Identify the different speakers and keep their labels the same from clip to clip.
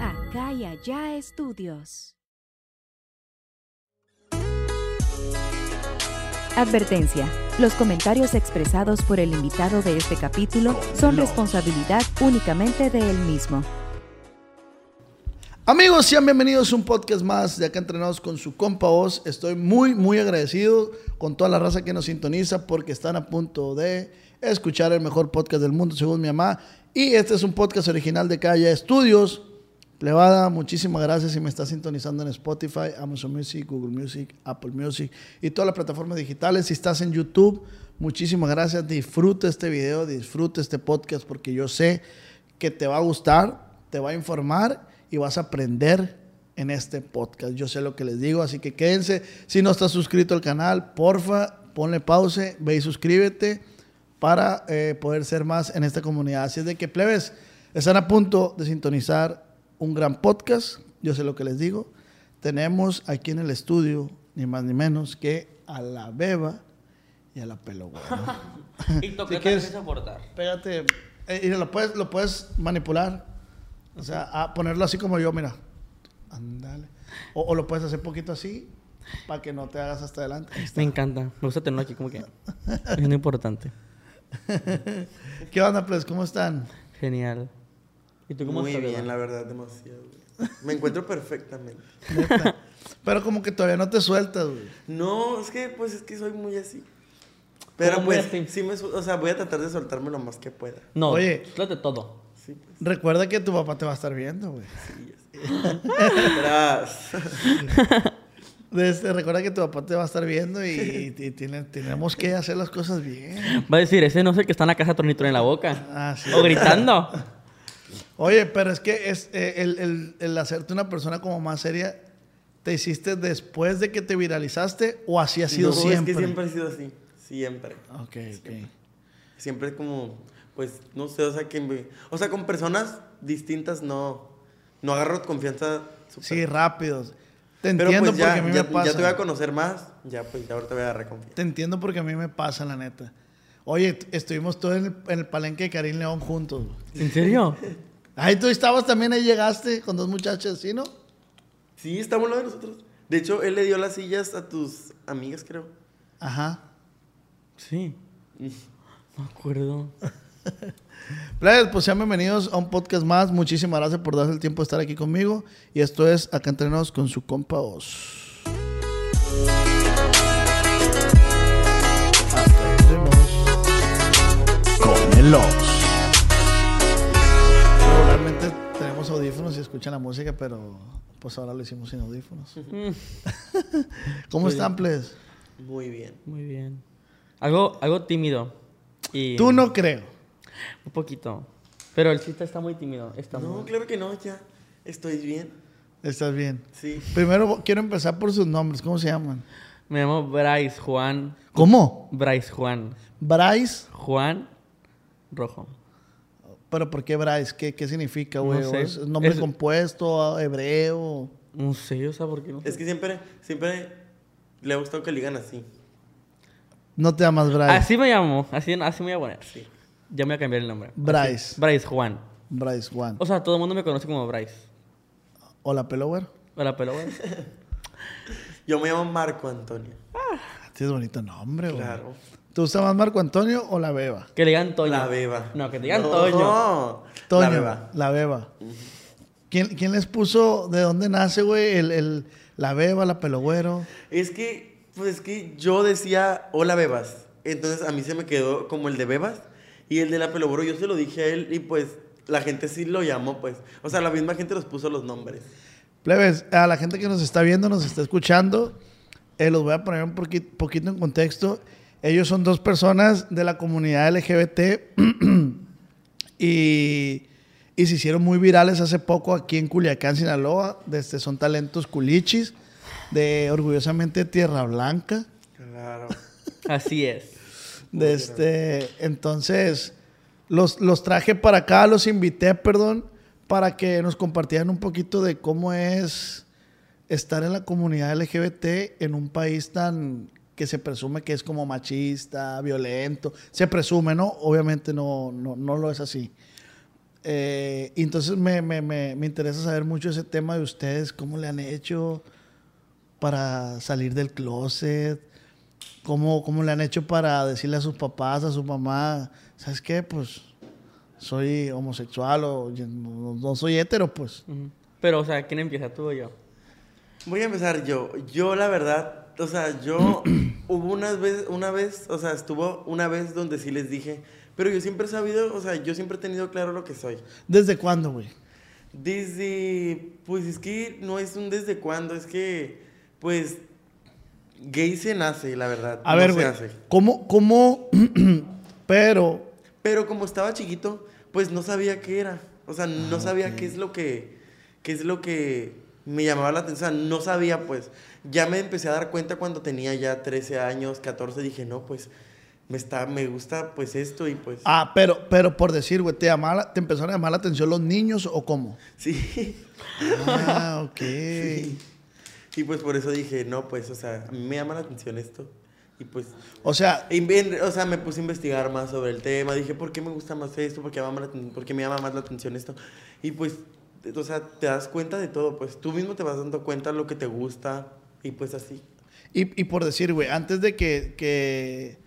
Speaker 1: Acá y allá estudios. Advertencia. Los comentarios expresados por el invitado de este capítulo son responsabilidad únicamente de él mismo.
Speaker 2: Amigos, sean bienvenidos a un podcast más de acá entrenados con su compa Oz. Estoy muy, muy agradecido con toda la raza que nos sintoniza porque están a punto de escuchar el mejor podcast del mundo, según mi mamá. Y este es un podcast original de Calle Estudios. Plebada, muchísimas gracias si me estás sintonizando en Spotify, Amazon Music, Google Music, Apple Music y todas las plataformas digitales. Si estás en YouTube, muchísimas gracias. Disfruta este video, disfruta este podcast porque yo sé que te va a gustar, te va a informar y vas a aprender en este podcast. Yo sé lo que les digo, así que quédense. Si no estás suscrito al canal, porfa, ponle pause, ve y suscríbete para eh, poder ser más en esta comunidad. Así es de que, plebes, están a punto de sintonizar un gran podcast. Yo sé lo que les digo. Tenemos aquí en el estudio, ni más ni menos, que a la beba y a la pelo. güera.
Speaker 3: TikTok,
Speaker 2: Si
Speaker 3: ¿qué
Speaker 2: quieres-
Speaker 3: tal soportar?
Speaker 2: Pégate. Eh, mira, lo puedes, lo puedes manipular. O sea, a ponerlo así como yo, mira. Andale. O, o lo puedes hacer poquito así para que no te hagas hasta adelante. Ahí está.
Speaker 4: Me encanta. Me gusta tenerlo aquí como que. Es lo importante.
Speaker 2: ¿Qué onda, pues? ¿Cómo están?
Speaker 4: Genial. ¿Y tú cómo
Speaker 5: Muy
Speaker 4: estás,
Speaker 5: bien,
Speaker 4: Eva?
Speaker 5: la verdad, demasiado. güey. Me encuentro perfectamente.
Speaker 2: Neta. Pero como que todavía no te sueltas, güey.
Speaker 5: No, es que pues es que soy muy así. Pero
Speaker 4: ¿Cómo muy
Speaker 5: pues
Speaker 4: así?
Speaker 5: sí me, su- o sea, voy a tratar de soltarme lo más que pueda.
Speaker 4: No,
Speaker 2: Oye.
Speaker 4: Oye. de todo.
Speaker 5: Sí, pues.
Speaker 2: Recuerda que tu papá te va a estar viendo, güey.
Speaker 5: Tras.
Speaker 2: De este, recuerda que tu papá te va a estar viendo y, y- y tiene- tenemos que hacer las cosas bien.
Speaker 4: Va a decir, ese no es el que está en la caja tornitro en la boca.
Speaker 2: Ah, sí.
Speaker 4: O gritando.
Speaker 2: Oye, pero es que es, eh, el, el- el hacerte una persona como más seria, ¿te hiciste después de que te viralizaste o así ha sido
Speaker 5: No,
Speaker 2: siempre?
Speaker 5: Es que siempre he sido así. Siempre.
Speaker 2: Ok, ok.
Speaker 5: Siempre es como, pues, no sé, o sea, que me- O sea, con personas distintas no. No agarro confianza. súper.
Speaker 2: Sí, rápido. Te
Speaker 5: Pero
Speaker 2: entiendo
Speaker 5: pues ya,
Speaker 2: porque a mí
Speaker 5: ya,
Speaker 2: me
Speaker 5: ya
Speaker 2: pasa.
Speaker 5: te voy a conocer más. Ya, pues, ya ahorita voy a agarrar confianza.
Speaker 2: Te entiendo porque a mí me pasa, la neta. Oye, t- estuvimos todos en el, en el palenque de Karim León juntos. güey.
Speaker 4: ¿En serio?
Speaker 2: Ahí tú estabas también, ahí llegaste con dos muchachas, ¿sí, no?
Speaker 5: Sí, estamos al lado de nosotros. De hecho, él le dio las sillas a tus amigas, creo.
Speaker 2: Ajá.
Speaker 4: Sí. No me acuerdo.
Speaker 2: Players, pues sean bienvenidos a un podcast más. Muchísimas gracias por darse el tiempo de estar aquí conmigo. Y esto es Acá Entrenados con su compa Oz. Acá Entrenados con el Oz. Regularmente tenemos audífonos y escuchan la música, pero pues ahora lo hicimos sin audífonos. ¿Cómo están, Players?
Speaker 5: Muy bien.
Speaker 4: Muy bien. Algo, algo tímido. Y
Speaker 2: Tú no creo.
Speaker 4: Un poquito. Pero el chiste está muy tímido. Está
Speaker 5: No,
Speaker 4: muy-
Speaker 5: claro que no, ya. Estoy bien.
Speaker 2: Estás bien.
Speaker 5: Sí.
Speaker 2: Primero quiero empezar por sus nombres. ¿Cómo se llaman?
Speaker 4: Me llamo Bryce Juan.
Speaker 2: ¿Cómo?
Speaker 4: Bryce Juan.
Speaker 2: Bryce,
Speaker 4: Juan Rojo.
Speaker 2: pero ¿por qué Bryce? ¿Qué, qué significa, güey?
Speaker 4: No sé.
Speaker 2: ¿Es nombre
Speaker 4: Es-
Speaker 2: compuesto, hebreo?
Speaker 4: No sé, o sea, ¿por qué no?
Speaker 5: Es que siempre, siempre le ha gustado que le digan así.
Speaker 2: No te llamas Bryce.
Speaker 4: Así me llamo, así, así me voy a poner.
Speaker 5: Sí.
Speaker 4: Ya me voy a cambiar el nombre.
Speaker 2: Bryce.
Speaker 4: Bryce Juan.
Speaker 2: Bryce Juan.
Speaker 4: O sea, todo el mundo me conoce como Bryce.
Speaker 2: Hola, pelo, güero.
Speaker 4: Hola, pelo, güey.
Speaker 5: Yo me llamo Marco Antonio.
Speaker 2: Tienes Ah, bonito nombre, güey.
Speaker 5: Claro.
Speaker 2: ¿Te gusta más Marco Antonio o la beba?
Speaker 4: Que le digan Toño.
Speaker 5: La beba.
Speaker 4: No, que te digan
Speaker 5: No,
Speaker 4: Toño.
Speaker 2: Toño,
Speaker 5: La beba.
Speaker 2: La beba. ¿Quién, quién les puso, de dónde nace, güey, el, el- la beba, la pelo güero?
Speaker 5: Es que, pues es que yo decía, hola bebas. Entonces a mí se me quedó como el de bebas y el de la peloboro. Yo se lo dije a él y pues la gente sí lo llamó, pues. O sea, la misma gente los puso los nombres.
Speaker 2: Plebes, a la gente que nos está viendo, nos está escuchando, eh, los voy a poner un poqui- poquito en contexto. Ellos son dos personas de la comunidad LGBT y, y se hicieron muy virales hace poco aquí en Culiacán, Sinaloa. Desde, son talentos culichis de orgullosamente Tierra Blanca.
Speaker 5: Claro.
Speaker 4: Así es.
Speaker 2: De este, entonces, los, los traje para acá, los invité, perdón, para que nos compartieran un poquito de cómo es estar en la comunidad LGBT en un país tan que se presume que es como machista, violento. Se presume, ¿no? Obviamente no, no, no lo es así. Eh, y entonces me, me, me, me interesa saber mucho ese tema de ustedes, cómo le han hecho para salir del closet, cómo, cómo le han hecho para decirle a sus papás, a su mamá, ¿sabes qué? Pues soy homosexual o yo no, no soy hetero, pues.
Speaker 4: Ujú. Pero, o sea, ¿quién empieza? ¿Tú o yo?
Speaker 5: Voy a empezar yo. Yo, la verdad, o sea, yo hubo unas veces, una vez, o sea, estuvo una vez donde sí les dije, pero yo siempre he sabido, o sea, yo siempre he tenido claro lo que soy.
Speaker 2: ¿Desde cuándo, güey?
Speaker 5: Desde, pues es que no es un desde cuándo, es que, pues, gay se nace, la verdad.
Speaker 2: A
Speaker 5: no
Speaker 2: ver,
Speaker 5: se
Speaker 2: güey,
Speaker 5: hace.
Speaker 2: ¿cómo, cómo, pero,
Speaker 5: Pero como estaba chiquito, pues no sabía qué era. O sea, no sabía qué es lo que qué es lo que me llamaba la atención. O sea, no sabía, pues. Ya me empecé a dar cuenta cuando tenía ya 13 años, 14, dije, "No, pues me está me gusta pues esto y pues
Speaker 2: ah, pero, pero por decir, güey, ¿te, llamaba la- ¿te empezaron a llamar la atención los niños o cómo?
Speaker 5: sí.
Speaker 2: Ah, ok.
Speaker 5: Y pues por eso dije, "No, pues, o sea, a mí me llama la atención esto." Y pues
Speaker 2: O sea,
Speaker 5: Y bien, o sea, me puse a investigar más sobre el tema. Dije, ¿por qué me gusta más esto? ¿Por qué, llama la aten- por qué me llama más la atención esto? Y pues, o sea, te das cuenta de todo. Pues tú mismo te vas dando cuenta de lo que te gusta. Y pues así.
Speaker 2: y, y por decir, güey, antes de que, que,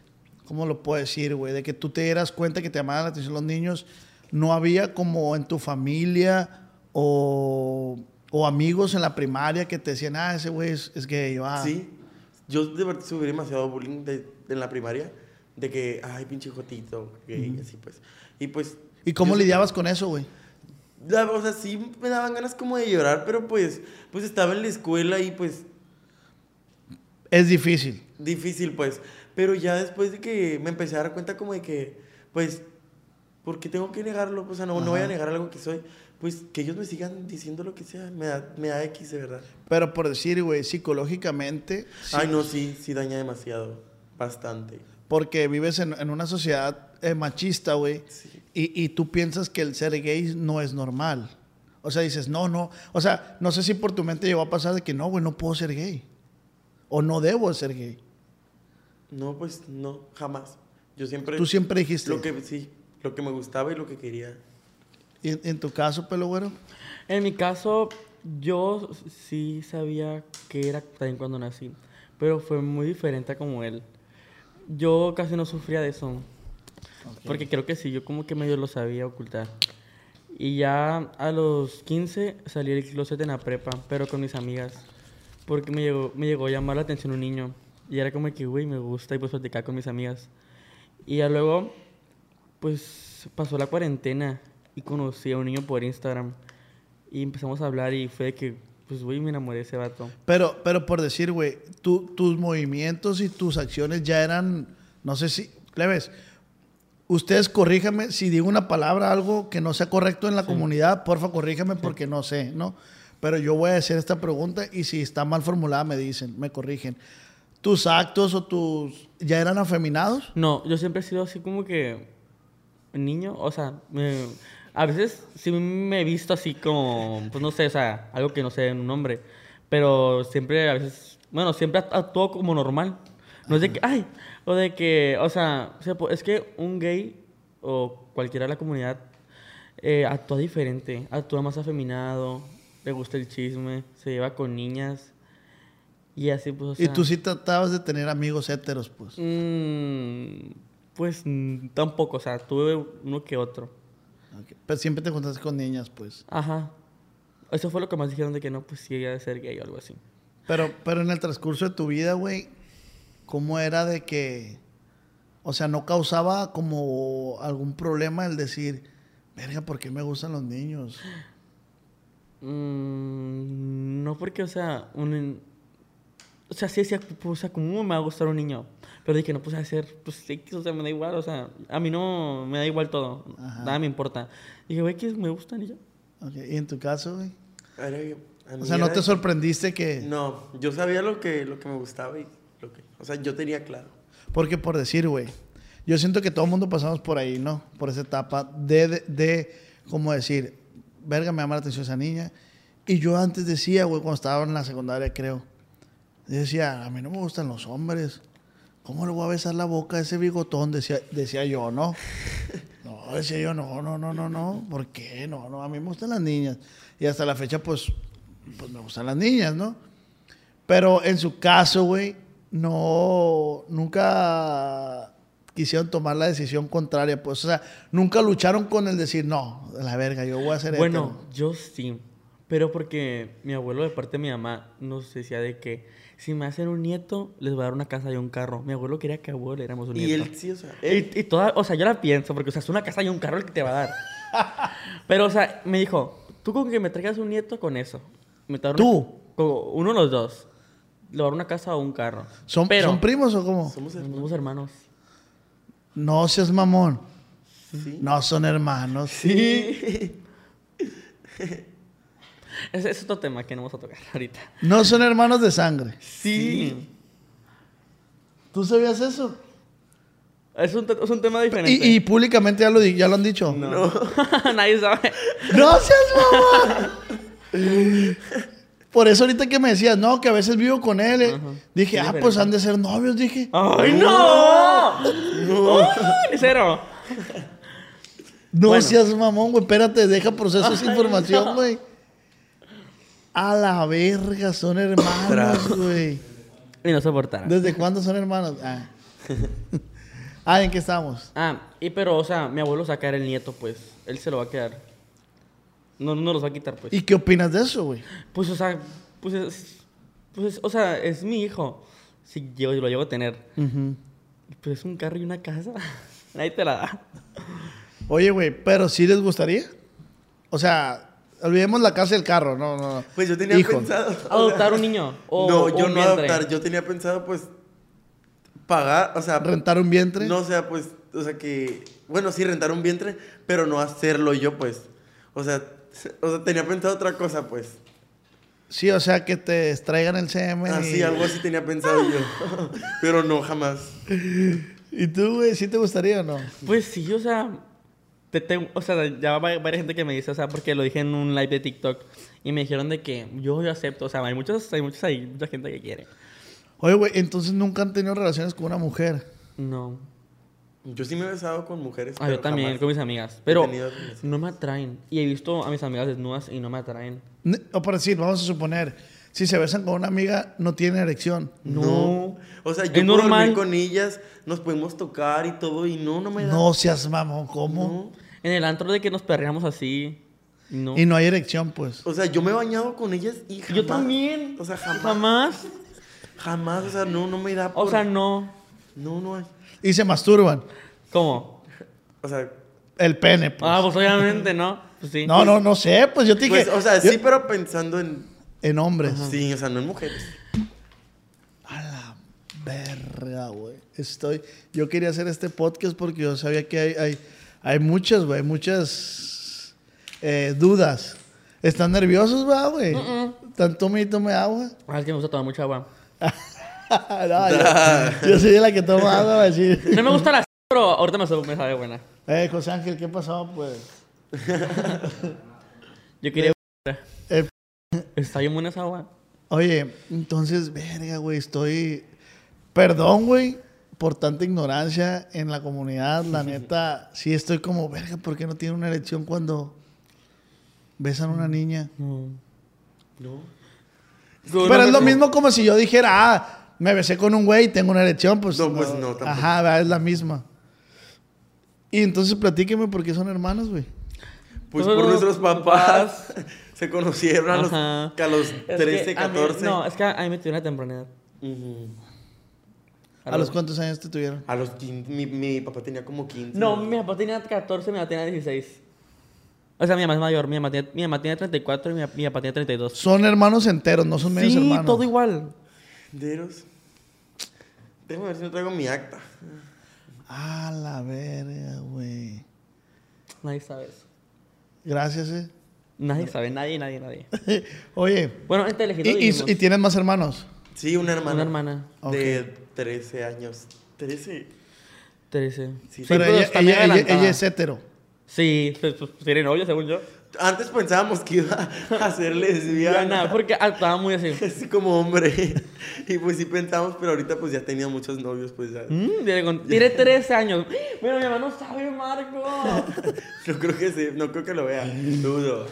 Speaker 2: ¿cómo lo puedo decir, güey? De que tú te dieras cuenta que te llamaban la atención los niños, ¿no había como en tu familia o, o amigos en la primaria que te decían, ah, ese güey es, es gay, o, ah,
Speaker 5: Sí. Yo de verdad sufrí demasiado bullying de- en la primaria. De que, ay, pinche jotito. gay", y así pues. Y pues.
Speaker 2: ¿Y cómo
Speaker 5: yo-
Speaker 2: lidiabas con eso, güey?
Speaker 5: La- o sea, sí me daban ganas como de llorar, pero pues, pues estaba en la escuela y pues
Speaker 2: Es difícil.
Speaker 5: difícil, pues. Pero ya después de que me empecé a dar cuenta como de que, pues, ¿por qué tengo que negarlo? O sea, no, no voy a
Speaker 2: Ajá.
Speaker 5: negar algo que soy. Pues que ellos me sigan diciendo lo que sea, me da, me da X, de verdad.
Speaker 2: Pero por decir, güey, psicológicamente, sí,
Speaker 5: Ay, no, sí, sí daña demasiado, bastante.
Speaker 2: porque vives en, en una sociedad eh, machista, güey,
Speaker 5: Sí.
Speaker 2: y, y tú piensas que el ser gay no es normal. O sea, dices, no, no. O sea, no sé si por tu mente llegó a pasar de que no, güey, no puedo ser gay. O no debo ser gay.
Speaker 5: No, pues, no, jamás. Yo siempre...
Speaker 2: Tú siempre dijiste.
Speaker 5: Lo que, sí, lo que me gustaba y lo que quería.
Speaker 2: ¿Y en, en tu caso, pelo güero?
Speaker 4: En mi caso, yo sí sabía que era también cuando nací, pero fue muy diferente a como él. Yo casi no sufría de eso, porque creo que sí, yo como que medio lo sabía ocultar. Y ya a los 15 salí del closet en la prepa, pero con mis amigas, porque me llegó, me llegó a llamar la atención un niño. Y era como que, güey, me gusta y pues platicar con mis amigas. Y ya luego, pues pasó la cuarentena y conocí a un niño por Instagram. Y empezamos a hablar y fue de que, pues, güey, me enamoré de ese vato.
Speaker 2: Pero, pero por decir, güey, tú- tus movimientos y tus acciones ya eran, no sé si, Cleves, ustedes corríjame, si digo una palabra, algo que no sea correcto en la comunidad, porfa, corríjame porque no sé, ¿no? Pero yo voy a hacer esta pregunta y si está mal formulada me dicen, me corrigen. ¿Tus actos o tus... ya eran afeminados?
Speaker 4: No, yo siempre he sido así como que niño, o sea, me- a veces sí me he visto así como, pues no sé, o sea, algo que no sé en un hombre, pero siempre a veces, bueno, siempre act- actúo como normal. No es de que, ay, o de que, o sea, se po- es que un gay o cualquiera de la comunidad eh, actúa diferente, actúa más afeminado, le gusta el chisme, se lleva con niñas y así pues... o
Speaker 2: y
Speaker 4: sea,
Speaker 2: tú sí tratabas de tener amigos héteros, pues.
Speaker 4: Mm, pues mm, tampoco, o sea, tuve uno que otro.
Speaker 2: Ok. Pero siempre te juntaste con niñas, pues.
Speaker 4: Ajá. Eso fue lo que más dijeron de que no, pues sí, ella de ser gay o algo así.
Speaker 2: Pero, pero en el transcurso de tu vida, güey, ¿cómo era de que, o sea, no causaba como algún problema el decir, verga, ¿por qué me gustan los niños?
Speaker 4: Mm, no porque, o sea, un... O sea, sí decía, pues, o sea, ¿cómo me va a gustar un niño? Pero dije, no, pues, hacer, pues, X, o sea, me da igual, o sea, a mí no me da igual todo.
Speaker 2: Ajá.
Speaker 4: Nada me importa. Dije, güey, ¿qué me gustan y ya?
Speaker 2: Ok, ¿Y en tu caso, güey?
Speaker 5: Era- a mí
Speaker 2: O sea, ¿no
Speaker 5: era-
Speaker 2: te sorprendiste que,
Speaker 5: No, yo sabía lo que, lo que me gustaba y lo que... O sea, yo tenía claro.
Speaker 2: porque por decir, güey, yo siento que todo el mundo pasamos por ahí, ¿no? Por esa etapa de, de, de, como decir, verga, me llama la atención esa niña. Y yo antes decía, güey, cuando estaba en la secundaria, creo, decía, a mí no me gustan los hombres. ¿Cómo le voy a besar la boca a ese bigotón? Decía, decía yo, ¿no? No, decía yo, no, no, no, no, no. ¿Por qué? No, no, a mí me gustan las niñas. Y hasta la fecha, pues, pues me gustan las niñas, ¿no? Pero en su caso, güey, no, nunca quisieron tomar la decisión contraria. Pues, o sea, nunca lucharon con el decir, no, a la verga, yo voy a hacer
Speaker 4: Bueno,
Speaker 2: esto.
Speaker 4: yo sí. Pero porque mi abuelo, de parte de mi mamá, nos decía de que si me hacen un nieto, les voy a dar una casa y un carro. Mi abuelo quería que a abuelo le diéramos un
Speaker 5: Y
Speaker 4: nieto.
Speaker 5: él sí, o sea. él-
Speaker 4: Y, y toda, o sea, yo la pienso, porque, o sea, es una casa y un carro el que te va a dar. Pero, o sea, me dijo, tú con que me traigas un nieto con eso. Me te va a dar una-
Speaker 2: ¿Tú?
Speaker 4: con uno de los dos. Le va a dar una casa o un carro.
Speaker 2: ¿Son,
Speaker 4: Pero,
Speaker 2: ¿Son primos o cómo?
Speaker 5: Somos hermanos.
Speaker 4: Somos hermanos.
Speaker 2: No seas mamón.
Speaker 5: Sí.
Speaker 2: No son hermanos.
Speaker 5: Sí.
Speaker 4: Ese es otro tema que no vamos a tocar ahorita.
Speaker 2: No son hermanos de sangre.
Speaker 4: Sí.
Speaker 2: ¿Tú sabías eso?
Speaker 4: Es, un, te- es un tema diferente.
Speaker 2: Y, y públicamente ya lo, di- ya lo han dicho. No,
Speaker 4: Nadie sabe.
Speaker 2: seas mamón. Por eso ahorita que me decías, no, que a veces vivo con él, eh, dije, ah, pues han de ser novios, dije.
Speaker 4: ¡Ay, no! ¡Ay, cero!
Speaker 2: No
Speaker 4: Bueno.
Speaker 2: seas mamón, güey. Espérate, deja proceso esa información,
Speaker 4: no.
Speaker 2: güey. A la verga, son hermanos,
Speaker 5: Tras.
Speaker 2: güey.
Speaker 4: Y no soportaron.
Speaker 2: ¿Desde cuándo son hermanos? Ah. Ah, ¿en qué estamos?
Speaker 4: Ah, y pero, o sea, mi abuelo sacar el nieto, pues. Él se lo va a quedar. No, no los va a quitar, pues.
Speaker 2: ¿Y qué opinas de eso, güey?
Speaker 4: Pues, o sea, pues es, pues es- o sea, es mi hijo. Si yo lo llevo a tener. Pues es un carro y una casa. Nadie te la da.
Speaker 2: Oye, güey, pero ¿sí les gustaría? O sea, olvidemos la casa y el carro, no, no. no.
Speaker 5: Pues yo tenía
Speaker 2: Hijo.
Speaker 5: pensado.
Speaker 4: Adoptar un niño. O,
Speaker 5: no,
Speaker 4: o
Speaker 5: yo
Speaker 4: un
Speaker 5: no
Speaker 4: vientre.
Speaker 5: adoptar. Yo tenía pensado, pues. Pagar, o sea.
Speaker 2: ¿Rentar un vientre?
Speaker 5: No, o sea, pues. O sea, que. Bueno, sí, rentar un vientre, pero no hacerlo yo, pues. O sea, o sea tenía pensado otra cosa, pues.
Speaker 2: Sí, o sea, que te extraigan el semen.
Speaker 5: Así,
Speaker 2: y...
Speaker 5: algo así tenía pensado yo. pero no, jamás.
Speaker 2: ¿Y tú, güey, sí te gustaría o no?
Speaker 4: Pues sí, o sea, te- te- o sea, ya va varias gente que me dice, o sea, porque lo dije en un live de TikTok y me dijeron de que yo, yo acepto, o sea, hay muchos, hay muchos ahí, mucha gente que quiere.
Speaker 2: Oye, güey, entonces nunca han tenido relaciones con una mujer.
Speaker 4: No.
Speaker 5: Yo sí me he besado con mujeres.
Speaker 4: Ah,
Speaker 5: pero
Speaker 4: yo también,
Speaker 5: jamás.
Speaker 4: con mis amigas, pero
Speaker 5: tenido relaciones.
Speaker 4: no me atraen. Y he visto a mis amigas desnudas y no me atraen.
Speaker 2: Ne- O por decir, vamos a suponer, si se besan con una amiga, no tienen erección.
Speaker 4: No.
Speaker 5: O sea, yo
Speaker 4: Es
Speaker 5: puedo dormir
Speaker 4: normal.
Speaker 5: con ellas, nos podemos tocar y todo, y no, no me da.
Speaker 2: No seas mamón, ¿cómo?
Speaker 4: En el antro de que nos perreamos así, no.
Speaker 2: Y no hay erección, pues.
Speaker 5: O sea, yo me he bañado con ellas y jamás.
Speaker 4: Yo también.
Speaker 5: O sea, jamás. Jamás,
Speaker 4: Jamás.
Speaker 5: o sea, no, no me da.
Speaker 4: O
Speaker 5: por-
Speaker 4: sea, no.
Speaker 5: no, no hay.
Speaker 2: Y se masturban.
Speaker 4: ¿Cómo?
Speaker 5: O sea,
Speaker 2: El pene, pues.
Speaker 4: Ah, pues obviamente, ¿no? Pues sí.
Speaker 2: No, no, no sé, pues yo te dije.
Speaker 5: pues, o sea,
Speaker 2: yo-
Speaker 5: sí, pero pensando en. pues,
Speaker 2: En hombres.
Speaker 5: Sí, o sea, no en mujeres.
Speaker 2: A la verga, güey. Estoy. Yo quería hacer este podcast porque yo sabía que hay, hay, hay muchas, güey, muchas eh, dudas. ¿Están nerviosos, va, güey? Tanto me tome agua.
Speaker 4: Ah, es que me gusta tomar mucha agua.
Speaker 2: No, yo, yo soy de la que toma agua, va a decir.
Speaker 4: No me gusta la... Pero ahorita me sabe- me sabe buena.
Speaker 2: Eh, José Ángel, ¿qué pasó, pues?
Speaker 4: Yo quería.
Speaker 2: Eh,
Speaker 4: Está bien buena esa agua.
Speaker 2: Oye, entonces, verga, güey, estoy. Perdón, güey, por tanta ignorancia en la comunidad. La neta, sí estoy como, verga, ¿por qué no tiene una elección cuando besan a una niña?
Speaker 4: No.
Speaker 2: Pero es lo mismo como si yo dijera, ah, me besé con un güey y tengo una elección, pues.
Speaker 5: No, pues, no, tampoco.
Speaker 2: Ajá, va, es la misma. Y entonces platíqueme por qué son hermanos, güey.
Speaker 5: Pues
Speaker 4: Todos
Speaker 5: por nuestros
Speaker 4: los
Speaker 5: papás se conocieron a los,
Speaker 4: Ajá.
Speaker 5: que a los
Speaker 4: Es que
Speaker 5: 13,
Speaker 4: a mí-
Speaker 5: 14.
Speaker 4: no, es que a mí me tuvieron la temprana edad.
Speaker 5: Ujú.
Speaker 2: ¿A los cuántos años te tuvieron?
Speaker 5: A los 15. Mi, mi papá tenía como 15.
Speaker 4: No, mi papá tenía 14, mi mamá tenía 16. O sea, mi mamá es mayor. Mi mamá tenía, mi mamá tenía 34 y mi, mi papá tenía 32.
Speaker 2: Son hermanos enteros, no son medios
Speaker 4: Sí,
Speaker 2: hermanos.
Speaker 4: todo igual.
Speaker 5: Deros. Déjame ver si no traigo mi acta.
Speaker 2: Ah, la verga, güey.
Speaker 4: Nadie sabe eso.
Speaker 2: Gracias, eh.
Speaker 4: Nadie sabe, nadie, nadie, nadie.
Speaker 2: Oye,
Speaker 4: Bueno, este
Speaker 2: ¿y,
Speaker 4: elegí.
Speaker 2: y, y tienes más hermanos?
Speaker 5: Sí, una hermana.
Speaker 4: Una hermana.
Speaker 5: De 13 años. 13.
Speaker 4: 13.
Speaker 5: Sí,
Speaker 2: pero
Speaker 4: pero
Speaker 2: ella,
Speaker 4: pues, está
Speaker 2: ella-
Speaker 4: bien
Speaker 2: ella-
Speaker 4: adelantada.
Speaker 2: ella es hetero.
Speaker 4: Sí, pues, pues, tiene novio, según yo.
Speaker 5: Antes pensábamos que iba a ser lesbiana.
Speaker 4: Diana, porque actuaba muy así.
Speaker 5: Así como hombre. Y pues sí pensábamos, pero ahorita pues ya tenía muchos novios, pues ya.
Speaker 4: Mm, tiene con- tiene 13 años. Pero mi mamá no sabe, Marco.
Speaker 5: No creo que sí, no creo que lo vea. Dudo.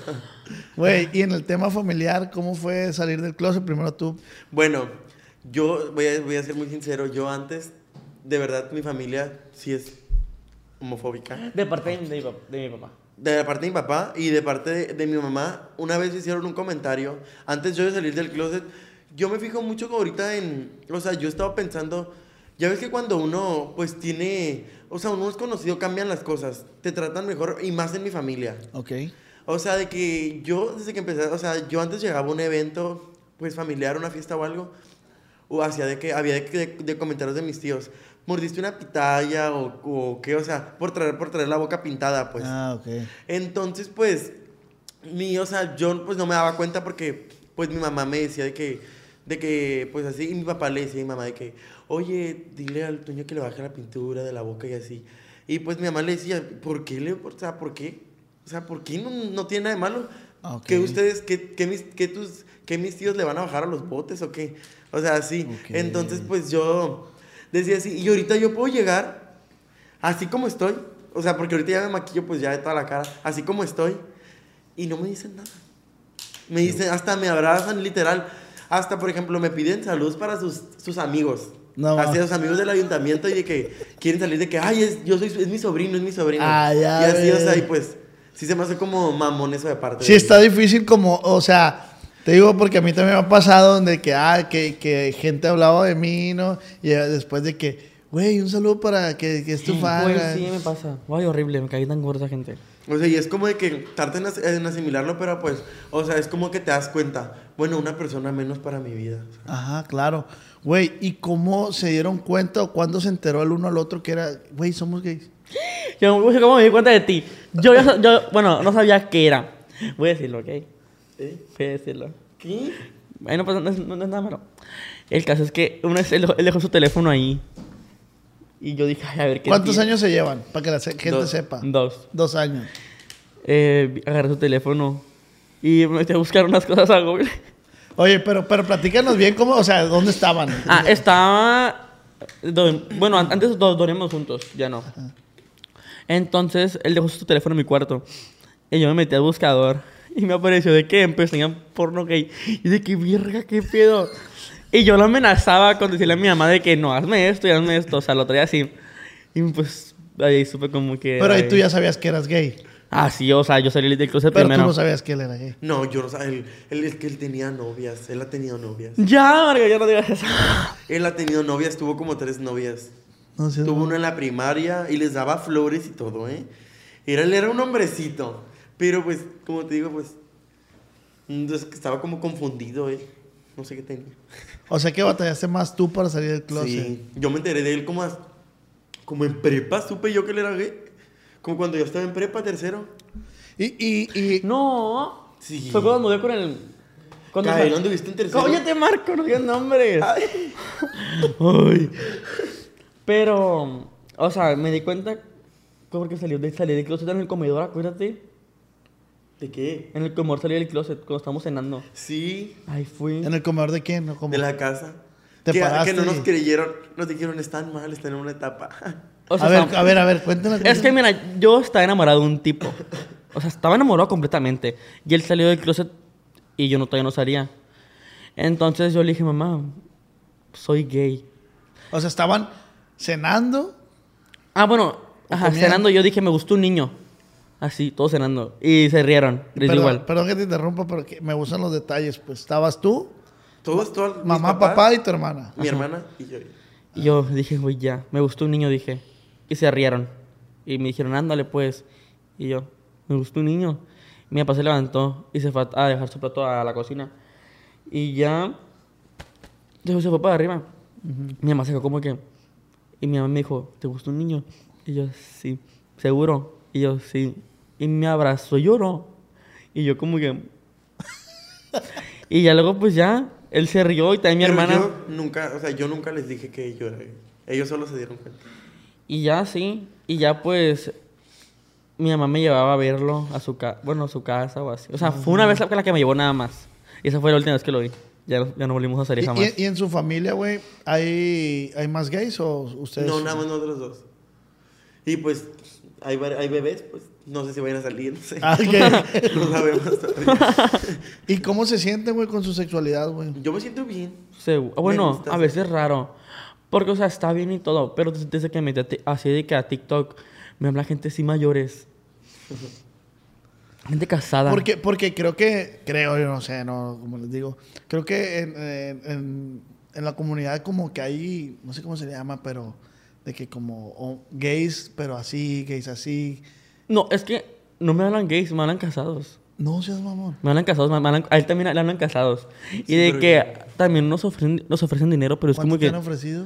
Speaker 2: Güey, y en el tema familiar, ¿cómo fue salir del closet? Primero tú.
Speaker 5: Bueno, yo voy a, voy a ser muy sincero. Yo antes, de verdad, mi familia sí es homofóbica.
Speaker 4: De parte de, mi- de mi pap- de mi papá.
Speaker 5: De la parte de mi papá y de parte de, de mi mamá, una vez hicieron un comentario. Antes yo de salir del closet, yo me fijo mucho ahorita en. O sea, yo estaba pensando. Ya ves que cuando uno, pues tiene. O sea, uno es conocido, cambian las cosas. Te tratan mejor y más en mi familia.
Speaker 2: Ok.
Speaker 5: O sea, de que yo, desde que empecé, o sea, yo antes llegaba a un evento, pues familiar, una fiesta o algo, o hacía de que, había de, que- de comentarios de mis tíos, mordiste una pitaya o, o qué, o sea, por traer, por traer la boca pintada, pues.
Speaker 2: ah, ok.
Speaker 5: Entonces, pues, mi, o sea, yo pues no me daba cuenta porque, pues, mi mamá me decía de que, de que, pues así, y mi papá le decía a mi mamá de que, oye, dile al Toño que le baje la pintura de la boca y así. Y pues mi mamá le decía, ¿por qué le, o sea, por qué? O sea, ¿por qué no, no tiene nada de malo?
Speaker 2: Ah, ok.
Speaker 5: Que ustedes, que, que mis, que tus, que mis tíos le van a bajar a los botes o qué? O sea, así.
Speaker 2: Ok.
Speaker 5: Entonces, pues yo decía así, y ahorita yo puedo llegar así como estoy, o sea, porque ahorita ya me maquillo pues ya de toda la cara, así como estoy, y no me dicen nada. Me dicen, hasta me abrazan literal, hasta por ejemplo me piden saludos para sus, sus amigos.
Speaker 2: No,
Speaker 5: así
Speaker 2: ma.
Speaker 5: los amigos del ayuntamiento y de que quieren salir de que, ay, es, yo soy, es mi sobrino, es mi sobrino.
Speaker 2: Ah, ya
Speaker 5: y así, o
Speaker 2: ves.
Speaker 5: sea, y pues, sí se me hace como mamón eso de parte.
Speaker 2: Sí,
Speaker 5: de-
Speaker 2: está difícil como, o sea, te digo porque a mí también me ha pasado donde que, ah, que, que gente hablaba de mí, ¿no? Y eh, después de que, güey, un saludo para que, que es tu fan.
Speaker 4: Güey,
Speaker 2: ah.
Speaker 4: Pues, sí, me pasa. Guay, horrible, me caí tan gorda, gente.
Speaker 5: O sea, y es como de que tardan en as- en asimilarlo, pero pues, o sea, es como que te das cuenta, bueno, una persona menos para mi vida. o sea.
Speaker 2: Ajá, claro. Güey, ¿y cómo se dieron cuenta o cuándo se enteró el uno al otro que era, güey, somos gays?
Speaker 4: Yo, güey, ¿cómo me di cuenta de ti? Yo, ya sa- yo, bueno, no sabía qué era. Voy a decirlo, ¿ok?
Speaker 2: ¿Eh?
Speaker 4: Voy a decirlo.
Speaker 5: ¿Qué?
Speaker 4: Ahí no pasa, no es, no es nada malo. El caso es que una vez él, dejó- él dejó su teléfono ahí. Y yo dije, ay, a ver qué.
Speaker 2: ¿Cuántos
Speaker 4: tiene?
Speaker 2: años se llevan? Para que la se- gente
Speaker 5: Dos.
Speaker 2: sepa.
Speaker 4: Dos.
Speaker 2: Dos años.
Speaker 4: Eh, vi- agarré su teléfono y me metí a buscar unas cosas a Google.
Speaker 2: Oye, pero, pero platícanos bien cómo, o sea, ¿dónde estaban?
Speaker 4: Ah, estaba. do- bueno, an- antes do- dormíamos juntos, ya no. Entonces él dejó su teléfono en mi cuarto. Y yo me metí al buscador. Y me apareció de que empecé en porno gay. Y de que, verga, qué pedo. Y yo lo amenazaba con decirle a mi mamá de que no, hazme esto y hazme esto. O sea, lo traía así. Y pues ahí supe como que.
Speaker 2: Pero ahí
Speaker 4: ay.
Speaker 2: tú ya sabías que eras gay.
Speaker 4: Ah, sí, o sea, yo salí del closet
Speaker 2: Pero
Speaker 4: primero.
Speaker 2: tú no sabías que él era gay.
Speaker 5: No, yo no sabía. Él, él- es que él tenía novias. Él ha tenido novias.
Speaker 4: Ya, Marga, ya no digas eso.
Speaker 5: Él ha tenido novias, tuvo como tres novias.
Speaker 2: No sé.
Speaker 5: Tuvo una en la primaria y les daba flores y todo, ¿eh? Era, él era un hombrecito. Pero pues, como te digo, pues. mm, es que estaba como confundido, ¿eh? No sé qué tenía.
Speaker 2: O sea que batallaste más tú para salir del closet.
Speaker 5: Sí. Yo me enteré de él como, as- como en prepa, supe yo que él era gay. Como cuando yo estaba en prepa, tercero.
Speaker 2: Y, y, y
Speaker 4: No.
Speaker 5: Sí.
Speaker 4: Fue cuando mudé con el. Cuando
Speaker 5: Cae,
Speaker 4: sal-
Speaker 5: ¿no anduviste en tercero?
Speaker 4: Cállate, Marco, no digas nombres.
Speaker 5: Ay.
Speaker 4: Ay. Pero, o sea, me di cuenta porque salí, de- salí del closet en el comedor, acuérdate.
Speaker 5: ¿De qué?
Speaker 4: En el comedor salí del closet cuando estábamos cenando.
Speaker 5: Sí.
Speaker 4: Ahí fui.
Speaker 2: en el comedor de quién, ¿no? Como-
Speaker 5: de la casa.
Speaker 2: Te
Speaker 5: que,
Speaker 2: paraste
Speaker 5: que no
Speaker 2: y-
Speaker 5: nos creyeron, nos dijeron, están mal, están en una etapa.
Speaker 4: O sea,
Speaker 2: a ver,
Speaker 4: estaba-
Speaker 2: a ver, a ver, cuéntala.
Speaker 4: Es que mira, yo estaba enamorado de un tipo. O sea, estaba enamorado completamente. Y él salió del closet y yo no, todavía no salía. Entonces yo le dije, mamá, soy gay.
Speaker 2: O sea, estaban cenando.
Speaker 4: Ah, bueno, ajá,
Speaker 2: comían.
Speaker 4: cenando yo dije, me gustó un niño. Así, todos cenando. Y se rieron. Les di
Speaker 2: Perdón,
Speaker 4: igual.
Speaker 2: perdón que te interrumpa, pero que me gustan los detalles. Pues estabas tú,
Speaker 5: Todos, todos. mis
Speaker 2: mamá,
Speaker 5: papás,
Speaker 2: papá y tu hermana.
Speaker 5: Mi hermana y yo.
Speaker 4: Y yo dije, güey, ya. Me gustó un niño, dije. Y se rieron. Y me dijeron, ándale, pues. Y yo, me gustó un niño. Mi papá se levantó y se fue a a dejar su plato a la cocina. Y ya. Yo se fue para arriba. Mi mamá se quedó como que. Y mi mamá me dijo, ¿te gustó un niño? Y yo, sí. ¿Seguro? Y yo, sí. Y me abrazó y lloró. Y yo, como que. y ya luego, pues ya. Él se rió y también mi
Speaker 5: Pero
Speaker 4: hermana.
Speaker 5: Yo nunca, o sea, yo nunca les dije que yo era gay. Ellos solo se dieron cuenta.
Speaker 4: Y ya, sí. Y ya, pues. mi mamá me llevaba a verlo a su casa, bueno, a su casa o así. O sea, fue una vez la que me llevó nada más. Y esa fue la última vez que lo vi. Ya, no- ya no volvimos a
Speaker 2: ¿Y,
Speaker 4: salir jamás.
Speaker 2: y- y en su familia, güey, ¿hay, hay más gays o ustedes?
Speaker 5: No, nada más nosotros dos. Y pues, hay, var- hay bebés, pues, no sé si vayan a salir, no sé.
Speaker 2: Ah, ok.
Speaker 5: no sabemos todavía.
Speaker 2: ¿Y cómo se sienten, güey, con su sexualidad, güey?
Speaker 5: Yo me siento bien.
Speaker 4: Se- ah, bueno,
Speaker 5: gusta
Speaker 4: a
Speaker 5: hacer-
Speaker 4: veces es raro. Porque, o sea, está bien y todo. Pero des- desde que me metí a ti- así de que a TikTok me habla gente sí mayores. Gente casada.
Speaker 2: Porque, porque creo que, creo, yo no sé, no, como les digo, creo que en, en- en- en la comunidad como que hay, no sé cómo se llama, pero de que como o- gays, pero así, gays así.
Speaker 4: No, es que no me hablan gays, me hablan casados.
Speaker 2: No seas mamón.
Speaker 4: Me hablan casados, me me hablan- a él también le hablan casados. y de
Speaker 5: pero-
Speaker 4: que también nos ofrecen, nos ofrecen dinero, pero es
Speaker 2: ¿Cuánto
Speaker 4: como
Speaker 2: te
Speaker 4: que...
Speaker 2: han ofrecido?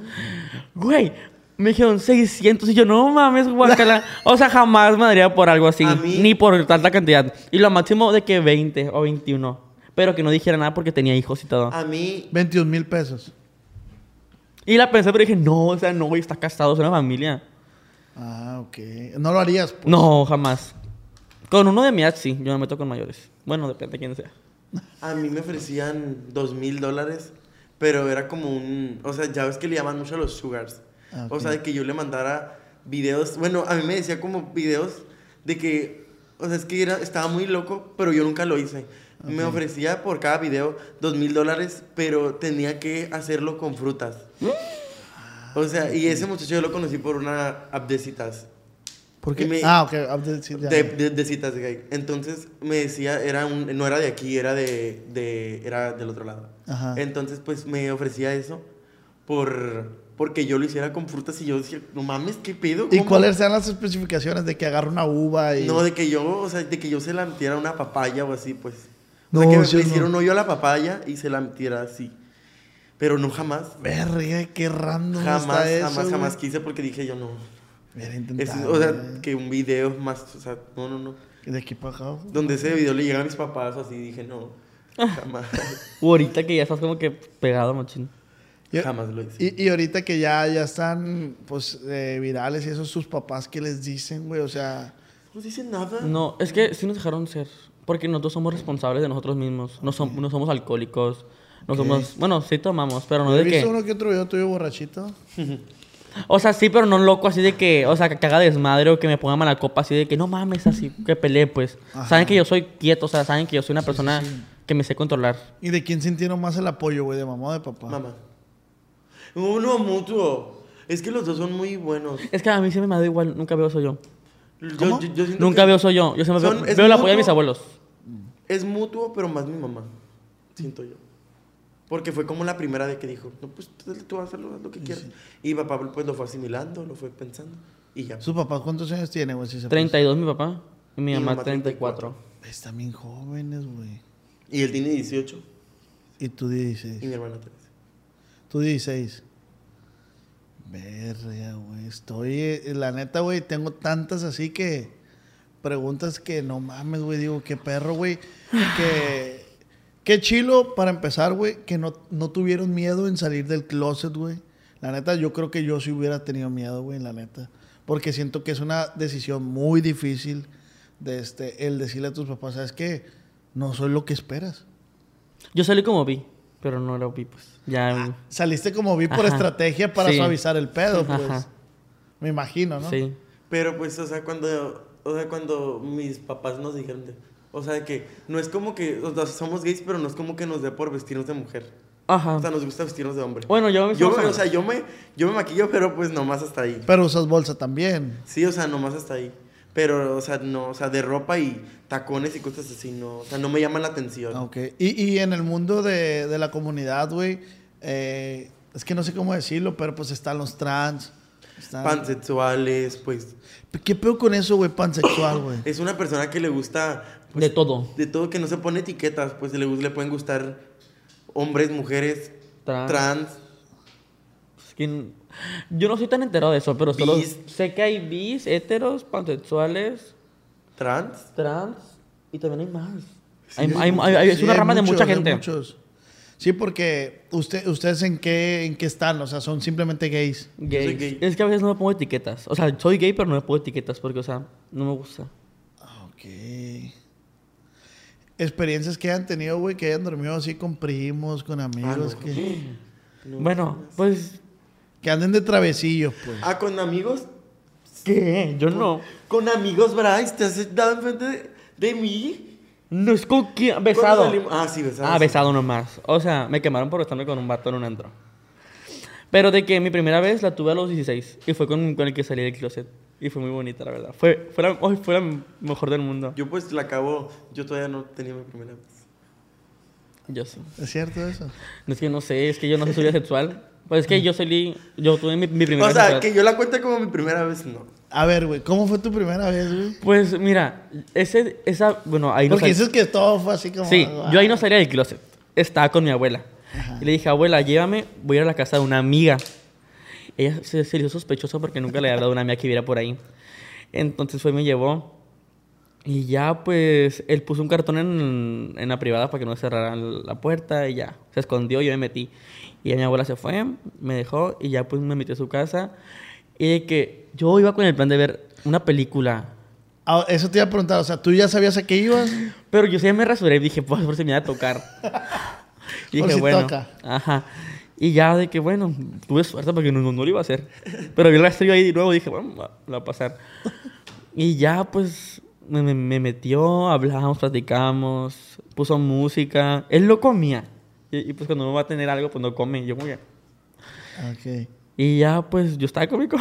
Speaker 4: Güey, me dijeron 600 y yo, no mames, guacala. o sea, jamás me daría por algo así,
Speaker 5: A mí-
Speaker 4: ni por tanta cantidad. Y lo máximo de que 20 o 21. Pero que no dijera nada porque tenía hijos y todo.
Speaker 2: Ah.
Speaker 5: A mí,
Speaker 2: 21 mil pesos.
Speaker 4: Y la pensé, pero dije, no, o sea, no, güey, está casado, es una familia.
Speaker 2: Ah, ok. No lo harías. pues.
Speaker 4: No, jamás. Con uno de mi edad, sí, yo me meto con mayores. Bueno, depende de quién sea.
Speaker 5: a mí me ofrecían dos mil dólares, pero era como un... O sea, ya ves que le llaman mucho a los sugars.
Speaker 2: Ah,
Speaker 5: O
Speaker 2: ok.
Speaker 5: sea, de que yo le mandara videos... Bueno, a mí me decía como videos de que... O sea, es que era- estaba muy loco, pero yo nunca lo hice. Me ofrecía por cada video dos mil dólares, pero tenía que hacerlo con frutas.
Speaker 2: ¿Eh?
Speaker 5: O sea,
Speaker 2: Ah,
Speaker 5: y ese muchacho yo lo conocí por una app de citas.
Speaker 2: ¿Por qué?
Speaker 5: Y me-
Speaker 2: Ah, ok. ah, de- sí, ya,
Speaker 5: De,
Speaker 2: ya.
Speaker 5: de, de citas gay. Entonces me decía, era un, no era de aquí, era de, de era del otro lado.
Speaker 2: Ajá.
Speaker 5: Entonces pues me ofrecía eso por porque yo lo hiciera con frutas y yo decía, no mames, ¿qué pedo?
Speaker 2: ¿Y
Speaker 5: ¿Cómo?".
Speaker 2: cuáles sean las especificaciones de que agarra una uva y...
Speaker 5: No, de que yo, o sea, de que yo se la metiera una papaya o así, pues. O
Speaker 2: No,
Speaker 5: sea, que me,
Speaker 2: sí,
Speaker 5: me
Speaker 2: no.
Speaker 5: hiciera un hoyo a la papaya y se la metiera así. Pero no jamás.
Speaker 2: Verga, qué random
Speaker 5: Jamás,
Speaker 2: está eso,
Speaker 5: jamás,
Speaker 2: güey.
Speaker 5: jamás quise porque dije yo no.
Speaker 2: Hubiera
Speaker 5: Es-
Speaker 2: intentado,
Speaker 5: o sea,
Speaker 2: güey.
Speaker 5: que un video más, o sea, no, no, no.
Speaker 2: De aquí para acá. güey.
Speaker 5: Donde ese video le llega a mis papás, así dije, no, jamás,
Speaker 4: O ahorita que ya estás como que pegado, machín.
Speaker 2: Yo-
Speaker 5: jamás lo hice.
Speaker 2: Y, y ahorita que ya, ya están pues eh, virales y eso, sus papás que les dicen, güey, o sea,
Speaker 5: No dicen nada.
Speaker 4: No, es que sí nos dejaron ser. Porque nosotros somos responsables de nosotros mismos. No, som- no somos alcohólicos. No somos. Bueno, sí tomamos, pero no
Speaker 2: ¿he
Speaker 4: de
Speaker 2: visto
Speaker 4: que.
Speaker 2: uno que otro video tuyo borrachito?
Speaker 4: O sea, sí, pero no loco, así de que. O sea, que haga desmadre o que me ponga mala copa, así de que no mames, así que peleé, pues. Saben que yo soy quieto, o sea, saben que yo soy una persona que me sé controlar.
Speaker 2: ¿Y de quién sintieron más el apoyo, güey, de mamá o de papá?
Speaker 5: Mamá. Uno mutuo. Es que los dos son muy buenos.
Speaker 4: Es que a mí siempre me da igual, nunca veo soy yo.
Speaker 5: Yo-
Speaker 2: ¿Cómo?
Speaker 5: yo- yo siento
Speaker 4: Nunca
Speaker 5: que
Speaker 4: veo soy yo. Yo siempre
Speaker 5: eh, Son-
Speaker 4: veo,
Speaker 5: es
Speaker 4: veo la apoyo de
Speaker 5: mutuo.
Speaker 4: mis abuelos.
Speaker 5: Es mutuo, pero más mi mamá. Siento yo. Porque fue como la primera de que dijo, no, pues tú, tú vas a hacer lo- lo que quieras. Y papá pues lo fue asimilando, lo fue pensando. Y ya.
Speaker 2: ¿Su papá cuántos años tiene, güey? Si se
Speaker 4: 32 mi papá y mi
Speaker 5: pues. Y
Speaker 4: mamá
Speaker 5: mamá
Speaker 4: 34.
Speaker 2: puede? Están bien jóvenes, güey.
Speaker 5: Y él tiene 18
Speaker 2: Y tú
Speaker 5: y
Speaker 2: 16.
Speaker 5: mi hermana 13.
Speaker 2: Tú 16. Verga, güey. Estoy, eh, la neta, güey, tengo tantas así que preguntas que no mames, güey. Digo, qué perro, güey. Que, qué chilo para empezar, güey, que no, no tuvieron miedo en salir del closet, güey. La neta, yo creo que yo sí hubiera tenido miedo, güey, la neta. Porque siento que es una decisión muy difícil de este, el decirle a tus papás, ¿sabes qué? No soy lo que esperas.
Speaker 4: Yo salí como vi, pero no era vi, pues.
Speaker 5: Ah,
Speaker 4: Ya.
Speaker 2: Saliste como vi por
Speaker 4: Ajá.
Speaker 2: estrategia para
Speaker 4: Sí.
Speaker 2: suavizar el pedo, pues.
Speaker 4: Ajá.
Speaker 2: Me imagino, ¿no?
Speaker 4: Sí.
Speaker 5: Pero pues, o sea, cuando, o sea, cuando mis papás nos dijeron, de- o sea, de que no es como que, o sea, somos gays, pero no es como que nos dé por vestirnos de mujer.
Speaker 4: Ajá.
Speaker 5: O sea, nos gusta vestirnos de hombre.
Speaker 4: Bueno, yo me-
Speaker 5: yo me, o sea, yo me, yo me maquillo, pero pues nomás hasta ahí.
Speaker 2: Pero usas bolsa también.
Speaker 5: Sí, o sea, nomás hasta ahí. Pero, o sea, no, o sea, de ropa y tacones y cosas así, no, o sea, no me llaman la atención.
Speaker 2: Ok. Y, y en el mundo de, de la comunidad, güey, eh, es que no sé cómo decirlo, pero pues están los trans. están-
Speaker 5: Pansexuales, pues,
Speaker 2: ¿Qué pedo con eso, güey, pansexual, güey?
Speaker 5: es una persona que le gusta
Speaker 4: de todo.
Speaker 5: de todo que no se pone etiquetas, pues le, gus- le pueden gustar hombres, mujeres,
Speaker 4: Trans.
Speaker 5: trans
Speaker 4: Es que n- yo no soy tan enterado de eso, pero solo
Speaker 5: Bis.
Speaker 4: sé que hay bis, heteros, pansexuales,
Speaker 5: trans.
Speaker 4: trans y también hay más. Hay-
Speaker 2: Sí,
Speaker 4: hay-
Speaker 2: mucho-
Speaker 4: hay- hay- es
Speaker 2: sí,
Speaker 4: una
Speaker 2: hay
Speaker 4: rama de
Speaker 2: muchos,
Speaker 4: mucha
Speaker 2: hay
Speaker 4: gente.
Speaker 2: muchos. Sí, porque usted, ustedes en qué, en qué están, o sea, son simplemente gays.
Speaker 5: Yo soy
Speaker 4: Gays.
Speaker 5: gay.
Speaker 4: Es que a veces no me pongo etiquetas. O sea, soy gay, pero no me pongo etiquetas porque, o sea, no me gusta.
Speaker 2: Ah, Ok. Experiencias que hayan tenido, güey, que hayan dormido así con primos, con amigos,
Speaker 5: Ah, no.
Speaker 2: que,
Speaker 4: Bueno, pues,
Speaker 2: que anden de travesillo, pues.
Speaker 5: Ah, con amigos.
Speaker 4: ¿qué? Yo no.
Speaker 5: Con amigos, Bryce, te has dado enfrente de, de mí.
Speaker 4: No es con quién.
Speaker 5: Cuando
Speaker 4: Besado.
Speaker 5: salimos- Ah, sí, besado.
Speaker 4: Ah,
Speaker 5: sí.
Speaker 4: besado nomás. O sea, me quemaron por estarme con un vato en un antro. Pero de que mi primera vez la tuve a los 16 y fue con, con el que salí del closet. Y fue muy bonita, la verdad. Fue, fue, la, hoy fue la mejor del mundo.
Speaker 5: Yo pues la acabo. Yo todavía no tenía mi primera vez.
Speaker 4: Yo sí.
Speaker 2: ¿Es cierto eso?
Speaker 4: No es que no sé, es que yo no soy bisexual. Pues es que yo salí, yo tuve mi, mi primera
Speaker 5: O
Speaker 4: vez.
Speaker 5: sea,
Speaker 4: atrás.
Speaker 5: que yo la cuente como mi primera vez, no.
Speaker 2: A ver, güey, ¿cómo fue tu primera vez, güey?
Speaker 4: Pues mira, ese, esa, bueno, ahí no
Speaker 2: Porque
Speaker 4: sal-
Speaker 2: dices que todo fue así como... ah.
Speaker 4: Sí, yo ahí no salía del closet. Estaba con mi abuela. Y le dije, abuela, llévame, voy a ir a la casa de una amiga. Ella se, se le hizo sospechosa porque nunca le había hablado a una amiga que viera por ahí. Entonces fue y me llevó. Y ya, pues, él puso un cartón en, en la privada para que no cerraran la puerta y ya. Se escondió, yo me metí. Y ya mi abuela se fue, me dejó y ya, pues, me metí a su casa. Y de que yo iba con el plan de ver una película.
Speaker 2: Ah, Eso te iba a preguntar, o sea, ¿tú ya sabías a qué ibas?
Speaker 4: Pero yo sí me rasuré y dije, pues, por si me iba a tocar. y
Speaker 2: Por
Speaker 4: dije,
Speaker 2: si
Speaker 4: bueno.
Speaker 2: toca.
Speaker 4: Ajá. Y ya de que, bueno, tuve suerte porque no, no- no lo iba a hacer. Pero vi el rastrillo ahí de nuevo y dije, bueno, va- lo va a pasar. Y ya, pues, me, me- me metió, hablamos, platicamos, puso música. Él no comía. Y, y, pues cuando uno va a tener algo, pues no come. Yo como que...
Speaker 2: Ok.
Speaker 4: Y ya, pues, yo estaba cómico.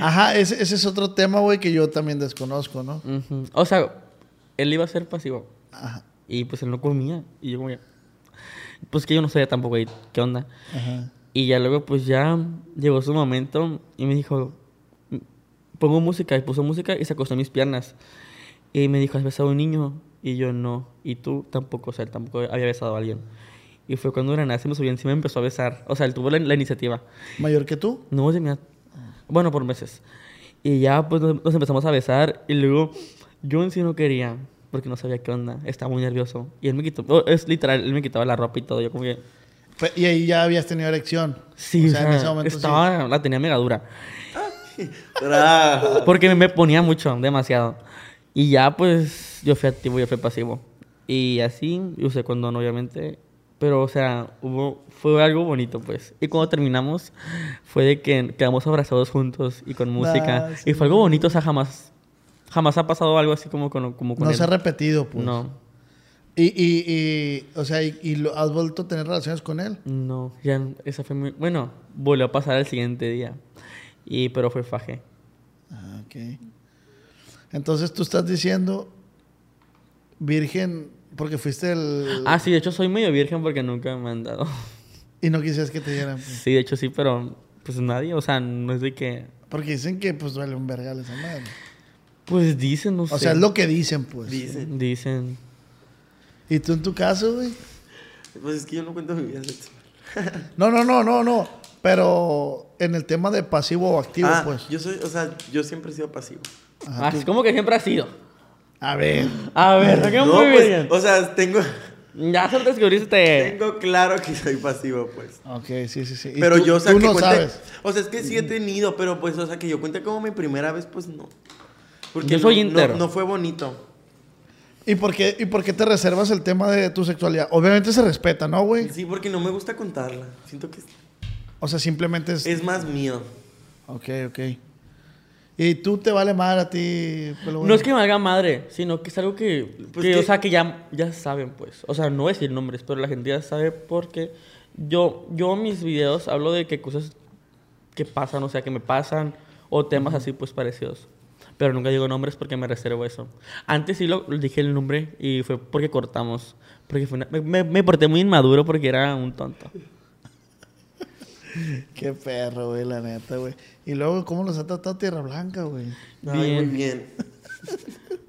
Speaker 2: Ajá, ese, ese es otro tema, güey, que yo también desconozco, ¿no?
Speaker 4: Ujú. O sea, él iba a ser pasivo.
Speaker 2: Ajá,
Speaker 4: Y pues él no comía. Y yo como que... Pues que yo no sabía tampoco ahí qué onda.
Speaker 2: ajá.
Speaker 4: Y ya luego pues ya llegó su momento y me dijo... Pongo música. Y puso música y se acostó en mis piernas. Y me dijo, ¿has besado a un niño? Y yo no. Y tú tampoco. O sea, él tampoco había besado a alguien. Y fue cuando de la nada se me subió encima y me empezó a besar. O sea, él tuvo la, la iniciativa.
Speaker 2: ¿Mayor que tú?
Speaker 4: No, se me ha- Bueno, por meses. Y ya pues nos, nos empezamos a besar y luego yo en sí no quería porque no sabía qué onda, estaba muy nervioso. Y él me quitó, oh, es literal, él me quitaba la ropa y todo, yo como que...
Speaker 2: Fe- Y ahí ya habías tenido erección.
Speaker 4: Sí,
Speaker 2: o sea, en
Speaker 4: o
Speaker 2: ese
Speaker 4: sea,
Speaker 2: momento sí.
Speaker 4: estaba, la tenía mega dura.
Speaker 5: Tra-
Speaker 4: Porque me ponía mucho, demasiado. Y ya pues yo fui activo, yo fui pasivo. Y así, yo usé condón obviamente. Pero o sea, hubo, fue algo bonito pues. Y cuando terminamos fue de que quedamos abrazados juntos y con música.
Speaker 2: Ah,
Speaker 4: y fue algo bonito, o sea, jamás, jamás ha pasado algo así como con... Como con
Speaker 2: No
Speaker 4: él.
Speaker 2: se ha repetido, pues.
Speaker 4: No,
Speaker 2: Y, y, y, o sea, y, y lo- has vuelto a tener relaciones con él.
Speaker 4: no, ya, no, esa fue muy... Bueno, volvió a pasar al siguiente día. Y, pero fue faje.
Speaker 2: Ah, ok. Entonces tú estás diciendo, virgen, porque fuiste el...
Speaker 4: Ah, sí, de hecho soy medio virgen porque nunca me han dado.
Speaker 2: Y no quisieras que te dieran. pues.
Speaker 4: Sí, de hecho sí, pero pues nadie, o sea, no es de que...
Speaker 2: Porque dicen que pues duele un vergal esa madre.
Speaker 4: Pues dicen, no
Speaker 2: O sea, es lo que dicen, pues.
Speaker 5: Dice.
Speaker 4: Dicen.
Speaker 2: ¿Y tú en tu caso, güey?
Speaker 5: Pues es que yo no cuento mi vida sexual.
Speaker 2: No, no, no, no, no. Pero en el tema de pasivo o activo,
Speaker 5: Ah,
Speaker 2: pues.
Speaker 5: Yo soy, o sea, yo siempre he sido pasivo.
Speaker 2: Ajá,
Speaker 4: Así Ah, como que siempre ha sido.
Speaker 2: A ver.
Speaker 4: A ver, ¿no quedó
Speaker 5: No,
Speaker 4: muy
Speaker 5: pues,
Speaker 4: bien? Eh.
Speaker 5: o sea, tengo,
Speaker 4: Ya se lo descubriste.
Speaker 5: tengo claro que soy pasivo, pues.
Speaker 2: Ok, sí, sí, sí. ¿Y
Speaker 5: Pero
Speaker 2: tú-
Speaker 5: yo, o sea,
Speaker 2: tú
Speaker 5: que
Speaker 2: no
Speaker 5: cuente-
Speaker 2: sabes.
Speaker 5: O sea, es que sí he tenido, pero pues, o sea, que yo cuente como mi primera vez, pues no.
Speaker 4: Yo soy
Speaker 5: no,
Speaker 4: íntero.
Speaker 5: No, no fue bonito.
Speaker 2: ¿Y por, qué, ¿Y por qué te reservas el tema de tu sexualidad? Obviamente se respeta, ¿no, güey?
Speaker 5: Sí, porque no me gusta contarla. Siento que es,
Speaker 2: O sea, simplemente es...
Speaker 5: es más mío.
Speaker 2: Ok, ok. ¿Y tú te vale mal a ti? pelo bueno?
Speaker 4: No es que me haga madre, sino que es algo que,
Speaker 5: Pues
Speaker 4: que,
Speaker 5: que-
Speaker 4: o sea, que ya, ya saben, pues. O sea, no voy a decir nombres, pero la gente ya sabe porque yo, yo en mis videos hablo de que cosas que pasan, o sea, que me pasan, o temas así, pues, parecidos. Pero nunca digo nombres porque me reservo eso. Antes sí lo dije el nombre y fue porque cortamos. Porque fue una- me, me- me porté muy inmaduro porque era un tonto.
Speaker 2: Qué perro, güey, la neta, güey. Y luego, ¿cómo los ha tratado Tierra Blanca, güey?
Speaker 5: Ay,
Speaker 4: Bien.
Speaker 5: muy bien.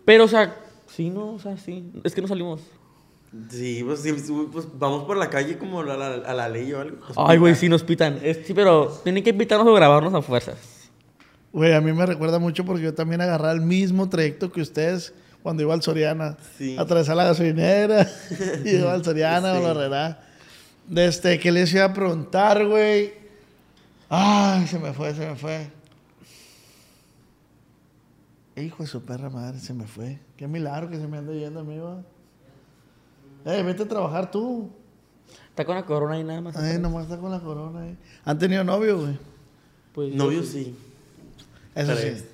Speaker 4: Pero, o sea, sí, no, o sea, sí. Es que no salimos.
Speaker 5: Sí, pues, sí, pues, vamos por la calle como a la, a la ley o algo. Pues,
Speaker 4: Ay, güey, sí nos pitan. Es- sí, pero tienen que pitarnos o grabarnos a fuerzas.
Speaker 2: Güey, a mí me recuerda mucho porque yo también agarraba el mismo trayecto que ustedes cuando iba al Soriana.
Speaker 5: Sí.
Speaker 2: Atravesar la gasolinera, y iba al Soriana o la Herrera. Desde que les iba a preguntar, güey. Ah, se me fue, se me fue. Hijo de su perra madre, se me fue. Qué milagro que se me anda yendo, amigo. Eh, vete a trabajar tú.
Speaker 4: Está con la corona y nada más.
Speaker 2: Ay, nomás está con la corona. eh. ¿Han tenido novio, güey?
Speaker 4: Pues, yo
Speaker 5: Novio
Speaker 4: sí.
Speaker 5: sí.
Speaker 2: Eso
Speaker 5: Tres.
Speaker 2: sí.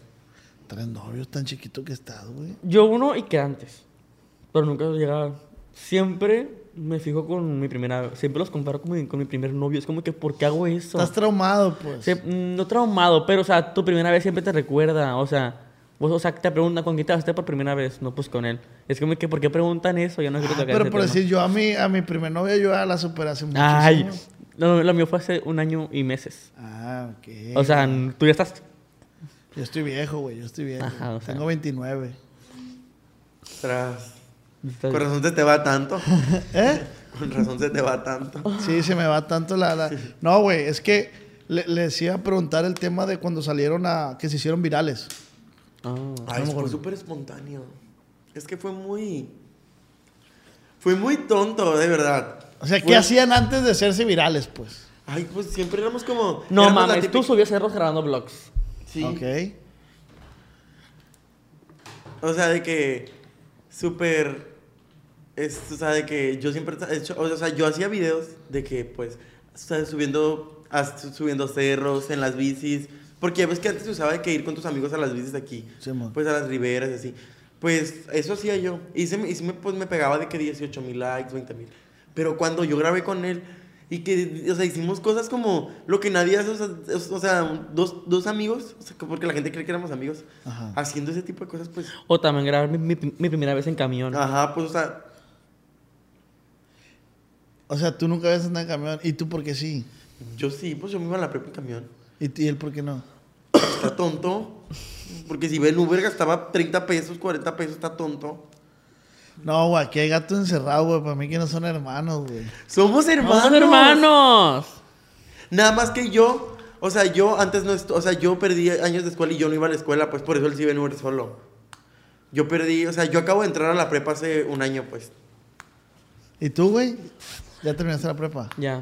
Speaker 2: Tres novios tan chiquito que estás, güey.
Speaker 4: Yo uno y que antes. Pero nunca llegaba. Siempre me fijo con mi primera. Siempre los comparo con mi, con mi primer novio. Es como que, ¿por qué hago eso?
Speaker 2: Estás traumado, pues.
Speaker 4: Se- no traumado, pero, o sea, tu primera vez siempre te recuerda. O sea, vos, o sea, te preguntan con quién te casaste por primera vez. No, pues con él. Es como que, ¿por qué preguntan eso? Yo no quiero
Speaker 2: Ah,
Speaker 4: tocar
Speaker 2: pero
Speaker 4: ese
Speaker 2: por
Speaker 4: tema.
Speaker 2: decir, yo a mi, a mi primer novia yo ya la superé hace muchísimo.
Speaker 4: Ay, lo, lo mío fue hace un año y meses.
Speaker 2: Ah, ok.
Speaker 4: O sea, tú ya estás.
Speaker 2: Yo estoy viejo, güey. Yo estoy viejo.
Speaker 4: Ajá, o sea.
Speaker 2: Tengo 29.
Speaker 5: Tras.
Speaker 4: estás-
Speaker 5: Con razón se te va tanto.
Speaker 2: ¿Eh?
Speaker 5: Con razón se te va tanto.
Speaker 2: Sí, se me va tanto la... la- No, güey, es que le- les iba a preguntar el tema de cuando salieron a... que se hicieron virales.
Speaker 4: Ah.
Speaker 5: Ay, fue súper espontáneo. Es que fue muy. Fue muy tonto, de verdad.
Speaker 2: O sea, ¿qué
Speaker 5: Fue-
Speaker 2: hacían antes de hacerse virales, pues?
Speaker 5: Ay, pues siempre éramos como.
Speaker 4: No
Speaker 5: éramos la
Speaker 4: mames, tú
Speaker 5: típica-
Speaker 4: subías erros grabando vlogs.
Speaker 5: Sí.
Speaker 2: Ok.
Speaker 5: O sea, de que. Súper. es- O sea, de que yo siempre. he hecho- O sea, yo hacía videos de que, pues. o sea, subiendo, as- subiendo cerros, en las bicis. Porque ves que antes se usaba de que ir con tus amigos a las bicis de aquí.
Speaker 2: Sí, mo.
Speaker 5: pues a las riberas y así. Pues eso hacía yo. Y, se me, y se me, pues, me pegaba de que 18 mil likes, 20 mil. Pero cuando yo grabé con él y que, o sea, hicimos cosas como lo que nadie hace, o sea, es- o sea, dos, dos amigos, o sea, que- porque la gente cree que éramos amigos,
Speaker 2: Ajá.
Speaker 4: Ah.
Speaker 5: haciendo ese tipo de cosas, pues.
Speaker 4: O también grabar mi, mi- mi primera vez en camión.
Speaker 2: Ah.
Speaker 5: Ajá, pues, o sea,
Speaker 2: O sea, tú nunca ves andado en camión. ¿Y tú por qué sí?
Speaker 5: yo sí, pues yo me iba a la prepa en camión.
Speaker 2: ¿Y, t- y él por qué no?
Speaker 5: Está tonto. Porque si ven Uber gastaba 30 pesos, 40 pesos, está tonto.
Speaker 2: No, güey, aquí hay gato encerrado, güey. Para mí que no son hermanos, güey.
Speaker 5: Somos hermanos.
Speaker 4: ¡Hermanos! hermanos!
Speaker 5: Nada más que yo, o sea, yo antes no, estu- o sea, yo perdí años de escuela y yo no iba a la escuela, pues por eso él sí venía solo. Yo perdí, o sea, yo acabo de entrar a la prepa hace un año, pues.
Speaker 2: ¿Y tú, güey? ¿Ya terminaste la prepa?
Speaker 4: Ya.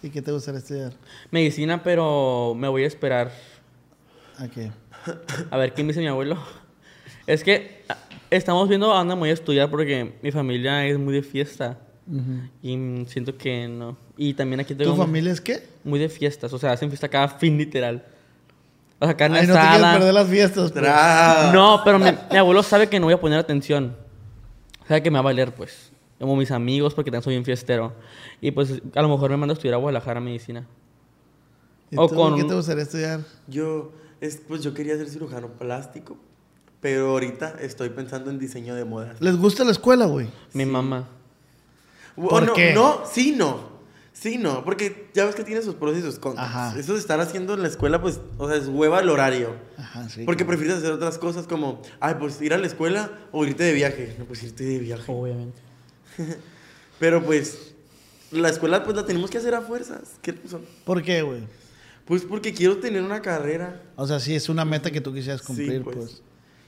Speaker 2: ¿Y qué te gustaría estudiar?
Speaker 4: Medicina, pero me voy a esperar.
Speaker 2: ¿A qué?
Speaker 4: A ver, ¿qué me dice mi abuelo? Es que ah, estamos viendo a dónde me voy a estudiar porque mi familia es muy de fiesta. Y mm, siento que no. Y también aquí tengo
Speaker 2: ¿Tu
Speaker 4: mu-
Speaker 2: familia es qué?
Speaker 4: muy de fiestas. O sea, hacen fiesta cada fin literal. O sea, carne
Speaker 2: Ay, no te
Speaker 4: asada.
Speaker 2: quieres perder las fiestas. pues.
Speaker 5: Tra-
Speaker 4: No, pero mi, mi abuelo sabe que no voy a poner atención. O sea, que me va a valer, pues. Como mis amigos, porque también soy un fiestero. Y pues a lo mejor me manda a estudiar a Guadalajara medicina.
Speaker 2: ¿Y
Speaker 4: O
Speaker 2: tú,
Speaker 4: con-
Speaker 2: ¿Qué te gustaría estudiar?
Speaker 5: Yo, es, pues yo quería ser cirujano plástico, pero ahorita estoy pensando en diseño de modas.
Speaker 2: ¿Les gusta la escuela, güey?
Speaker 4: Mi mamá.
Speaker 5: O
Speaker 2: ¿Por
Speaker 5: no,
Speaker 2: qué?
Speaker 5: no, sí, no. Sí, no, porque ya ves que tiene sus pros y sus contras.
Speaker 2: Ajá.
Speaker 5: Eso de estar haciendo en la escuela, pues, o sea, es hueva el horario.
Speaker 2: Ajá, sí.
Speaker 5: Porque prefieres hacer otras cosas como, ay, pues ir a la escuela o irte de viaje. No, pues irte de viaje.
Speaker 2: Oh.
Speaker 4: Obviamente.
Speaker 5: Pero pues, la escuela pues la tenemos que hacer a fuerzas. ¿Qué son?
Speaker 2: ¿Por qué, güey?
Speaker 5: Pues porque quiero tener una carrera.
Speaker 2: O sea, sí, es una meta que tú quisieras cumplir,
Speaker 5: sí, pues.
Speaker 2: pues.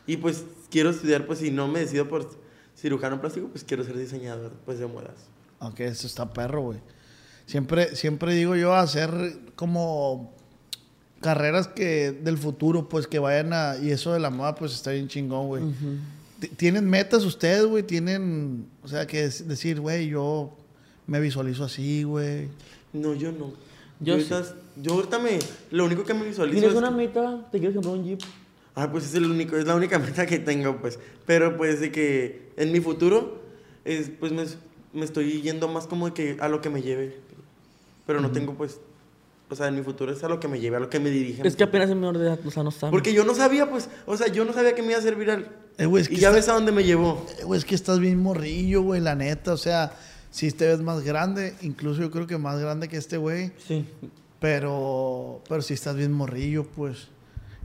Speaker 5: Y pues quiero estudiar, pues si no me decido por cirujano plástico, pues quiero ser diseñador pues, de modas.
Speaker 2: Aunque eso está perro, güey. Siempre, siempre digo yo hacer como carreras que del futuro, pues que vayan a. Y eso de la moda, pues está bien chingón, güey. Ti- ¿Tienen metas ustedes, güey? ¿Tienen. O sea, que es- decir, güey, yo me visualizo así, güey?
Speaker 5: No, yo no.
Speaker 4: Yo
Speaker 5: Yo, ahorita, yo ahorita me... Lo único que me visualizo
Speaker 4: ¿Tienes
Speaker 5: es
Speaker 4: una
Speaker 5: que-
Speaker 4: meta? ¿Te quieres comprar un jeep?
Speaker 5: Ah, pues es, el único, es la única meta que tengo, pues. Pero pues de que en mi futuro, es, pues me, me estoy yendo más como que a lo que me lleve. Pero no tengo, pues, o sea, en mi futuro es a lo que me lleve, a lo que me dirige.
Speaker 4: Es que apenas es menor de edad, o sea, no sabe.
Speaker 5: Porque yo no sabía, pues, o sea, yo no sabía que me iba a hacer viral.
Speaker 2: Eh, güey, es que
Speaker 5: y ya
Speaker 2: está-
Speaker 5: ves a dónde me llevó.
Speaker 2: Eh, güey, es que estás bien morrillo, güey, la neta. O sea, si te ves más grande, incluso yo creo que más grande que este güey.
Speaker 4: Sí.
Speaker 2: Pero. Pero si estás bien morrillo, pues.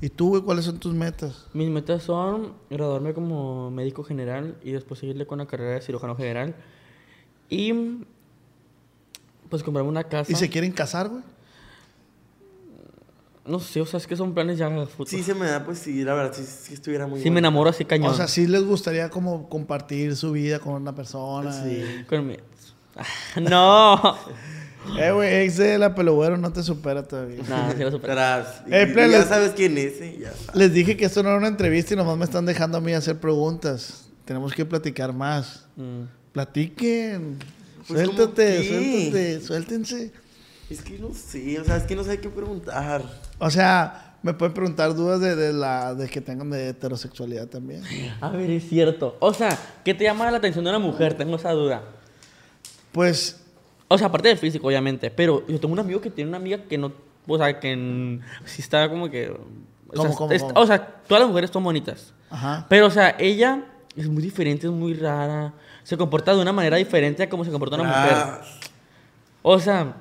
Speaker 2: ¿Y tú, güey, cuáles son tus metas?
Speaker 4: Mis metas son graduarme como médico general y después seguirle con la carrera de cirujano general. Y pues comprarme una casa.
Speaker 2: ¿Y se quieren casar, güey?
Speaker 4: No sé, o sea, es que son planes ya a futuro.
Speaker 5: Sí se me da, pues, sí, la verdad, sí, sí estuviera muy
Speaker 4: Sí, me
Speaker 5: bueno.
Speaker 4: enamoro así cañón.
Speaker 2: O sea, sí les gustaría como compartir su vida con una persona.
Speaker 5: Sí.
Speaker 4: Con mi- Ah, No.
Speaker 2: Eh, güey, ex de la pelobero no te supera todavía.
Speaker 4: Nada, sí lo superé.
Speaker 5: Tras. Y-
Speaker 2: Eh,
Speaker 5: y
Speaker 2: play,
Speaker 5: ya
Speaker 2: les-
Speaker 5: sabes quién es, eh, ya sabes.
Speaker 2: Les dije que esto no era una entrevista y nomás me están dejando a mí hacer preguntas. Tenemos que platicar más.
Speaker 4: Mm.
Speaker 2: Platiquen.
Speaker 5: Pues, ¿cómo
Speaker 2: suéltate,
Speaker 5: qué?
Speaker 2: suéltate, suéltense.
Speaker 5: Es que no sé, o sea, es que no sé qué preguntar.
Speaker 2: O sea, me pueden preguntar dudas de, de la de que tengan de heterosexualidad también.
Speaker 4: A ver, es cierto. O sea, ¿qué te llama la atención de una mujer? Tengo esa duda.
Speaker 2: Pues
Speaker 4: O sea, aparte del físico, obviamente. Pero yo tengo un amigo que tiene una amiga que no. O sea, que n- sí está como que. o
Speaker 2: ¿Cómo,
Speaker 4: sea,
Speaker 2: cómo,
Speaker 4: es-
Speaker 2: cómo?
Speaker 4: O sea, todas las mujeres son bonitas.
Speaker 2: Ajá.
Speaker 4: Pero, o sea, ella es muy diferente, es muy rara. Se comporta de una manera diferente a como se comporta
Speaker 5: Ah.
Speaker 4: una mujer.
Speaker 5: Tras.
Speaker 4: O sea,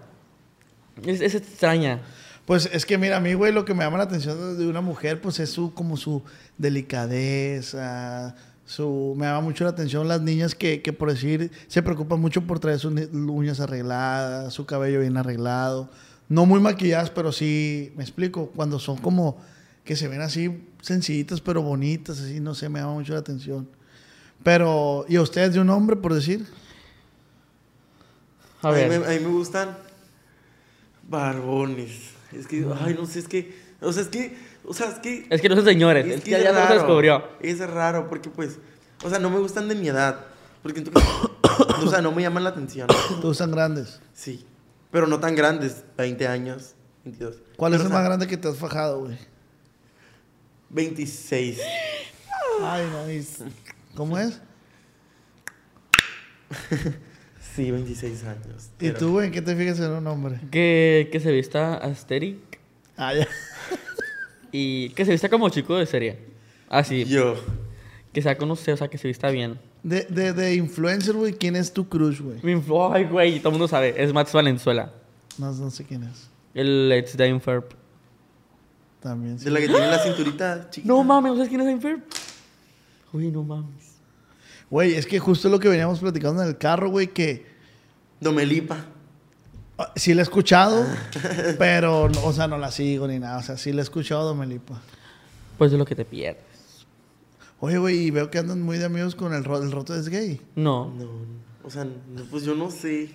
Speaker 4: es, es extraña.
Speaker 2: Pues es que mira, a mí, güey, lo que me llama la atención de una mujer, pues es su, como su delicadeza, su... Me llama mucho la atención las niñas que, que por decir, se preocupan mucho por traer sus ni- uñas arregladas, su cabello bien arreglado, no muy maquilladas, pero sí, me explico, cuando son como que se ven así sencillitas, pero bonitas, así, no sé, me llama mucho la atención. Pero, ¿y a ustedes de un hombre, por decir?
Speaker 4: A
Speaker 5: mí
Speaker 4: ver.
Speaker 5: me- a mí me gustan barbones. Es que, ay, no sé, es que, o sea, es que, o sea, es que
Speaker 4: Es que no son señores.
Speaker 5: Es
Speaker 4: Es
Speaker 5: que
Speaker 4: ya,
Speaker 5: es
Speaker 4: ya no se
Speaker 5: raro,
Speaker 4: descubrió.
Speaker 5: Es raro, porque pues, o sea, no me gustan de mi edad. Porque en tu o sea, no me llaman la atención.
Speaker 2: Todos están grandes.
Speaker 5: Sí. Pero no tan grandes, 20 años, 22.
Speaker 2: ¿Cuál es
Speaker 5: Pero,
Speaker 2: el
Speaker 5: o sea,
Speaker 2: más grande que te has fajado, güey?
Speaker 5: 26.
Speaker 2: Ay, no, y- ¿cómo es?
Speaker 5: Sí, 26 años.
Speaker 2: ¿Y
Speaker 5: Pero-
Speaker 2: tú, güey, en qué te fijas en un hombre?
Speaker 4: Que, que se vista asteric
Speaker 2: Ah, ya.
Speaker 4: y que se vista como chico de serie. Así.
Speaker 5: Yo.
Speaker 4: Que sea conocido, o sea, que se vista bien.
Speaker 2: De, de, de influencer, güey, ¿quién es tu crush, güey?
Speaker 4: Mi influ- Ay, güey, todo el mundo sabe. Es Max Valenzuela.
Speaker 2: No, no sé quién es.
Speaker 4: El ex de Inferb.
Speaker 2: También. sí.
Speaker 5: De la que tiene la cinturita chiquita.
Speaker 4: No mames, ¿no sabes quién es Inferb? Uy, no mames.
Speaker 2: Güey, es que justo lo que veníamos platicando en el carro, güey, que
Speaker 5: Domelipa.
Speaker 2: ah, sí la he escuchado, pero, no- o sea, no la sigo ni nada. O sea, sí la he escuchado, Domelipa.
Speaker 4: Pues es lo que te pierdes.
Speaker 2: Oye, güey, y veo que andan muy de amigos con el, ro- el roto es gay.
Speaker 4: No.
Speaker 5: No, no. O sea, no, pues yo no sé.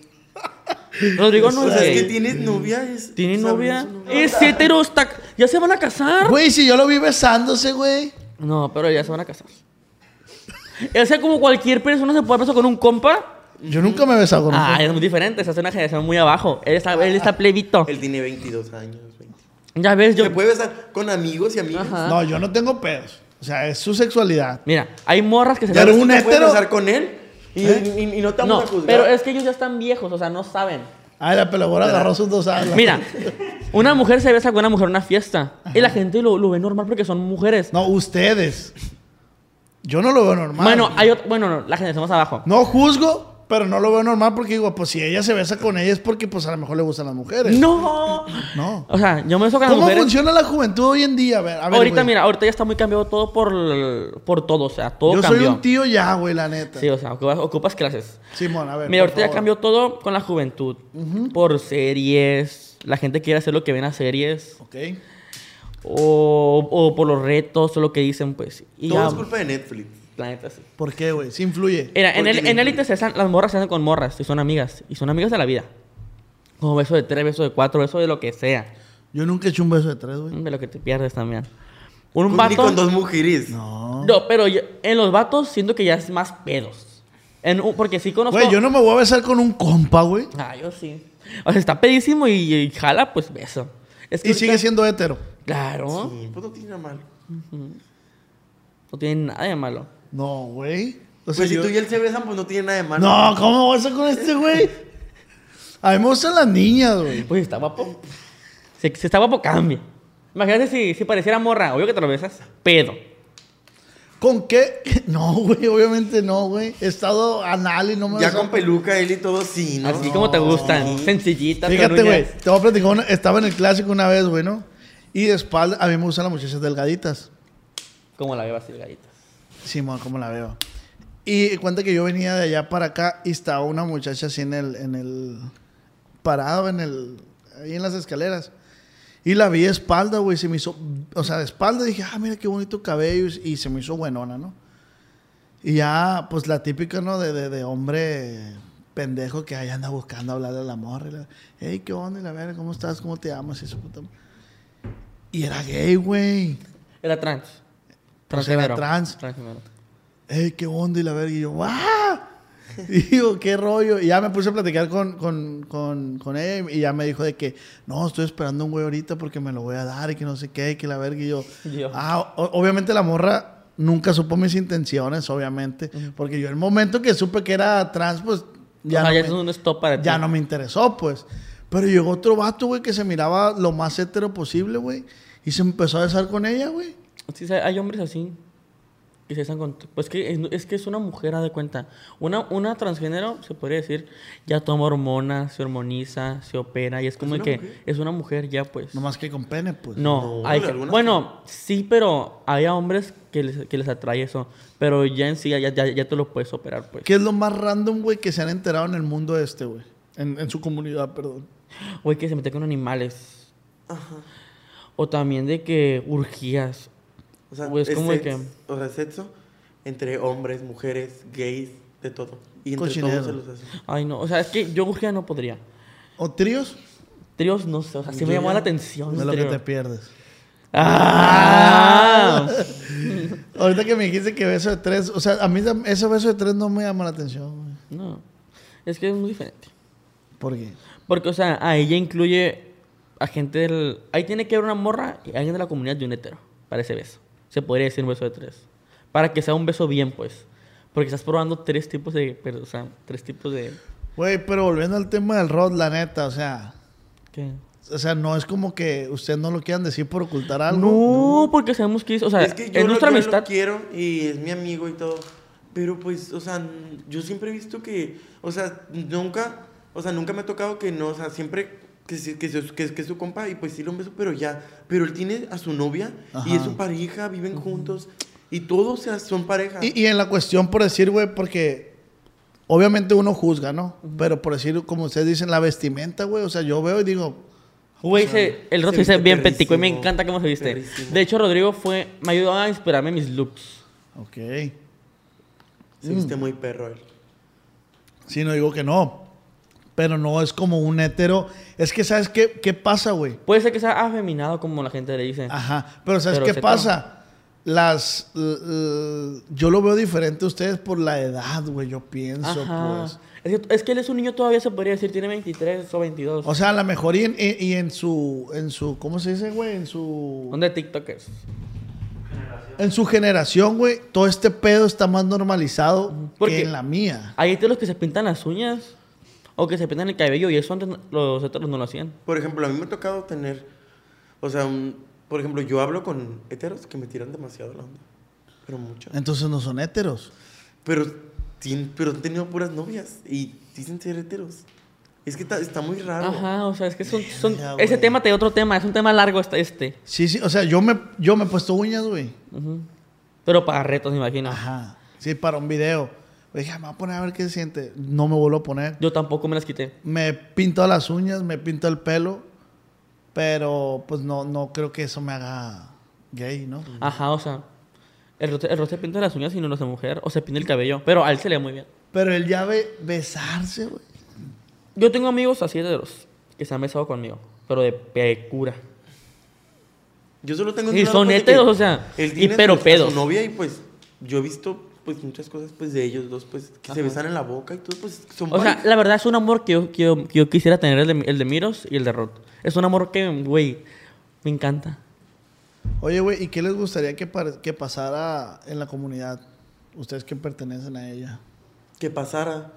Speaker 4: Rodrigo no
Speaker 5: O
Speaker 4: es
Speaker 5: sea, es que
Speaker 4: gay.
Speaker 5: tienes novia. Es,
Speaker 4: ¿Tiene
Speaker 5: o sea,
Speaker 4: novia?
Speaker 5: es una-
Speaker 4: Es hetero, está- ¿Ya se van a casar?
Speaker 2: Güey, si yo lo vi besándose, güey.
Speaker 4: No, pero ya se van a casar. O sea, como cualquier persona se puede pasar con un compa.
Speaker 2: Yo nunca me he besado con Ah. un
Speaker 4: Ah,
Speaker 2: hombre.
Speaker 4: es muy diferente. Esa es una generación muy abajo. Él está, él está plebito.
Speaker 5: Él tiene 22 años. 20.
Speaker 4: Ya ves, yo.
Speaker 5: Se puede besar con amigos y amigas.
Speaker 4: Ajá.
Speaker 2: No, yo no tengo pedos. O sea, es su sexualidad.
Speaker 4: Mira, hay morras que se
Speaker 2: Ya
Speaker 5: Pero
Speaker 2: Pero un
Speaker 5: un
Speaker 2: hetero-
Speaker 5: besar con él y,
Speaker 2: ¿Eh?
Speaker 5: y- y no te vamos
Speaker 4: No,
Speaker 5: a juzgar.
Speaker 4: pero es que ellos ya están viejos, o sea, no saben.
Speaker 2: Ay, la pelabora agarró sus dos alas.
Speaker 4: Mira, una mujer se besa con una mujer en una fiesta y la gente lo, lo ve normal porque son mujeres.
Speaker 2: No, ustedes. Yo no lo veo normal.
Speaker 4: bueno, hay ot- bueno, no, la generación más abajo.
Speaker 2: No juzgo, pero no lo veo normal porque digo, pues si ella se besa con ella es porque pues a lo mejor le gustan las mujeres.
Speaker 4: No.
Speaker 2: No.
Speaker 4: O sea, yo me beso con las
Speaker 2: ¿Cómo
Speaker 4: mujeres.
Speaker 2: funciona la juventud hoy en día? A ver, a ver,
Speaker 4: ahorita,
Speaker 2: güey.
Speaker 4: mira, ahorita ya está muy cambiado todo por, por todo, o sea, todo
Speaker 2: Yo
Speaker 4: cambió.
Speaker 2: soy un tío ya, güey, la neta.
Speaker 4: Sí, o sea, ocupas, ocupas clases.
Speaker 2: Simón, a ver.
Speaker 4: Mira,
Speaker 2: por
Speaker 4: ahorita ya
Speaker 2: favor.
Speaker 4: cambió todo con la juventud. Por series. La gente quiere hacer lo que ven a series.
Speaker 2: Ok.
Speaker 4: O, o por los retos, o lo que dicen, pues. Y
Speaker 5: Todo
Speaker 4: ya,
Speaker 5: es culpa de Netflix.
Speaker 4: la neta, sí.
Speaker 2: ¿Por qué, güey? Sí influye.
Speaker 4: Mira, en,
Speaker 5: Porque
Speaker 4: el,
Speaker 5: me-
Speaker 4: en élite se hacen- las morras se hacen con morras y son amigas. Y son amigas de la vida. Como beso de tres, beso de cuatro, beso de lo que sea. Mm,
Speaker 2: Yo nunca he hecho un beso de tres, güey.
Speaker 4: De lo que te pierdes también. Un
Speaker 5: Con-
Speaker 4: vato.
Speaker 5: Ni con dos mujeres.
Speaker 2: No.
Speaker 4: No, pero yo- en los vatos siento que ya es más pedos. En un- porque sí conozco.
Speaker 2: Güey, yo no me voy a besar con un compa, güey.
Speaker 4: Ah, yo sí. O sea, está pedísimo y, y jala, pues beso. Es que
Speaker 2: Y
Speaker 4: ahorita-
Speaker 2: sigue siendo hétero.
Speaker 4: Claro.
Speaker 5: Sí, pues no tiene nada mal.
Speaker 4: No tiene nada de malo.
Speaker 2: No, güey. O sea,
Speaker 5: Pues si
Speaker 2: yo-
Speaker 5: tú y él se besan, pues no tiene nada de mal.
Speaker 2: No, ¿cómo voy a besar con este, güey? A mí me gustan las niñas, güey.
Speaker 4: Pues está guapo. Si, si está guapo, cambia. Imagínate si, si pareciera morra. Obvio que te lo besas. Pedo.
Speaker 2: ¿Con qué? No, güey, obviamente no, güey. He estado anal y no me
Speaker 5: Ya
Speaker 2: besaba.
Speaker 5: con peluca, él y todo, sí, ¿no?
Speaker 4: Así como te gustan. Sencillitas. con
Speaker 2: Fíjate, güey.
Speaker 4: uñas.
Speaker 2: Te voy a platicar. una- estaba en el clásico una vez, güey, ¿no? Y de espalda, a mí me gustan las muchachas delgaditas.
Speaker 4: Como la beba delgadita.
Speaker 2: Simón, como la veo. Y cuenta que yo venía de allá para acá y estaba una muchacha así en el, en el, parado en el, ahí en las escaleras. Y la vi de espalda, güey, se me hizo, o sea, de espalda dije, ah, mira qué bonito cabello, y se me hizo buenona, ¿no? Y ya, pues la típica, ¿no? De, de, de hombre pendejo que ahí anda buscando hablarle a la morra. y la- Ey, ¿qué onda? Y la verga, ¿cómo estás? ¿Cómo te llamas? Y su puta ma- Y era gay, güey.
Speaker 4: Era trans.
Speaker 2: Pues era
Speaker 4: Transgénero.
Speaker 2: trans.
Speaker 4: Transgénero.
Speaker 2: ¡Ey, qué onda! Y la verga. Y yo, ¡ah! Digo, qué rollo. Y ya me puse a platicar con, con, con, con ella y ya me dijo de que, no, estoy esperando un güey ahorita porque me lo voy a dar y que no sé qué, y que la verga. Y yo,
Speaker 4: Yo.
Speaker 2: ah, o- obviamente la morra nunca supo mis intenciones, obviamente. Porque yo el momento que supe que era trans, pues
Speaker 4: Ya,
Speaker 2: ya, no,
Speaker 4: ya
Speaker 2: me,
Speaker 4: es un stop para ti.
Speaker 2: ya no me interesó, pues. Pero llegó otro vato, güey, que se miraba lo más hetero posible, güey. Y se empezó a besar con ella, güey.
Speaker 4: Sí, o sea, hay hombres así. Que se están con... Pues que es, es que es una mujer, haz de cuenta. Una, una transgénero, se podría decir, ya toma hormonas, se hormoniza, se opera. Y es como
Speaker 5: ¿Es una
Speaker 4: que
Speaker 5: mujer?
Speaker 4: es una mujer ya, pues. No,
Speaker 2: Nomás que con pene, pues.
Speaker 5: No,
Speaker 4: hay-
Speaker 5: de algunas
Speaker 4: bueno, sí, pero hay a hombres que les, que les atrae eso. Pero ya en sí, ya, ya, ya te lo puedes operar, pues.
Speaker 2: ¿Qué es lo más random, güey, que se han enterado en el mundo este, güey? En, en su comunidad, perdón.
Speaker 4: Güey, que se mete con animales. O también de que urgías.
Speaker 5: O sea,
Speaker 4: Güey, es
Speaker 5: es
Speaker 4: como
Speaker 5: sex-
Speaker 4: que-
Speaker 5: o sea, sexo entre hombres, mujeres, gays, de todo. Y entre
Speaker 2: Cochinero.
Speaker 5: todos se los hace.
Speaker 4: Ay, no. O sea, es que yo urgía no podría.
Speaker 2: ¿O tríos?
Speaker 4: Tríos, no sé. O sea, sí me
Speaker 5: Yo
Speaker 4: llamó
Speaker 5: ya-
Speaker 4: la atención.
Speaker 2: De
Speaker 4: un
Speaker 2: lo que
Speaker 4: trío.
Speaker 2: te pierdes.
Speaker 4: ¡Ah!
Speaker 2: Ahorita que me dijiste que beso de tres, o sea, a mí tam- ese beso de tres no me llama la atención, güey.
Speaker 4: No. Es que es muy diferente.
Speaker 2: ¿Por qué?
Speaker 4: Porque, o sea, a ella incluye a gente del. Ahí tiene que haber una morra y alguien de la comunidad de un hetero para ese beso. Se podría decir un beso de tres. Para que sea un beso bien, pues. Porque estás probando tres tipos de. pero, o sea, tres tipos de.
Speaker 2: Güey, pero volviendo al tema del rod, la neta, o sea,
Speaker 4: ¿Qué?
Speaker 2: o sea, no es como que ustedes no lo quieran decir por ocultar algo.
Speaker 4: No, porque sabemos que es. O sea,
Speaker 5: es que yo,
Speaker 4: es
Speaker 5: lo,
Speaker 4: nuestra
Speaker 5: yo lo
Speaker 4: amistad.
Speaker 5: quiero y es mi amigo y todo. Pero pues, o sea, n- yo siempre he visto que, o sea, nunca, o sea, nunca me ha tocado que no, o sea, siempre que, sí- que, sí- que, es- que es su compa y pues sí lo beso, pero ya. Pero él tiene a su novia y es
Speaker 2: Ajá.
Speaker 5: su pareja, viven juntos y todos o sea, son pareja.
Speaker 2: Y, y en la cuestión, por decir, güey, porque obviamente uno juzga, ¿no? Pero por decir, como ustedes dicen, la vestimenta, güey, o sea, yo veo y digo,
Speaker 4: Güey, se- el rostro
Speaker 5: se
Speaker 4: dice
Speaker 5: viste
Speaker 4: bien petico y me
Speaker 5: perrísimo,
Speaker 4: encanta cómo se viste.
Speaker 5: perrísimo.
Speaker 4: De hecho, Rodrigo fue. Me ayudó a inspirarme en mis looks.
Speaker 2: ok,
Speaker 5: Se viste
Speaker 4: Mm.
Speaker 5: muy perro él.
Speaker 2: sí, no digo que no, pero no es como un hétero. Es que, ¿sabes qué, qué pasa, güey?
Speaker 4: Puede ser que sea afeminado, como la gente le dice.
Speaker 2: Ajá, pero ¿sabes
Speaker 4: Pero
Speaker 2: qué
Speaker 4: se
Speaker 2: pasa? Las, l- l- yo lo veo diferente a ustedes por la edad, güey, yo pienso,
Speaker 4: Ajá.
Speaker 2: pues.
Speaker 4: Es, que, es que él es un niño todavía, se podría decir. Tiene 23 o 22.
Speaker 2: pues. O sea, a lo mejor y en, y- y en su, en su, ¿cómo se dice, güey? En su...
Speaker 4: Son de TikTokers.
Speaker 2: En su generación, güey, todo este pedo está más normalizado
Speaker 4: ¿Por
Speaker 2: que
Speaker 4: qué?
Speaker 2: en la mía.
Speaker 4: Ahí están los que se pintan las uñas o que se pintan el cabello. Y eso antes no- los heteros no lo hacían.
Speaker 5: Por ejemplo, a mí me ha tocado tener, o sea, un- por ejemplo, yo hablo con heteros que me tiran demasiado la onda, pero mucho.
Speaker 2: Entonces no son héteros.
Speaker 5: Pero, tien- pero han tenido puras novias y dicen ser heteros. Es que está, está muy raro.
Speaker 4: Ajá, o sea, es que son. son-
Speaker 2: Verga,
Speaker 4: ese
Speaker 2: güey.
Speaker 4: tema te da otro tema. Es un tema largo este. este.
Speaker 2: Sí, sí, o sea, yo me, yo me he puesto uñas, güey.
Speaker 4: Ujú. Pero para retos, me imagino.
Speaker 2: Ajá. Sí, para un video. Dije, "Ah, me voy a poner a ver qué se siente. No me vuelvo a poner.
Speaker 4: Yo tampoco me las quité.
Speaker 2: Me pinto las uñas, me pinto el pelo, pero pues no, no creo que eso me haga gay, ¿no?
Speaker 4: Ajá, o sea. El rostro, el rostro se pinta las uñas y no lo hace mujer. O se pinta el cabello. Pero a él se le ve muy bien.
Speaker 2: Pero el ya ve besarse, güey.
Speaker 4: Yo tengo amigos así heteros que se han besado conmigo. Pero de pecura.
Speaker 5: Yo solo tengo...
Speaker 4: Y
Speaker 5: entendido
Speaker 4: son
Speaker 5: pues de que
Speaker 4: heteros, o sea,
Speaker 5: Él
Speaker 4: y
Speaker 5: tiene
Speaker 4: pero
Speaker 5: pues, a
Speaker 4: pedos.
Speaker 5: su novia y pues yo he visto pues muchas cosas pues de ellos dos pues que se besan en la boca y todo pues son
Speaker 4: O sea,
Speaker 5: pareja.
Speaker 4: la verdad es un amor que yo, que yo, que yo quisiera tener, el de, el de Miros y el de Rod. Es un amor que, güey, me encanta.
Speaker 2: Oye, güey, ¿y qué les gustaría que, par- que pasara en la comunidad? Ustedes que pertenecen a ella.
Speaker 5: que pasara.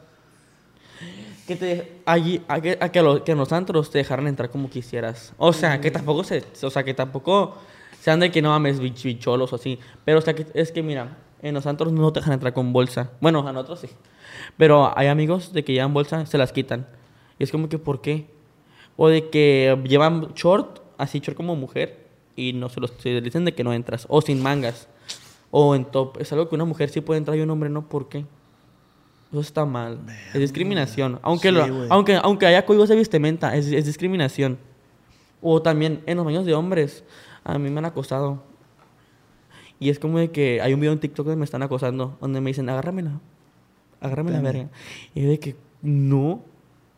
Speaker 4: Que te allí, a que, a que, lo- que en los antros te dejaran entrar como quisieras. O sea, que tampoco se, o sea, que tampoco sean de que no mames bich- bicholos o así. Pero o sea, que, es que mira, en los antros no te dejan entrar con bolsa. Bueno, a nosotros sí. Pero hay amigos de que llevan bolsa, se las quitan. Y es como que, ¿por qué? O de que llevan short, así short como mujer, y no se los se les dicen de que no entras. O sin mangas. O en top. Es algo que una mujer sí puede entrar y un hombre no, ¿por qué? Eso está mal. es discriminación. Aunque,
Speaker 2: Sí,
Speaker 4: lo-
Speaker 2: güey.
Speaker 4: aunque, aunque haya códigos de vestimenta, es, es discriminación. O también en los baños de hombres, a mí me han acosado. Y es como de que hay un video en TikTok donde me están acosando, donde me dicen, agárramela, agárrame la verga. Y yo de que, no.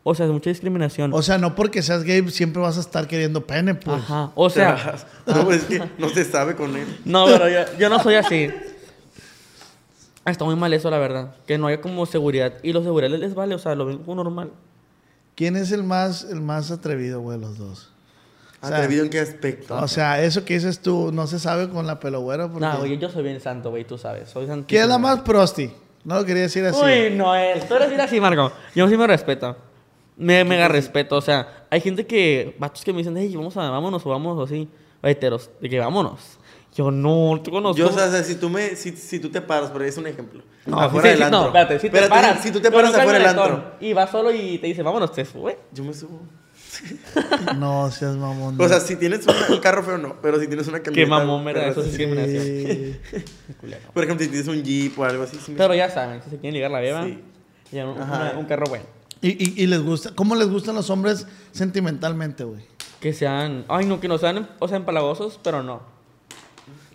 Speaker 4: O sea, es mucha discriminación.
Speaker 2: O sea, no porque seas gay siempre vas a estar queriendo pene, pues.
Speaker 4: Ajá. O sea,
Speaker 5: no, pues, es que no se sabe con él.
Speaker 4: no, pero yo, yo no soy así. Está muy mal eso, la verdad. Que no haya como seguridad. Y los seguridad les vale, o sea, lo ven como normal.
Speaker 2: ¿Quién es el más, el más atrevido, güey, de los dos? O sea,
Speaker 5: ¿Atrevido en qué aspecto?
Speaker 2: O sea, eso que dices tú no se sabe con la pelogüera. Porque...
Speaker 4: No, güey, yo soy bien santo, güey, tú sabes. Soy santísimo.
Speaker 2: ¿Quién es la más prosti? No lo quería decir así.
Speaker 4: Uy, Noel, tú eres bien así, Marco. Yo sí me respeto. Me mega respeto. O sea, hay gente que, vatos que me dicen, hey, vamos a, vámonos o vamos o así. O heteros, de que vámonos. Yo no, tú conoces.
Speaker 5: Yo, o sea, si tú, me, si, si tú te paras, pero es un ejemplo.
Speaker 4: no, afuera
Speaker 5: del antro.
Speaker 4: no, espérate, si te
Speaker 5: Espérate,
Speaker 4: paras.
Speaker 5: Si tú te
Speaker 4: yo
Speaker 5: paras
Speaker 4: no
Speaker 5: afuera del
Speaker 4: salgo del
Speaker 5: antro.
Speaker 4: antro Y vas solo y te dice, vámonos, te sube.
Speaker 5: Yo me subo.
Speaker 2: No seas mamón.
Speaker 5: O sea, si tienes una- un carro feo, no. Pero si tienes una
Speaker 4: Qué
Speaker 5: camioneta...
Speaker 4: mamón, ¿verdad?
Speaker 5: pero
Speaker 4: Eso es
Speaker 5: sí.
Speaker 4: discriminación.
Speaker 2: Sí.
Speaker 4: Culero.
Speaker 5: Por ejemplo, si tienes un jeep o algo así. sí me-
Speaker 4: Pero ya saben, si se quieren ligar la beba,
Speaker 5: Sí.
Speaker 4: ya un,
Speaker 5: Ajá.
Speaker 4: una- un carro bueno.
Speaker 2: Y, y- y les gusta, ¿cómo les gustan los hombres sentimentalmente, güey?
Speaker 4: Que sean, ay no, que no sean, o sea, empalagosos, pero no.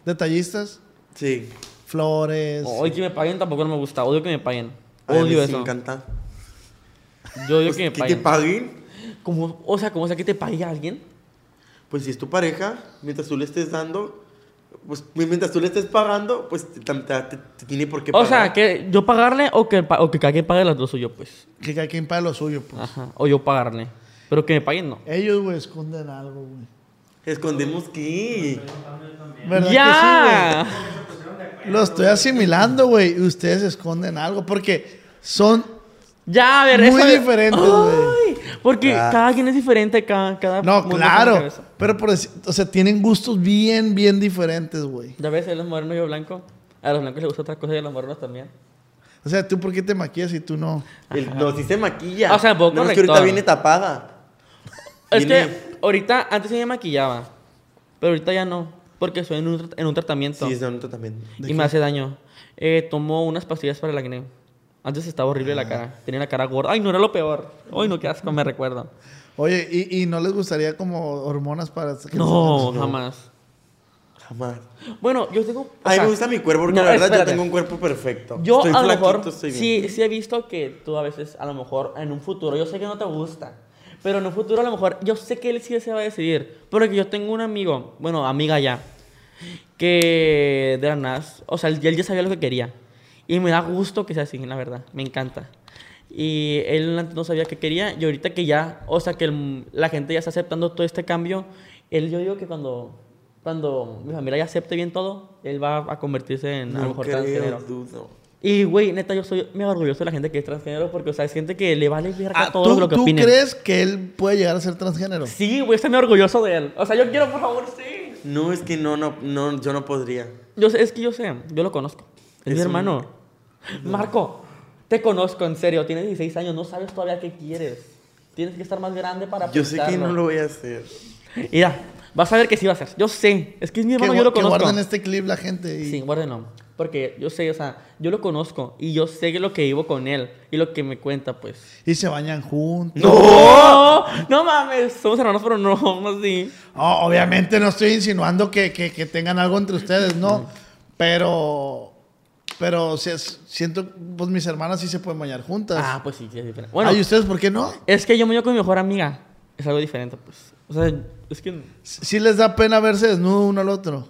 Speaker 2: Detallistas,
Speaker 5: Sí.
Speaker 2: flores.
Speaker 4: Oye, que me paguen tampoco no me gusta, odio que me paguen.
Speaker 5: Ay, a mí
Speaker 4: Odio
Speaker 5: sí
Speaker 4: eso.
Speaker 5: Me encanta.
Speaker 4: Yo odio
Speaker 5: Pues,
Speaker 4: que me
Speaker 5: que
Speaker 4: paguen.
Speaker 5: te paguen.
Speaker 4: Como, o sea, como sea que te pague alguien.
Speaker 5: Pues si es tu pareja, mientras tú le estés dando... Pues mientras tú le estés pagando, pues te, te- te- te tiene por qué
Speaker 4: O
Speaker 5: pagar.
Speaker 4: sea, que yo pagarle o que, pa- o que cada quien pague las dos o yo, pues.
Speaker 2: Que cada quien pague lo suyo, pues.
Speaker 4: Ajá, o yo pagarle. Pero que me paguen, no.
Speaker 2: Ellos, güey, esconden algo, güey.
Speaker 5: Escondemos que...
Speaker 2: ¿Verdad
Speaker 4: ¡Ya!
Speaker 2: que sí, güey? Lo estoy asimilando, güey. Ustedes esconden algo porque son
Speaker 4: ya, a ver,
Speaker 2: Muy
Speaker 4: eso-
Speaker 2: diferentes, güey.
Speaker 4: Ay, Porque
Speaker 5: Ah.
Speaker 4: cada quien es diferente, cada. cada
Speaker 2: No,
Speaker 4: Ah, mundo tiene
Speaker 2: claro.
Speaker 4: cabeza.
Speaker 2: Pero por decir- o sea, tienen gustos bien, bien diferentes, güey.
Speaker 4: Ya ves, él es moreno y yo blanco. A los blancos les gusta otra cosa y a los morenos también.
Speaker 2: O sea, ¿tú por qué te maquillas y tú no?
Speaker 5: El- no, si se maquilla.
Speaker 4: O sea, poco
Speaker 5: Nada más que ahorita
Speaker 4: rector.
Speaker 5: viene tapada.
Speaker 4: Es
Speaker 5: Viene-
Speaker 4: que ahorita, antes sí me maquillaba. Pero ahorita ya no. Porque estoy en un, trat- en un tratamiento.
Speaker 5: Sí, es bonito también.
Speaker 4: y me hace daño. Eh, tomo unas pastillas para el acné. Antes estaba horrible
Speaker 5: Ah.
Speaker 4: la cara. Tenía la cara gorda. Ay, no era lo peor. Ay, no, qué asco, me recuerdo.
Speaker 2: Oye, ¿y, y no les gustaría como hormonas para... que-
Speaker 4: No, jamás.
Speaker 5: Jamás.
Speaker 4: Bueno, yo tengo. o
Speaker 5: A mí
Speaker 4: sea,
Speaker 5: me gusta mi cuerpo porque
Speaker 4: no,
Speaker 5: la verdad
Speaker 4: espérate.
Speaker 5: yo tengo un cuerpo perfecto.
Speaker 4: Yo
Speaker 5: Estoy
Speaker 4: a lo
Speaker 5: flaquito,
Speaker 4: mejor
Speaker 5: estoy bien.
Speaker 4: sí, sí he visto que tú a veces, a lo mejor, en un futuro, yo sé que no te gusta, pero en un futuro a lo mejor, yo sé que él sí se va a decidir, porque yo tengo un amigo, bueno, amiga ya, que de la nada, o sea, él él ya sabía lo que quería, y me da gusto que sea así, la verdad, me encanta. Y él antes no sabía qué quería, y ahorita que ya, o sea, que el- la gente ya está aceptando todo este cambio, él yo digo que cuando... Cuando mi familia ya acepte bien todo, él va a convertirse en a lo
Speaker 5: No
Speaker 4: mejor
Speaker 5: creo,
Speaker 4: transgénero.
Speaker 5: dudo.
Speaker 4: Y, güey, neta, yo soy mega orgulloso de la gente que es transgénero porque, o sea, es gente que le vale verga
Speaker 2: Ah,
Speaker 4: todo
Speaker 2: ¿tú,
Speaker 4: lo que
Speaker 2: tú
Speaker 4: opinen.
Speaker 2: crees que él puede llegar a ser transgénero?
Speaker 4: Sí, güey, estoy muy orgulloso de él. O sea, yo quiero, por favor, sí.
Speaker 5: No, es que no, no, no, yo no podría.
Speaker 4: Yo sé, es que yo sé, yo lo conozco. Es,
Speaker 5: Es
Speaker 4: mi
Speaker 5: un-
Speaker 4: hermano. Marco, te conozco, en serio. Tienes 16 años, no sabes todavía qué quieres. Tienes que estar más grande para
Speaker 5: Yo sé que
Speaker 4: pensarlo.
Speaker 5: no lo voy a hacer.
Speaker 4: Mira, vas a ver que sí va a ser. Yo sé. Es que es mi
Speaker 2: que,
Speaker 4: hermano,
Speaker 2: gua-
Speaker 4: yo lo
Speaker 2: que
Speaker 4: conozco.
Speaker 2: guarden este clip la gente. y-
Speaker 4: Sí, guárdenlo. Porque yo sé, o sea, yo lo conozco y yo sé lo que vivo con él y lo que me cuenta, pues.
Speaker 2: Y se bañan juntos.
Speaker 4: ¡No! ¡Oh! No mames, somos hermanos, pero no, no así.
Speaker 2: Oh, obviamente no estoy insinuando que, que- que tengan algo entre ustedes,
Speaker 4: Mm.
Speaker 2: ¿no? Pero... Pero si es- siento... Pues mis hermanas sí se pueden bañar juntas.
Speaker 4: Ah, pues sí, sí, es diferente. Bueno,
Speaker 2: Ah, ¿y ustedes por qué no?
Speaker 4: es que yo me llevo con mi mejor amiga. Es algo diferente, pues. O sea, es que.
Speaker 2: Sí les da pena verse desnudo uno al otro.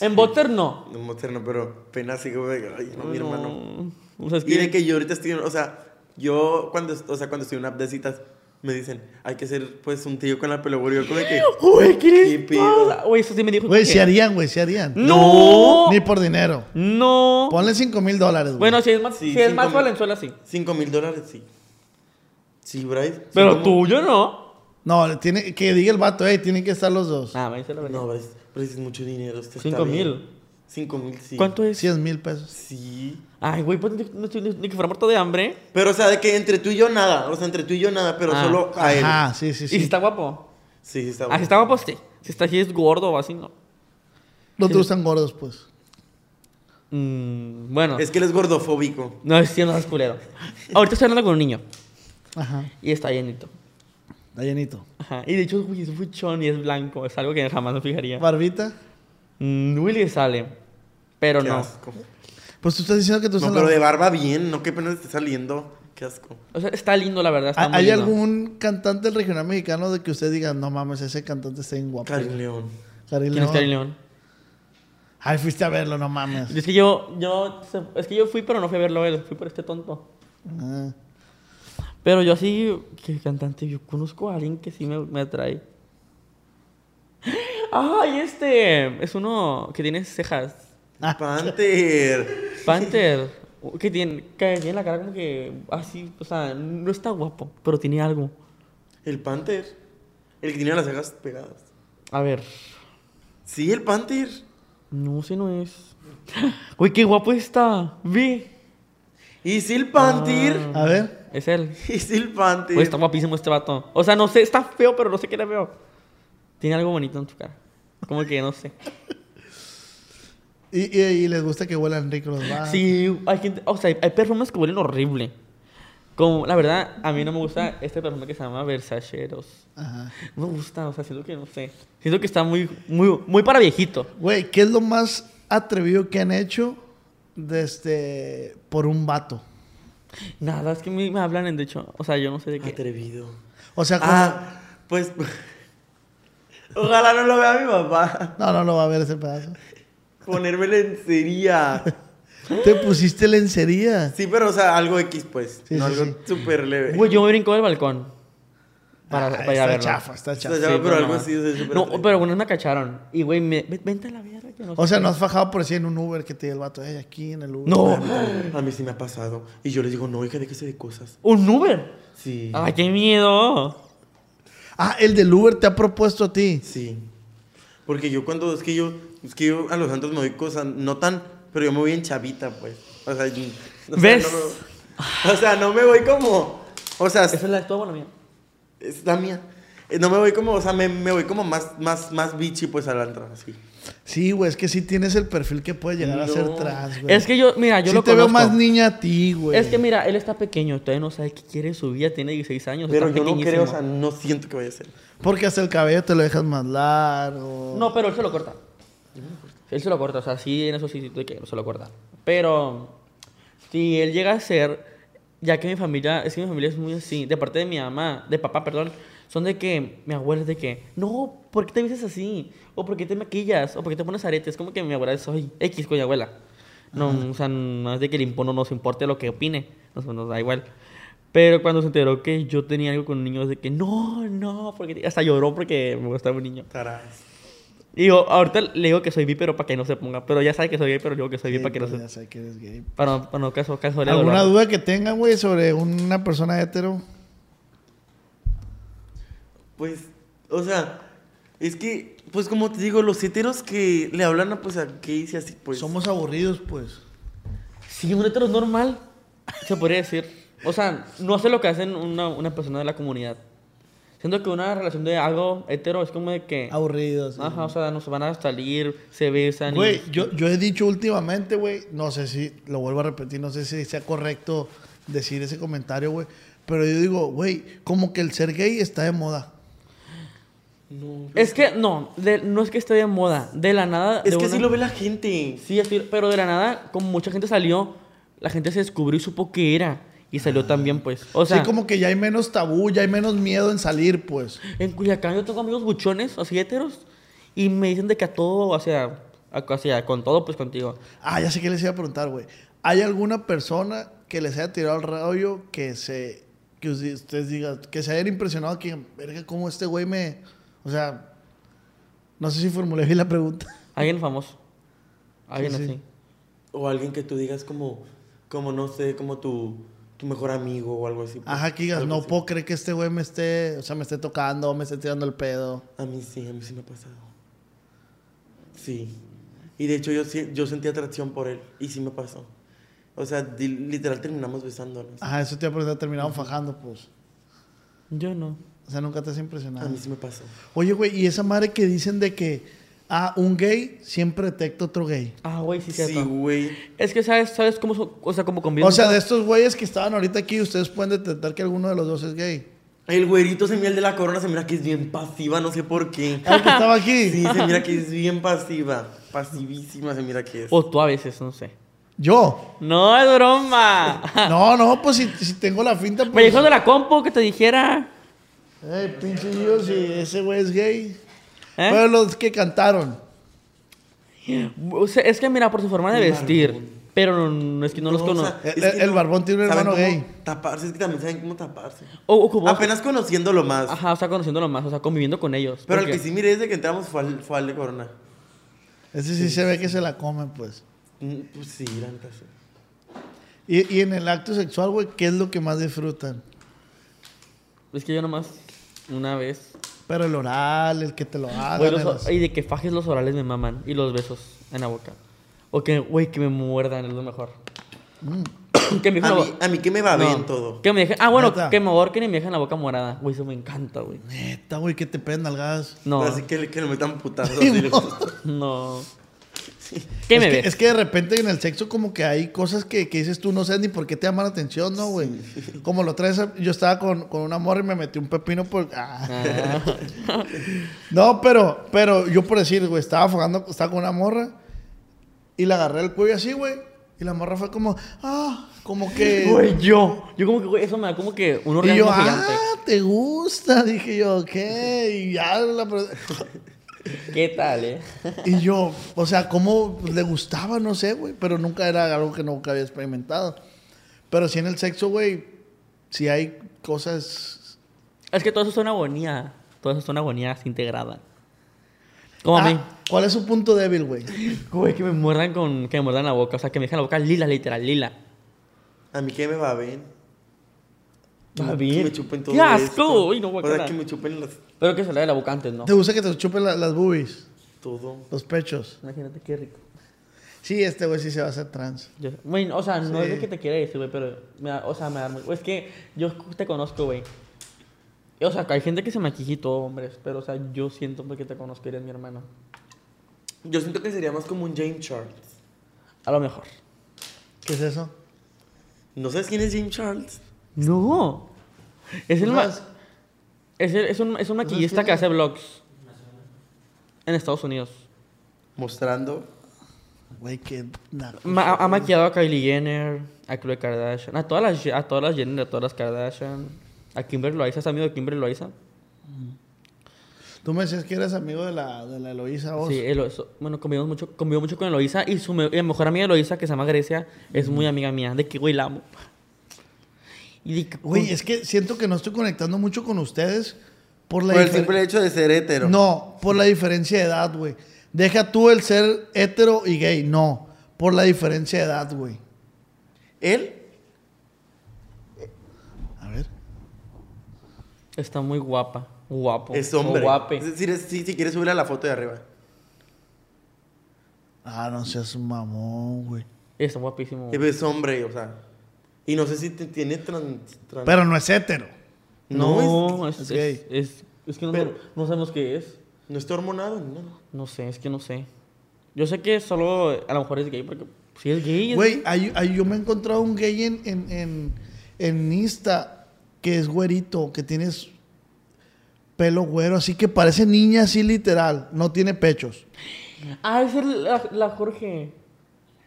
Speaker 4: En Botter no.
Speaker 5: No, Monster, no, pero pena así como de, ay, no, mi
Speaker 4: No.
Speaker 5: hermano.
Speaker 4: O sea, es
Speaker 5: Y de
Speaker 4: que.
Speaker 5: que yo ahorita estoy, o sea, yo cuando, o sea, cuando estoy en una app de citas, me dicen, hay que ser, pues, un tío con la pelo güero". Yo como de que...
Speaker 4: Uy, ¿qué
Speaker 5: ¿Qué
Speaker 4: les
Speaker 5: pedo?
Speaker 4: pasa? Güey, eso sí me dijo.
Speaker 2: Güey,
Speaker 4: que-
Speaker 2: se harían, güey, se harían.
Speaker 4: ¡No!
Speaker 2: Ni por dinero.
Speaker 4: ¡No!
Speaker 2: Ponle 5 mil dólares, güey.
Speaker 4: Bueno, si es más,
Speaker 5: Sí,
Speaker 4: si es
Speaker 5: sí,
Speaker 4: más
Speaker 5: como-
Speaker 4: Valenzuela, sí.
Speaker 5: 5 mil dólares, sí. Sí, Bryce.
Speaker 4: Pero
Speaker 5: Sí, como-
Speaker 4: tuyo no.
Speaker 2: No, le tiene, que diga el vato, hey, tienen que estar los dos.
Speaker 4: Nada, Ah, me dice la verdad.
Speaker 5: No, Bryce, Bryce es mucho dinero. usted está
Speaker 4: 5
Speaker 5: bien.
Speaker 4: mil.
Speaker 5: Cinco mil, sí.
Speaker 4: ¿Cuánto es?
Speaker 2: 100 mil pesos.
Speaker 5: Sí.
Speaker 4: Ay, güey, pues ni, ni- ni- ni que fuera muerto de hambre.
Speaker 5: Pero, o sea, de que entre tú y yo nada. O sea, entre tú y yo nada, pero
Speaker 4: Ah.
Speaker 5: solo a él.
Speaker 2: Ajá, sí, sí,
Speaker 4: ¿Y
Speaker 2: sí.
Speaker 4: si está guapo?
Speaker 5: Sí, sí, está
Speaker 4: Ah, si
Speaker 5: bueno.
Speaker 4: está guapo, sí. Si está así, es gordo o así, no.
Speaker 2: No te gustan gordos, pues.
Speaker 4: Mm, bueno,
Speaker 5: Es que él es gordofóbico.
Speaker 4: no es cierto, no es culero. Ahorita estoy hablando con un niño
Speaker 2: Ajá.
Speaker 4: y está llenito.
Speaker 2: Está llenito.
Speaker 4: Ajá. Y de hecho, güey, es buchón y es blanco. Es algo que jamás me fijaría.
Speaker 2: Barbita.
Speaker 4: Mm, Willy sale, pero
Speaker 5: Qué
Speaker 4: no.
Speaker 5: asco.
Speaker 2: Pues tú estás diciendo que tú
Speaker 5: No,
Speaker 2: estás
Speaker 5: pero de barba bien, no qué pena te está saliendo. Qué asco.
Speaker 4: O sea, está lindo, la verdad. Está muy
Speaker 2: ¿Hay
Speaker 4: lindo.
Speaker 2: algún cantante del regional mexicano de que usted diga, no mames, ese cantante está en guapo?
Speaker 5: Karim León.
Speaker 2: Karim
Speaker 4: ¿Quién es
Speaker 2: León.
Speaker 4: Karim León?
Speaker 2: Ay, fuiste a verlo, no mames.
Speaker 4: Es que yo, yo, es que yo fui, pero no fui a verlo a él. Fui por este tonto.
Speaker 2: Ah.
Speaker 4: Pero yo así, que cantante, yo conozco a alguien que sí me, me atrae. ¡Ay, este! Es uno que tiene cejas.
Speaker 2: Ah.
Speaker 5: Panther.
Speaker 4: Panther. Que tiene, que tiene la cara como que así, o sea, no está guapo, pero tiene algo.
Speaker 5: El Panther. El que tenía las cejas pegadas.
Speaker 4: A ver,
Speaker 5: Sí, el Panther.
Speaker 4: no sé, no es. Uy, qué guapo está. Vi.
Speaker 5: Y sí, el Panther.
Speaker 4: Ah.
Speaker 2: A ver.
Speaker 4: Es él.
Speaker 5: Y sí, el Panther.
Speaker 4: Uy, está guapísimo este vato. O sea, no sé, está feo, pero no sé qué le veo. Tiene algo bonito en su cara. Como que no sé.
Speaker 2: Y, y- y les gusta que huelan rico los vatos.
Speaker 4: Sí, hay gente, o sea, hay perfumes que huelen horrible. Como, la verdad, a mí no me gusta este perfume que se llama Versace Eros.
Speaker 2: Ajá.
Speaker 4: No me gusta, o sea, siento que no sé. Siento que está muy, muy, muy para viejito.
Speaker 2: Güey, ¿qué es lo más atrevido que han hecho desde por un vato?
Speaker 4: Nada, es que me, me hablan en de hecho, o sea, yo no sé
Speaker 2: Ah,
Speaker 4: de qué.
Speaker 5: Atrevido.
Speaker 2: O sea, como-
Speaker 5: Ah, pues. Ojalá no lo vea mi papá.
Speaker 2: no, no lo va a ver ese pedazo.
Speaker 5: Ponerme lencería.
Speaker 2: Te pusiste lencería.
Speaker 5: Sí, pero, o sea, algo X, pues.
Speaker 2: Sí,
Speaker 5: no
Speaker 2: sí,
Speaker 5: algo súper leve.
Speaker 4: Güey, yo me brinco del balcón para,
Speaker 2: Ah,
Speaker 4: para ir a
Speaker 2: está
Speaker 4: verlo. pues,
Speaker 2: chafa, está
Speaker 5: O sea,
Speaker 2: chafa.
Speaker 5: ya, pero
Speaker 4: no,
Speaker 5: algo
Speaker 4: no.
Speaker 5: así. o sea, súper
Speaker 4: No,
Speaker 5: atrevido.
Speaker 4: pero algunos me cacharon. Y güey, me, ve- vente a la verga. que no
Speaker 2: O
Speaker 4: sé
Speaker 2: sea,
Speaker 4: qué.
Speaker 2: no has fajado por si en un Uber que te diga el vato, "Ey, aquí en el Uber.
Speaker 4: No.
Speaker 5: A mí sí me ha pasado. Y yo les digo, no, hija, déjese de cosas.
Speaker 4: ¡Un Uber!
Speaker 5: Sí.
Speaker 4: ¡Ay, qué miedo!
Speaker 2: Ah, el del Uber te ha propuesto a ti.
Speaker 5: Sí. Porque yo cuando es que yo, es que yo a los santos me doy cosas, no tan, pero yo me voy en chavita, pues. O sea, y- o sea,
Speaker 4: ¿Ves?
Speaker 5: no me- o sea, no me voy como, o sea,
Speaker 4: Esa es la toda la mía.
Speaker 5: es la mía. Eh, No me voy como, o sea, me, me voy como más, más, más bichi, pues, al antro, así.
Speaker 2: Sí, güey, es que sí tienes el perfil que puede llegar a ser
Speaker 4: No.
Speaker 2: trans, güey.
Speaker 4: Es que yo, mira, yo
Speaker 2: sí
Speaker 4: lo
Speaker 2: te veo
Speaker 4: conozco.
Speaker 2: más niña a ti, güey.
Speaker 4: Es que mira, él está pequeño, todavía no sabe qué quiere en su vida, tiene 16 años.
Speaker 5: Pero
Speaker 4: está
Speaker 5: yo no creo,
Speaker 4: pequeñísimo.
Speaker 5: o sea, no siento que vaya a ser.
Speaker 2: Porque hasta el cabello te lo dejas más largo.
Speaker 4: No, pero él se lo corta. Él se lo corta, o sea, sí, en eso sí, sí, de que se lo corta. Pero si él llega a ser, ya que mi familia, es que mi familia es muy así, de parte de mi mamá, de papá, perdón, son de que mi abuela es de que, no, ¿por qué te vistes así? ¿O por qué te maquillas? ¿O por qué te pones aretes? Como que mi abuela es, ay, X con mi abuela. No, o sea, no es de que el impono nos importe lo que opine, nos, nos da igual. Pero cuando se enteró que yo tenía algo con un niño, es de que, no, no, porque hasta lloró porque me gustaba un niño.
Speaker 5: Tarás.
Speaker 4: Y yo, ahorita le digo que soy bi, pero para que no se ponga. Pero ya sabe que soy gay, pero le digo que soy
Speaker 2: Sí,
Speaker 4: bi para que no
Speaker 2: pues,
Speaker 4: se.
Speaker 2: ya sé que eres gay.
Speaker 4: Para, no- para no caso, caso de
Speaker 2: ¿Alguna
Speaker 4: dolor.
Speaker 2: duda que tengan, güey, sobre una persona hetero?
Speaker 5: Pues, o sea, es que, pues, como te digo, los heteros que le hablan, a, pues, a gays y así, pues.
Speaker 2: Somos aburridos, pues.
Speaker 4: Sí, un hetero es normal. Se podría decir. O sea, no hace lo que hacen una, una persona de la comunidad. Siento que una relación de algo hetero es como de que.
Speaker 2: Aburridos. Ah, sí.
Speaker 4: Ajá, o sea, nos van a salir, se besan. y-
Speaker 2: Güey, yo, yo he dicho últimamente, güey, no sé si, lo vuelvo a repetir, no sé si sea correcto decir ese comentario, güey, pero yo digo, güey, como que el ser gay está de moda.
Speaker 5: No.
Speaker 4: Es que no, de- no es que esté de moda. De la nada.
Speaker 5: Es
Speaker 4: de
Speaker 5: que
Speaker 4: una-
Speaker 5: así lo ve la gente.
Speaker 4: Sí, así- pero de la nada, como mucha gente salió, la gente se descubrió y supo qué era. Y salió también, pues. O sea,
Speaker 2: Ah. sí, como que ya hay menos tabú, ya hay menos miedo en salir, pues.
Speaker 4: En Culiacán yo tengo amigos buchones, así heteros, y me dicen de que a todo, o sea, a- o sea, con todo, pues contigo.
Speaker 2: Ah, ya sé qué les iba a preguntar, güey. ¿Hay alguna persona que les haya tirado el rollo que se. que us- ustedes digan, que se hayan impresionado que, verga, cómo este güey me. O sea. No sé si formulé bien la pregunta.
Speaker 4: Alguien famoso. Alguien
Speaker 2: Sí, sí.
Speaker 4: así.
Speaker 5: O alguien que tú digas como, como no sé, como tu, tu mejor amigo o algo así. pues.
Speaker 2: Ajá, que digas,
Speaker 5: Algo
Speaker 2: no
Speaker 5: así.
Speaker 2: puedo creer que este güey me esté. O sea, me esté tocando, me esté tirando el pedo.
Speaker 5: A mí sí, a mí sí me ha pasado. Sí. Y de hecho yo, sí- yo sentí atracción por él y sí me pasó. O sea, di- literal terminamos besándonos.
Speaker 2: Ajá, eso te iba a preguntar, terminaron fajando, pues.
Speaker 4: Yo no.
Speaker 2: O sea, nunca te has
Speaker 5: A
Speaker 2: impresionado.
Speaker 5: mí sí me pasó.
Speaker 2: Oye, güey, y esa madre que dicen de que. Ah, un gay siempre detecta otro gay.
Speaker 4: Ah, güey, sí,
Speaker 5: Sí,
Speaker 4: cierto.
Speaker 5: güey.
Speaker 4: es que sabes, sabes cómo, so- o sea, cómo conviven.
Speaker 2: O sea, de estos güeyes que estaban ahorita aquí, ustedes pueden detectar que alguno de los dos es gay.
Speaker 5: El güerito se mira el de la corona, se mira que es bien pasiva, no sé por qué.
Speaker 2: Ah, el que estaba aquí.
Speaker 5: Sí, se mira que es bien pasiva. Pasivísima se mira que es.
Speaker 4: O tú a veces, no sé.
Speaker 2: Yo.
Speaker 4: No, es broma.
Speaker 2: No, no, pues si, si tengo la finta.
Speaker 4: Me
Speaker 2: Pues...
Speaker 4: dijo de la compu que te dijera.
Speaker 2: Ey, pinche yo, si ese güey es gay.
Speaker 4: ¿eh?
Speaker 2: Pero los que cantaron.
Speaker 4: O sea, es que mira, por su forma de vestir. Pero no, no, es que no, los
Speaker 5: o sea,
Speaker 4: conozco.
Speaker 5: es
Speaker 2: El-
Speaker 5: que
Speaker 2: el barbón tiene un
Speaker 5: ¿saben
Speaker 2: hermano
Speaker 5: cómo
Speaker 2: gay.
Speaker 5: Taparse, es que también saben cómo taparse.
Speaker 4: O, o como-
Speaker 5: Apenas conociéndolo más.
Speaker 4: Ajá, o sea, conociéndolo más, o sea, conviviendo con ellos.
Speaker 5: Pero el
Speaker 4: porque-
Speaker 5: que sí mire desde que entramos fue al, fue al de Corona.
Speaker 2: Ese sí, se ve que se la comen, pues.
Speaker 5: Mm, Pues sí, la neta sí.
Speaker 2: Y, y en el acto sexual, güey, ¿qué es lo que más disfrutan?
Speaker 4: Es que yo nomás, una vez.
Speaker 2: Pero el oral, el que te lo hagan.
Speaker 4: güey,
Speaker 2: el-
Speaker 4: los- y de que fajes los orales me maman. Y los besos en la boca. O que, güey, que me muerdan, es lo mejor.
Speaker 2: Mm.
Speaker 4: que me dejen
Speaker 5: A
Speaker 4: la
Speaker 5: mí,
Speaker 4: bo-
Speaker 5: a mí que me va bien
Speaker 4: No,
Speaker 5: todo.
Speaker 4: Que me dejen- ah, bueno,
Speaker 2: Neta.
Speaker 4: que me ahorquen y me dejen la boca morada. Güey, eso me encanta, güey.
Speaker 2: Neta, güey, que te peguen nalgadas.
Speaker 4: No,
Speaker 5: Así que, le- que lo metan putando.
Speaker 2: Sí,
Speaker 5: así,
Speaker 2: mo.
Speaker 4: no. ¿Qué me
Speaker 2: es, que,
Speaker 4: ves?
Speaker 2: es que de repente en el sexo como que hay cosas que, que dices tú, no sé ni por qué te llaman la atención, ¿no, güey? Como lo traes, a- yo estaba con, con una morra y me metí un pepino por... ah.
Speaker 4: Ah.
Speaker 2: No, pero, pero yo por decir, güey, estaba afogando, estaba con una morra y la agarré el cuello así, güey. Y la morra fue como, ah, como que...
Speaker 4: Güey, yo. Yo como que, güey, eso me da como que un
Speaker 2: y
Speaker 4: orgasmo
Speaker 2: yo,
Speaker 4: gigante.
Speaker 2: ah, te gusta. Dije yo, ok. Y ya la...
Speaker 4: ¿Qué tal, eh?
Speaker 2: Y yo, o sea, cómo le gustaba, no sé, güey, pero nunca era algo que nunca había experimentado. Pero sí en el sexo, güey, sí hay cosas...
Speaker 4: Es que todo eso es una agonía. Todo eso es una agonía desintegrada. Como
Speaker 2: Ah,
Speaker 4: a mí.
Speaker 2: ¿Cuál es su punto débil, güey?
Speaker 4: Güey, que me muerdan con. Que me muerdan la boca. O sea, que me dejan la boca lila, literal, lila.
Speaker 5: A mí que me va bien.
Speaker 4: Va
Speaker 5: Que
Speaker 4: Ah, bien.
Speaker 5: me chupen todo
Speaker 4: ¡Qué asco!
Speaker 5: esto.
Speaker 4: Uy, no,
Speaker 5: O sea,
Speaker 4: guácala.
Speaker 5: que me chupen las-
Speaker 4: Pero que se le de la boca antes, ¿no?
Speaker 2: ¿Te gusta que te chupen la- las boobies,
Speaker 5: todo.
Speaker 2: los pechos?
Speaker 4: Imagínate qué rico.
Speaker 2: Sí, este güey sí se va a hacer trans.
Speaker 4: Yo- güey, o sea, no es lo
Speaker 2: Sí.
Speaker 4: que te quiere decir, güey, pero. me da- o sea, me da. muy- Es que yo te conozco, güey. O sea, hay gente que se maquilla y todo, hombres. Pero, o sea, yo siento porque te conozco y eres mi hermano.
Speaker 5: Yo siento que sería más como un James Charles.
Speaker 4: A lo mejor.
Speaker 2: ¿Qué es eso?
Speaker 5: ¿No sabes quién es James Charles?
Speaker 4: No. Es el
Speaker 2: ¿No
Speaker 4: más.
Speaker 2: sabes?
Speaker 4: Es, el- es un, es un maquillista
Speaker 2: quién
Speaker 4: que
Speaker 2: es?
Speaker 4: hace vlogs. En Estados Unidos.
Speaker 5: Mostrando.
Speaker 2: Güey, qué... naco.
Speaker 4: Ma- ha, ha maquillado a Kylie Jenner, a Khloe Kardashian, a todas las, Ye- a todas las Jenner, a todas las Kardashian, a Kimberly Loaiza, es amigo de Kimberly Loaiza.
Speaker 2: Tú me decías que eres amigo de la, de la Eloísa Oz.
Speaker 4: Sí, Elo- so- bueno, convivimos mucho, convivo mucho con Eloisa y su me- y la mejor amiga de Eloisa, que se llama Grecia, es muy amiga mía, de que güey la amo. Y de que-
Speaker 2: Güey, es que siento que no estoy conectando mucho con ustedes por la
Speaker 5: Por el
Speaker 2: difer-
Speaker 5: simple hecho de ser hétero.
Speaker 2: No, por la diferencia de edad, güey. Deja tú el ser hetero y gay. No, por la diferencia de edad, güey.
Speaker 5: Él
Speaker 2: A ver.
Speaker 4: está muy guapa, guapo.
Speaker 5: es
Speaker 4: o
Speaker 5: hombre.
Speaker 4: guape.
Speaker 5: Es decir, es- si, si quieres subirle la foto de arriba.
Speaker 2: Ah, no seas un mamón, güey.
Speaker 4: Está guapísimo.
Speaker 5: Es hombre, o sea. Y no sé si te- tiene trans. trans-
Speaker 2: Pero no es hetero.
Speaker 5: no,
Speaker 4: No, es,
Speaker 2: es
Speaker 4: es,
Speaker 2: gay.
Speaker 4: es- es que no,
Speaker 5: Pero-
Speaker 4: no sabemos qué es.
Speaker 5: no está hormonado ni nada.
Speaker 4: No sé, es que no sé. Yo sé que solo a lo mejor es gay, porque si es gay. es
Speaker 2: Güey, hay- hay- yo me he encontrado un gay en, en, en, en Insta que es güerito, que tienes pelo güero, así que parece niña así literal. No tiene pechos.
Speaker 4: Ah, es el- la, la Jorge.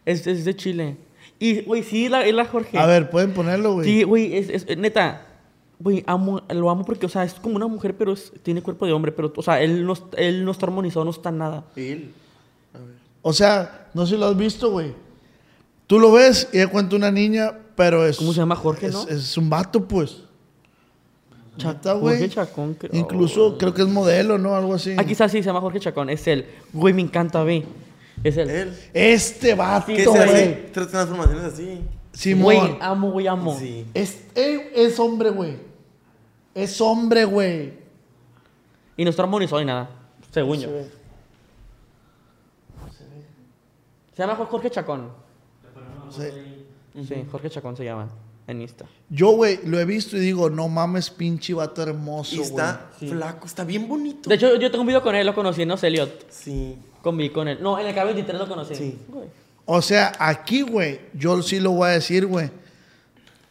Speaker 4: Es, es de Chile. Y, güey, sí, la, es la Jorge.
Speaker 2: A ver, pueden ponerlo, güey.
Speaker 4: Sí, güey, es, es- neta. Güey, amo, lo amo porque, o sea, es como una mujer, pero es- tiene cuerpo de hombre. Pero, o sea, él no, est- él no está armonizado, no está nada.
Speaker 5: Él.
Speaker 2: O sea, no sé si lo has visto, güey. Tú lo ves y de cuenta una niña, pero es.
Speaker 4: ¿Cómo se llama? Jorge,
Speaker 2: es,
Speaker 4: ¿no?
Speaker 2: es un vato, pues. Chata,
Speaker 4: Jorge
Speaker 2: güey.
Speaker 4: Chacón, creo.
Speaker 2: Incluso creo que es modelo, ¿no? Algo así.
Speaker 4: Aquí está, sí, se llama Jorge Chacón. Es él. Güey, me encanta, ve. Es él.
Speaker 5: Él.
Speaker 2: Este vato,
Speaker 5: ¿Qué se
Speaker 2: güey.
Speaker 5: hace? Tras- Transformaciones así.
Speaker 4: Güey,
Speaker 2: Simón.
Speaker 4: amo, güey, amo.
Speaker 5: Sí.
Speaker 2: Es, eh, es hombre, güey. Es hombre, güey.
Speaker 4: Y no está armonizado ni nada, según yo. Se llama Jorge Chacón.
Speaker 2: O sea,
Speaker 4: Sí, Jorge Chacón se llama en Insta.
Speaker 2: yo, güey, lo he visto y digo, no mames, pinche vato hermoso,
Speaker 5: Y
Speaker 2: güey.
Speaker 5: está flaco, está bien bonito.
Speaker 4: De hecho, yo tengo un video con él, lo conocí en Oceliot.
Speaker 5: Sí.
Speaker 4: Conviví con él. No, en el K23 lo conocí.
Speaker 5: Sí.
Speaker 4: Güey.
Speaker 2: O sea, aquí, güey, yo sí lo voy a decir, güey.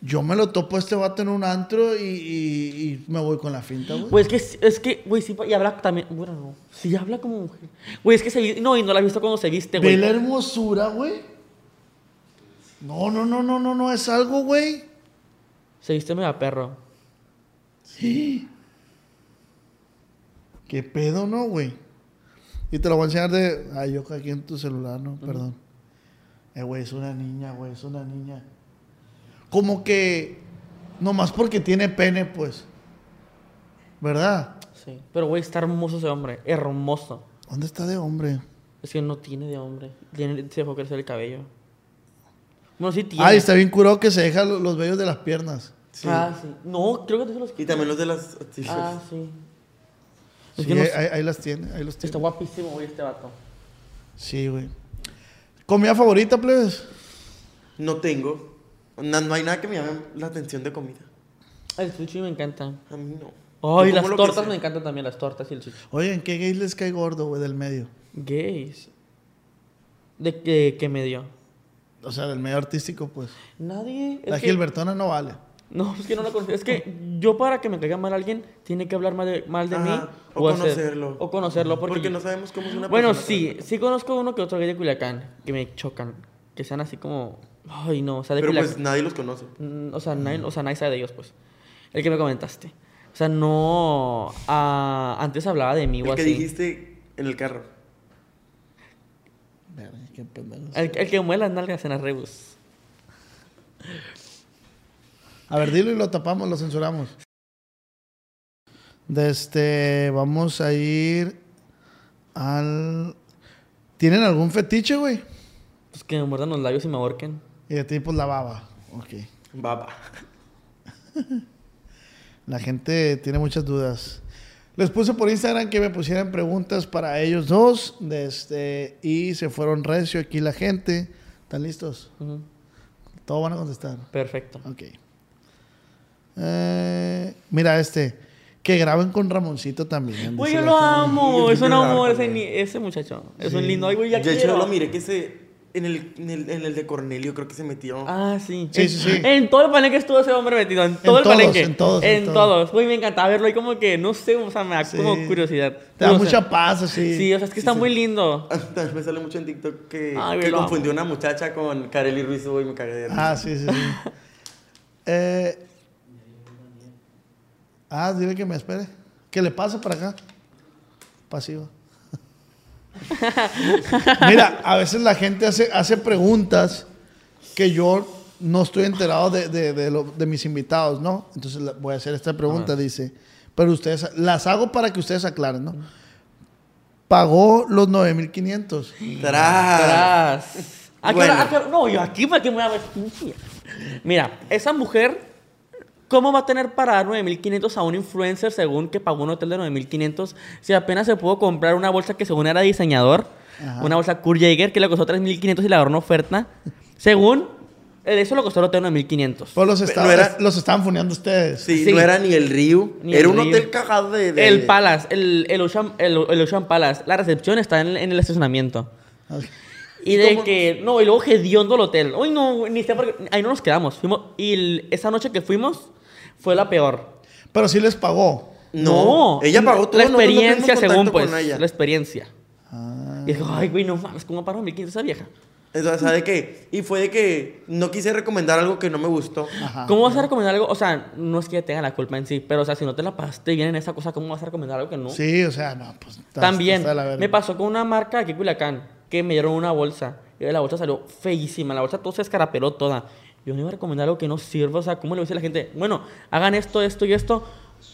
Speaker 2: Yo me lo topo a este vato en un antro y, y- y me voy con la finta, güey.
Speaker 4: Güey, es que, sí- es que, güey, sí, y habla también, bueno, no, sí habla como mujer. este Güey, es que se viste, no, y no la he visto cuando se viste,
Speaker 2: Ve
Speaker 4: güey.
Speaker 2: la hermosura, güey. No, no, no, no, no, no es algo, güey.
Speaker 4: Se viste medio a perro.
Speaker 2: Sí. ¿Qué pedo, no, güey? Y te lo voy a enseñar de. Ay, yo aquí en tu celular, no, perdón. Eh, güey, es una niña, güey, es una niña. Como que. Nomás porque tiene pene, pues. ¿Verdad?
Speaker 4: Sí. Pero, güey, está hermoso ese hombre. Hermoso.
Speaker 2: ¿Dónde está de hombre?
Speaker 4: Es que no tiene de hombre. Tiene, se dejó crecer el cabello. Bueno, sí tiene.
Speaker 2: Ay, está bien curado que se deja lo- los vellos de las piernas.
Speaker 5: Sí.
Speaker 4: Ah, sí. No, creo que te los
Speaker 5: Y también los de las t-shirts.
Speaker 4: Ah, sí. Es
Speaker 2: Sí,
Speaker 4: que no
Speaker 2: ahí,
Speaker 4: sé.
Speaker 2: ahí- ahí las tiene, ahí los tiene.
Speaker 4: Está guapísimo, güey, este vato.
Speaker 2: Sí, güey. ¿Comida favorita, pues. plebes?
Speaker 5: No tengo. No, no hay nada que me llame la atención de comida.
Speaker 4: El sushi me encanta.
Speaker 5: A mí no.
Speaker 4: Ay,
Speaker 5: Yo como
Speaker 4: las
Speaker 5: lo que
Speaker 4: tortas
Speaker 5: sea.
Speaker 4: me encantan también, las tortas y el sushi.
Speaker 2: Oye, ¿en qué gay les cae gordo, güey, del medio?
Speaker 4: Gays. ¿De qué, qué medio?
Speaker 2: O sea, del medio artístico, pues.
Speaker 4: Nadie. es
Speaker 2: La
Speaker 4: que-
Speaker 2: Gilbertona no vale.
Speaker 4: No, es que no la conozco. Es que yo para que me caiga mal alguien, tiene que hablar mal de, mal de
Speaker 5: Ajá,
Speaker 4: mí.
Speaker 5: Ah, o
Speaker 4: hacer-
Speaker 5: conocerlo.
Speaker 4: o conocerlo. Porque,
Speaker 5: Porque, no sabemos cómo es una
Speaker 4: Bueno,
Speaker 5: persona.
Speaker 4: sí, sí conozco uno que otro gay de Culiacán, que me chocan. Que sean así como... Ay, no, o sea, de
Speaker 5: Pero
Speaker 4: Culiacán.
Speaker 5: pues nadie los conoce.
Speaker 4: Mm, O sea, nadie, o sea, nadie sabe de ellos, pues. El que me comentaste. O sea, no. ah, antes hablaba de mí o
Speaker 5: El que
Speaker 4: así.
Speaker 5: dijiste en el carro.
Speaker 2: Verga, qué pendejos.
Speaker 4: El, el que mueve las nalgas en las rebus.
Speaker 2: A ver, dilo y lo tapamos, lo censuramos. De este, vamos a ir al... ¿Tienen algún fetiche, güey?
Speaker 4: Pues que me muerdan los labios y me ahorquen.
Speaker 2: Y de ti, pues, la baba. Ok.
Speaker 5: Baba.
Speaker 2: La gente tiene muchas dudas. Les puse por Instagram que me pusieran preguntas para ellos dos. De este, y se fueron recio aquí la gente. ¿Están listos?
Speaker 4: Ujú.
Speaker 2: Todos van a contestar.
Speaker 4: Perfecto.
Speaker 2: Ok. Eh, mira este. Que graben con Ramoncito también.
Speaker 4: Güey,
Speaker 2: dice
Speaker 4: yo
Speaker 2: la
Speaker 4: lo
Speaker 2: gente.
Speaker 4: amo.
Speaker 5: Yo
Speaker 4: Es un
Speaker 5: quiero
Speaker 4: amor
Speaker 5: hablar
Speaker 4: ese,
Speaker 5: con
Speaker 4: ni- ese muchacho. Es un lindo. Ay, güey, ya
Speaker 5: Yo de
Speaker 4: quiero.
Speaker 5: hecho lo miré que se. En el, en, el, en el de Cornelio creo que se metió.
Speaker 4: Ah, sí.
Speaker 2: Sí,
Speaker 4: en,
Speaker 2: sí, sí.
Speaker 4: En todo el palenque estuvo ese hombre metido. En todo el
Speaker 2: todos,
Speaker 4: palenque.
Speaker 2: en todos, en
Speaker 4: En,
Speaker 2: todos.
Speaker 4: todos. Güey, me encantaba verlo. Y como que, no sé, o sea, me da
Speaker 2: Sí.
Speaker 4: como curiosidad.
Speaker 2: Te da
Speaker 4: No sé.
Speaker 2: mucha paz, así.
Speaker 4: Sí, o sea, es que está muy lindo.
Speaker 5: También me sale mucho en TikTok que,
Speaker 4: Ay,
Speaker 5: que
Speaker 4: lo amo.
Speaker 5: confundió una muchacha con Kareli Ruiz y me cagué de risa.
Speaker 2: Ah, sí, sí, sí. Eh, ah, dile que me espere. Que le pase para acá. Pasivo. Mira, a veces la gente hace, hace preguntas que yo no estoy enterado de, de- de lo- de mis invitados, ¿no? Entonces la- voy a hacer esta pregunta, dice. Pero ustedes, las hago para que ustedes aclaren, ¿no? Pagó los 9.500.
Speaker 5: ¡Tras!
Speaker 4: Atrás. ¿A qué hora-
Speaker 5: Bueno.
Speaker 4: a qué hora- No, yo aquí para que me voy a ver. pinche? Mira, esa mujer, ¿cómo va a tener para dar 9.500 a un influencer según que pagó un hotel de 9.500 si apenas se pudo comprar una bolsa que según era diseñador?
Speaker 2: Ajá.
Speaker 4: Una bolsa Kurt Jaeger que le costó 3.500 y la agarró en oferta. Según, eh, eso lo costó el hotel de 9.500.
Speaker 2: Pues los, esta-
Speaker 5: no era-
Speaker 2: los estaban funeando ustedes.
Speaker 5: Sí,
Speaker 4: Sí.
Speaker 5: no era ni el Río.
Speaker 4: Ni
Speaker 5: era
Speaker 4: el
Speaker 5: un
Speaker 4: Río.
Speaker 5: hotel cagado de, de-
Speaker 4: El Palace, el, el, Ocean, el, el Ocean Palace. La recepción está en, en el estacionamiento. Y de
Speaker 5: cómo-
Speaker 4: que, no, y luego hediondo el hotel. Uy, no, güey, ni sé por qué- Ahí no nos quedamos. Fuimos, y el- esa noche que fuimos fue la peor.
Speaker 2: Pero sí les pagó.
Speaker 5: No, ella pagó todo,
Speaker 4: La
Speaker 5: nosotros no tuvimos
Speaker 4: experiencia,
Speaker 5: contacto
Speaker 4: según
Speaker 5: con
Speaker 4: pues.
Speaker 5: ella.
Speaker 4: La experiencia.
Speaker 2: Ah.
Speaker 4: Y dijo, ay, güey, no mames, ¿cómo paró 1500 esa vieja?
Speaker 5: Entonces, ¿sabe qué? Y fue de que no quise recomendar algo que no me gustó.
Speaker 2: Ajá.
Speaker 4: ¿Cómo vas a recomendar algo? O sea, no es que tenga la culpa en sí, pero o sea, si no te la pasaste bien en esa cosa, ¿cómo vas a recomendar algo que no?
Speaker 2: Sí, o sea, no, pues. está-
Speaker 4: También
Speaker 2: está de la verga.
Speaker 4: me pasó con una marca aquí en Culiacán que me dieron una bolsa. Y la bolsa salió feísima. La bolsa todo se escarapeló toda. Yo no iba a recomendar algo que no sirva. O sea, ¿cómo le voy a decir a la gente? Bueno, hagan esto, esto y esto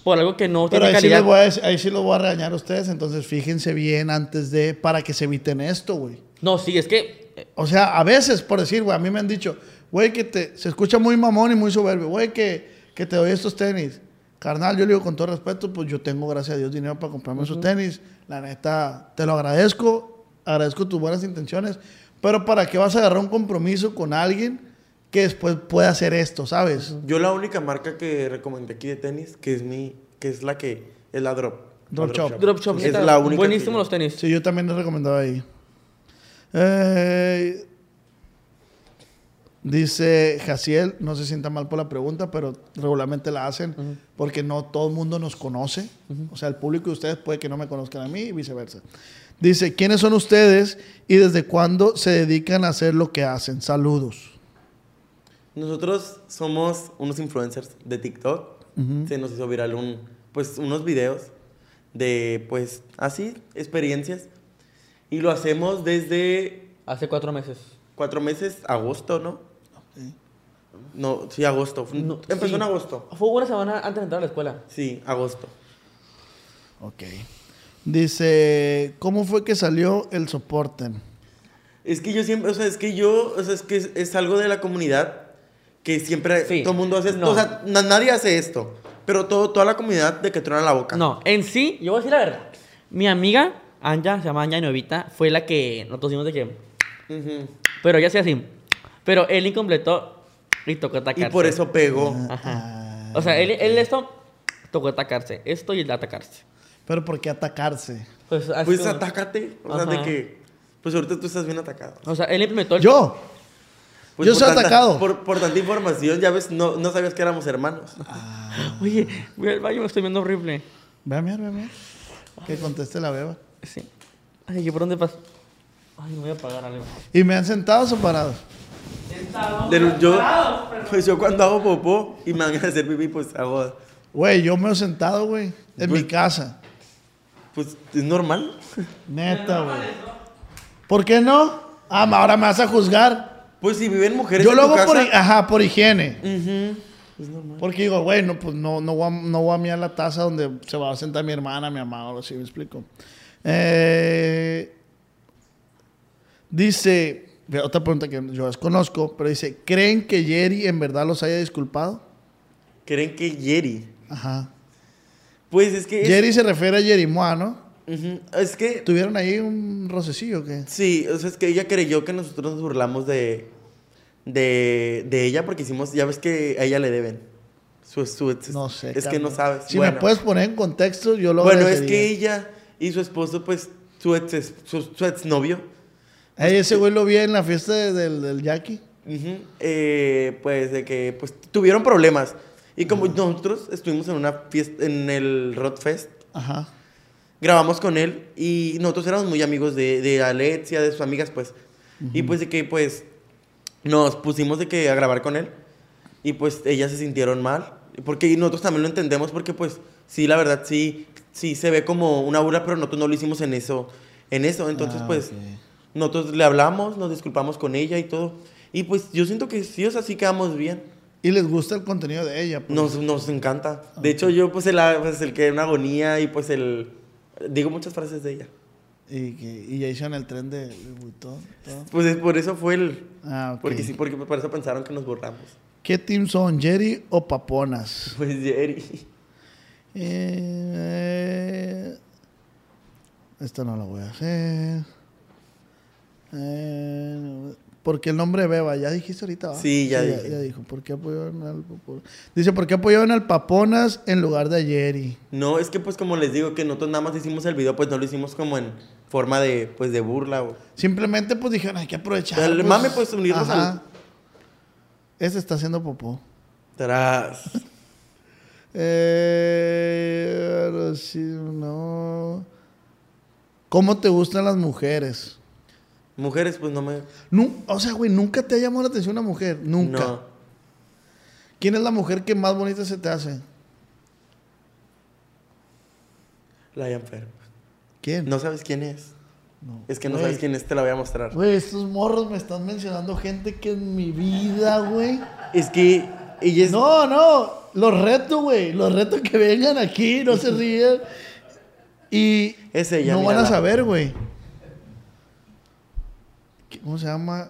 Speaker 4: por algo que no
Speaker 2: Pero
Speaker 4: tiene
Speaker 2: ahí sí, les
Speaker 4: calidad.
Speaker 2: voy a, decir- ahí sí los voy a regañar a ustedes, entonces fíjense bien antes de. para que se eviten esto, güey.
Speaker 4: No, sí, es que. eh,
Speaker 2: O sea, a veces, por decir, güey, a mí me han dicho, güey, que te. se escucha muy mamón y muy soberbio, güey, que, que te doy estos tenis. Carnal, yo le digo con todo respeto, pues yo tengo, gracias a Dios, dinero para comprarme esos tenis. La neta, te lo agradezco, agradezco tus buenas intenciones, pero ¿para qué vas a agarrar un compromiso con alguien que después pueda hacer esto, sabes?
Speaker 5: Yo la única marca que recomendé aquí de tenis, que es mi, que es la que, es la Drop.
Speaker 2: Drop
Speaker 5: La
Speaker 2: Shop.
Speaker 4: Drop Shop,
Speaker 5: Es
Speaker 4: neta,
Speaker 5: la única.
Speaker 4: Buenísimo
Speaker 5: que-
Speaker 4: los tenis.
Speaker 2: Sí, yo también les recomendaba ahí. Eh, dice Jaciel, no se sienta mal por la pregunta, pero regularmente la hacen porque no todo el mundo nos conoce. O sea, el público de ustedes puede que no me conozcan a mí y viceversa. Dice, ¿quiénes son ustedes y desde cuándo se dedican a hacer lo que hacen? Saludos.
Speaker 5: Nosotros somos unos influencers de TikTok. Se nos hizo viral un, pues, unos videos de, pues, así, experiencias. Y lo hacemos desde
Speaker 4: Hace cuatro meses.
Speaker 5: cuatro meses, agosto, ¿no? No, sí, agosto.
Speaker 4: No,
Speaker 5: Mm, Empezó
Speaker 4: sí.
Speaker 5: en agosto.
Speaker 4: Fue una semana antes de entrar a la escuela.
Speaker 5: Sí, agosto.
Speaker 2: Ok. Dice, ¿cómo fue que salió el soporte?
Speaker 5: Es que yo siempre, o sea, es que yo, o sea, es que es, es algo de la comunidad que siempre
Speaker 4: Sí.
Speaker 5: todo el mundo hace esto.
Speaker 4: No.
Speaker 5: O sea, na- nadie hace esto. Pero todo, toda la comunidad de que truena la boca.
Speaker 4: No, en sí, yo voy a decir la verdad. Mi amiga, Anja, se llama Anja Novita, fue la que nosotros hicimos de que.
Speaker 5: Ujú.
Speaker 4: Pero ella hacía así. Pero él incompletó y tocó
Speaker 5: Y
Speaker 4: atacarse.
Speaker 5: por eso
Speaker 4: Ah.
Speaker 5: pegó.
Speaker 4: Ajá. O sea, él, él esto tocó atacarse. Esto y el atacarse.
Speaker 2: Pero ¿por qué atacarse?
Speaker 4: Pues, así
Speaker 5: Pues
Speaker 4: como-
Speaker 5: atácate. O sea,
Speaker 4: Ajá.
Speaker 5: de que. Pues ahorita tú estás bien atacado.
Speaker 4: O sea, él implementó el.
Speaker 2: Yo.
Speaker 5: Pues
Speaker 2: Yo
Speaker 5: por
Speaker 2: soy
Speaker 5: tanta-
Speaker 2: atacado.
Speaker 5: Por, por tanta información, ya ves, no, no sabías que éramos hermanos.
Speaker 4: Oye, voy al baño, me estoy viendo horrible.
Speaker 2: Ve a mirar, ve a mirar. Que conteste la beba.
Speaker 4: Sí. Ay, ¿yo por dónde paso? Ay, no voy a pagar algo.
Speaker 2: ¿Y me han sentados o parados?
Speaker 5: Del- yo, pues yo cuando hago popó y me van a hacer pipí, pues hago.
Speaker 2: Güey, yo me he sentado, güey. En
Speaker 5: Güey.
Speaker 2: mi casa.
Speaker 5: Pues es normal.
Speaker 2: Neta, güey. ¿Por qué no? Ah, ma- ahora me vas a juzgar.
Speaker 5: Pues si viven mujeres.
Speaker 2: Yo
Speaker 5: en
Speaker 2: lo
Speaker 5: tu
Speaker 2: hago por, Ah.
Speaker 5: casa-
Speaker 2: hi- ajá, por higiene.
Speaker 5: Ujú, Es normal.
Speaker 2: Porque digo, güey, no, pues no, no, voy a, no voy a mirar la taza donde se va a sentar mi hermana, mi mamá, o así, me explico. Eh, dice, ve, otra pregunta que yo desconozco, pero dice, ¿creen que Jerry en verdad los haya disculpado?
Speaker 5: ¿Creen que Jerry?
Speaker 2: Ajá.
Speaker 5: Pues es que. es-
Speaker 2: Jerry se refiere a Jerry Moa, ¿no?
Speaker 5: Ujú, Es que.
Speaker 2: ¿Tuvieron ahí un rocecillo o qué?
Speaker 5: Sí, o sea, es que ella creyó que nosotros nos burlamos de. De, de ella porque hicimos. Ya ves que a ella le deben. Su, su- su-
Speaker 2: No sé.
Speaker 5: Es que
Speaker 2: carnal.
Speaker 5: no sabes.
Speaker 2: Si
Speaker 5: Bueno.
Speaker 2: me puedes poner en contexto, yo lo
Speaker 5: Bueno, es que
Speaker 2: agradecería.
Speaker 5: ella y su esposo, pues, su ex, su, su exnovio,
Speaker 2: Ey, ese güey lo vi en la fiesta de- del, del Jackie.
Speaker 5: ujú, eh, pues, de que, pues, tuvieron problemas. Y como nosotros estuvimos en una fiesta, en el Rod Fest,
Speaker 2: Ajá.
Speaker 5: grabamos con él y nosotros éramos muy amigos de, de Alexia, de sus amigas, pues. Y pues de que, pues, nos pusimos de que a grabar con él y pues ellas se sintieron mal. Porque y nosotros también lo entendemos porque, pues, sí, la verdad, sí, sí se ve como una burla, pero nosotros no lo hicimos en eso. En eso, entonces,
Speaker 2: Ah,
Speaker 5: pues,
Speaker 2: ok.
Speaker 5: nosotros le hablamos, nos disculpamos con ella y todo. Y pues yo siento que sí, o sea, sí quedamos bien.
Speaker 2: Y les gusta el contenido de ella. pues.
Speaker 5: Nos, nos encanta. De hecho, yo pues el, pues, el que una agonía y pues el... Digo muchas frases de ella.
Speaker 2: Y, que, y ya hicieron el tren de Louis Vuitton, todo.
Speaker 5: Pues es- por eso fue el...
Speaker 2: Ah, ok.
Speaker 5: Porque sí, pues. porque por eso pensaron que nos borramos.
Speaker 2: ¿Qué team son, Jerry o Paponas?
Speaker 5: Pues Jerry.
Speaker 2: Eh, esta no la voy a hacer. Eh, porque el nombre Beba, ya dijiste ahorita. ¿va?
Speaker 5: Sí, ya dije.
Speaker 2: dijo. ¿Por qué apoyaron al Paponas? Dice, ¿por qué apoyaron al Paponas en lugar de a Jerry?
Speaker 5: No, es que pues como les digo que nosotros nada más hicimos el video, pues no lo hicimos como en forma de, pues, de burla. O...
Speaker 2: Simplemente pues dijeron, hay que aprovechar.
Speaker 5: Dale, mame, pues, unirnos
Speaker 2: Ajá.
Speaker 5: al-
Speaker 2: Ese está haciendo popó.
Speaker 5: Tras.
Speaker 2: Eh, ahora sí, no. ¿Cómo te gustan las mujeres?
Speaker 5: Mujeres, pues no me...
Speaker 2: Nu- o sea, güey, nunca te ha llamado la atención una mujer. Nunca.
Speaker 5: No.
Speaker 2: ¿Quién es la mujer que más bonita se te hace?
Speaker 5: La hayan enfermo.
Speaker 2: ¿Quién?
Speaker 5: No sabes quién es.
Speaker 2: No.
Speaker 5: Es que no
Speaker 2: Güey.
Speaker 5: sabes quién es, te la voy a mostrar.
Speaker 2: Güey, estos morros me están mencionando gente que en mi vida, güey.
Speaker 5: Es que ella es...
Speaker 2: No, no. Los reto, güey. Los reto que vengan aquí, no se ríen. Y
Speaker 5: Es ella,
Speaker 2: no van
Speaker 5: mírala.
Speaker 2: a saber, güey. ¿Qué- ¿Cómo se llama?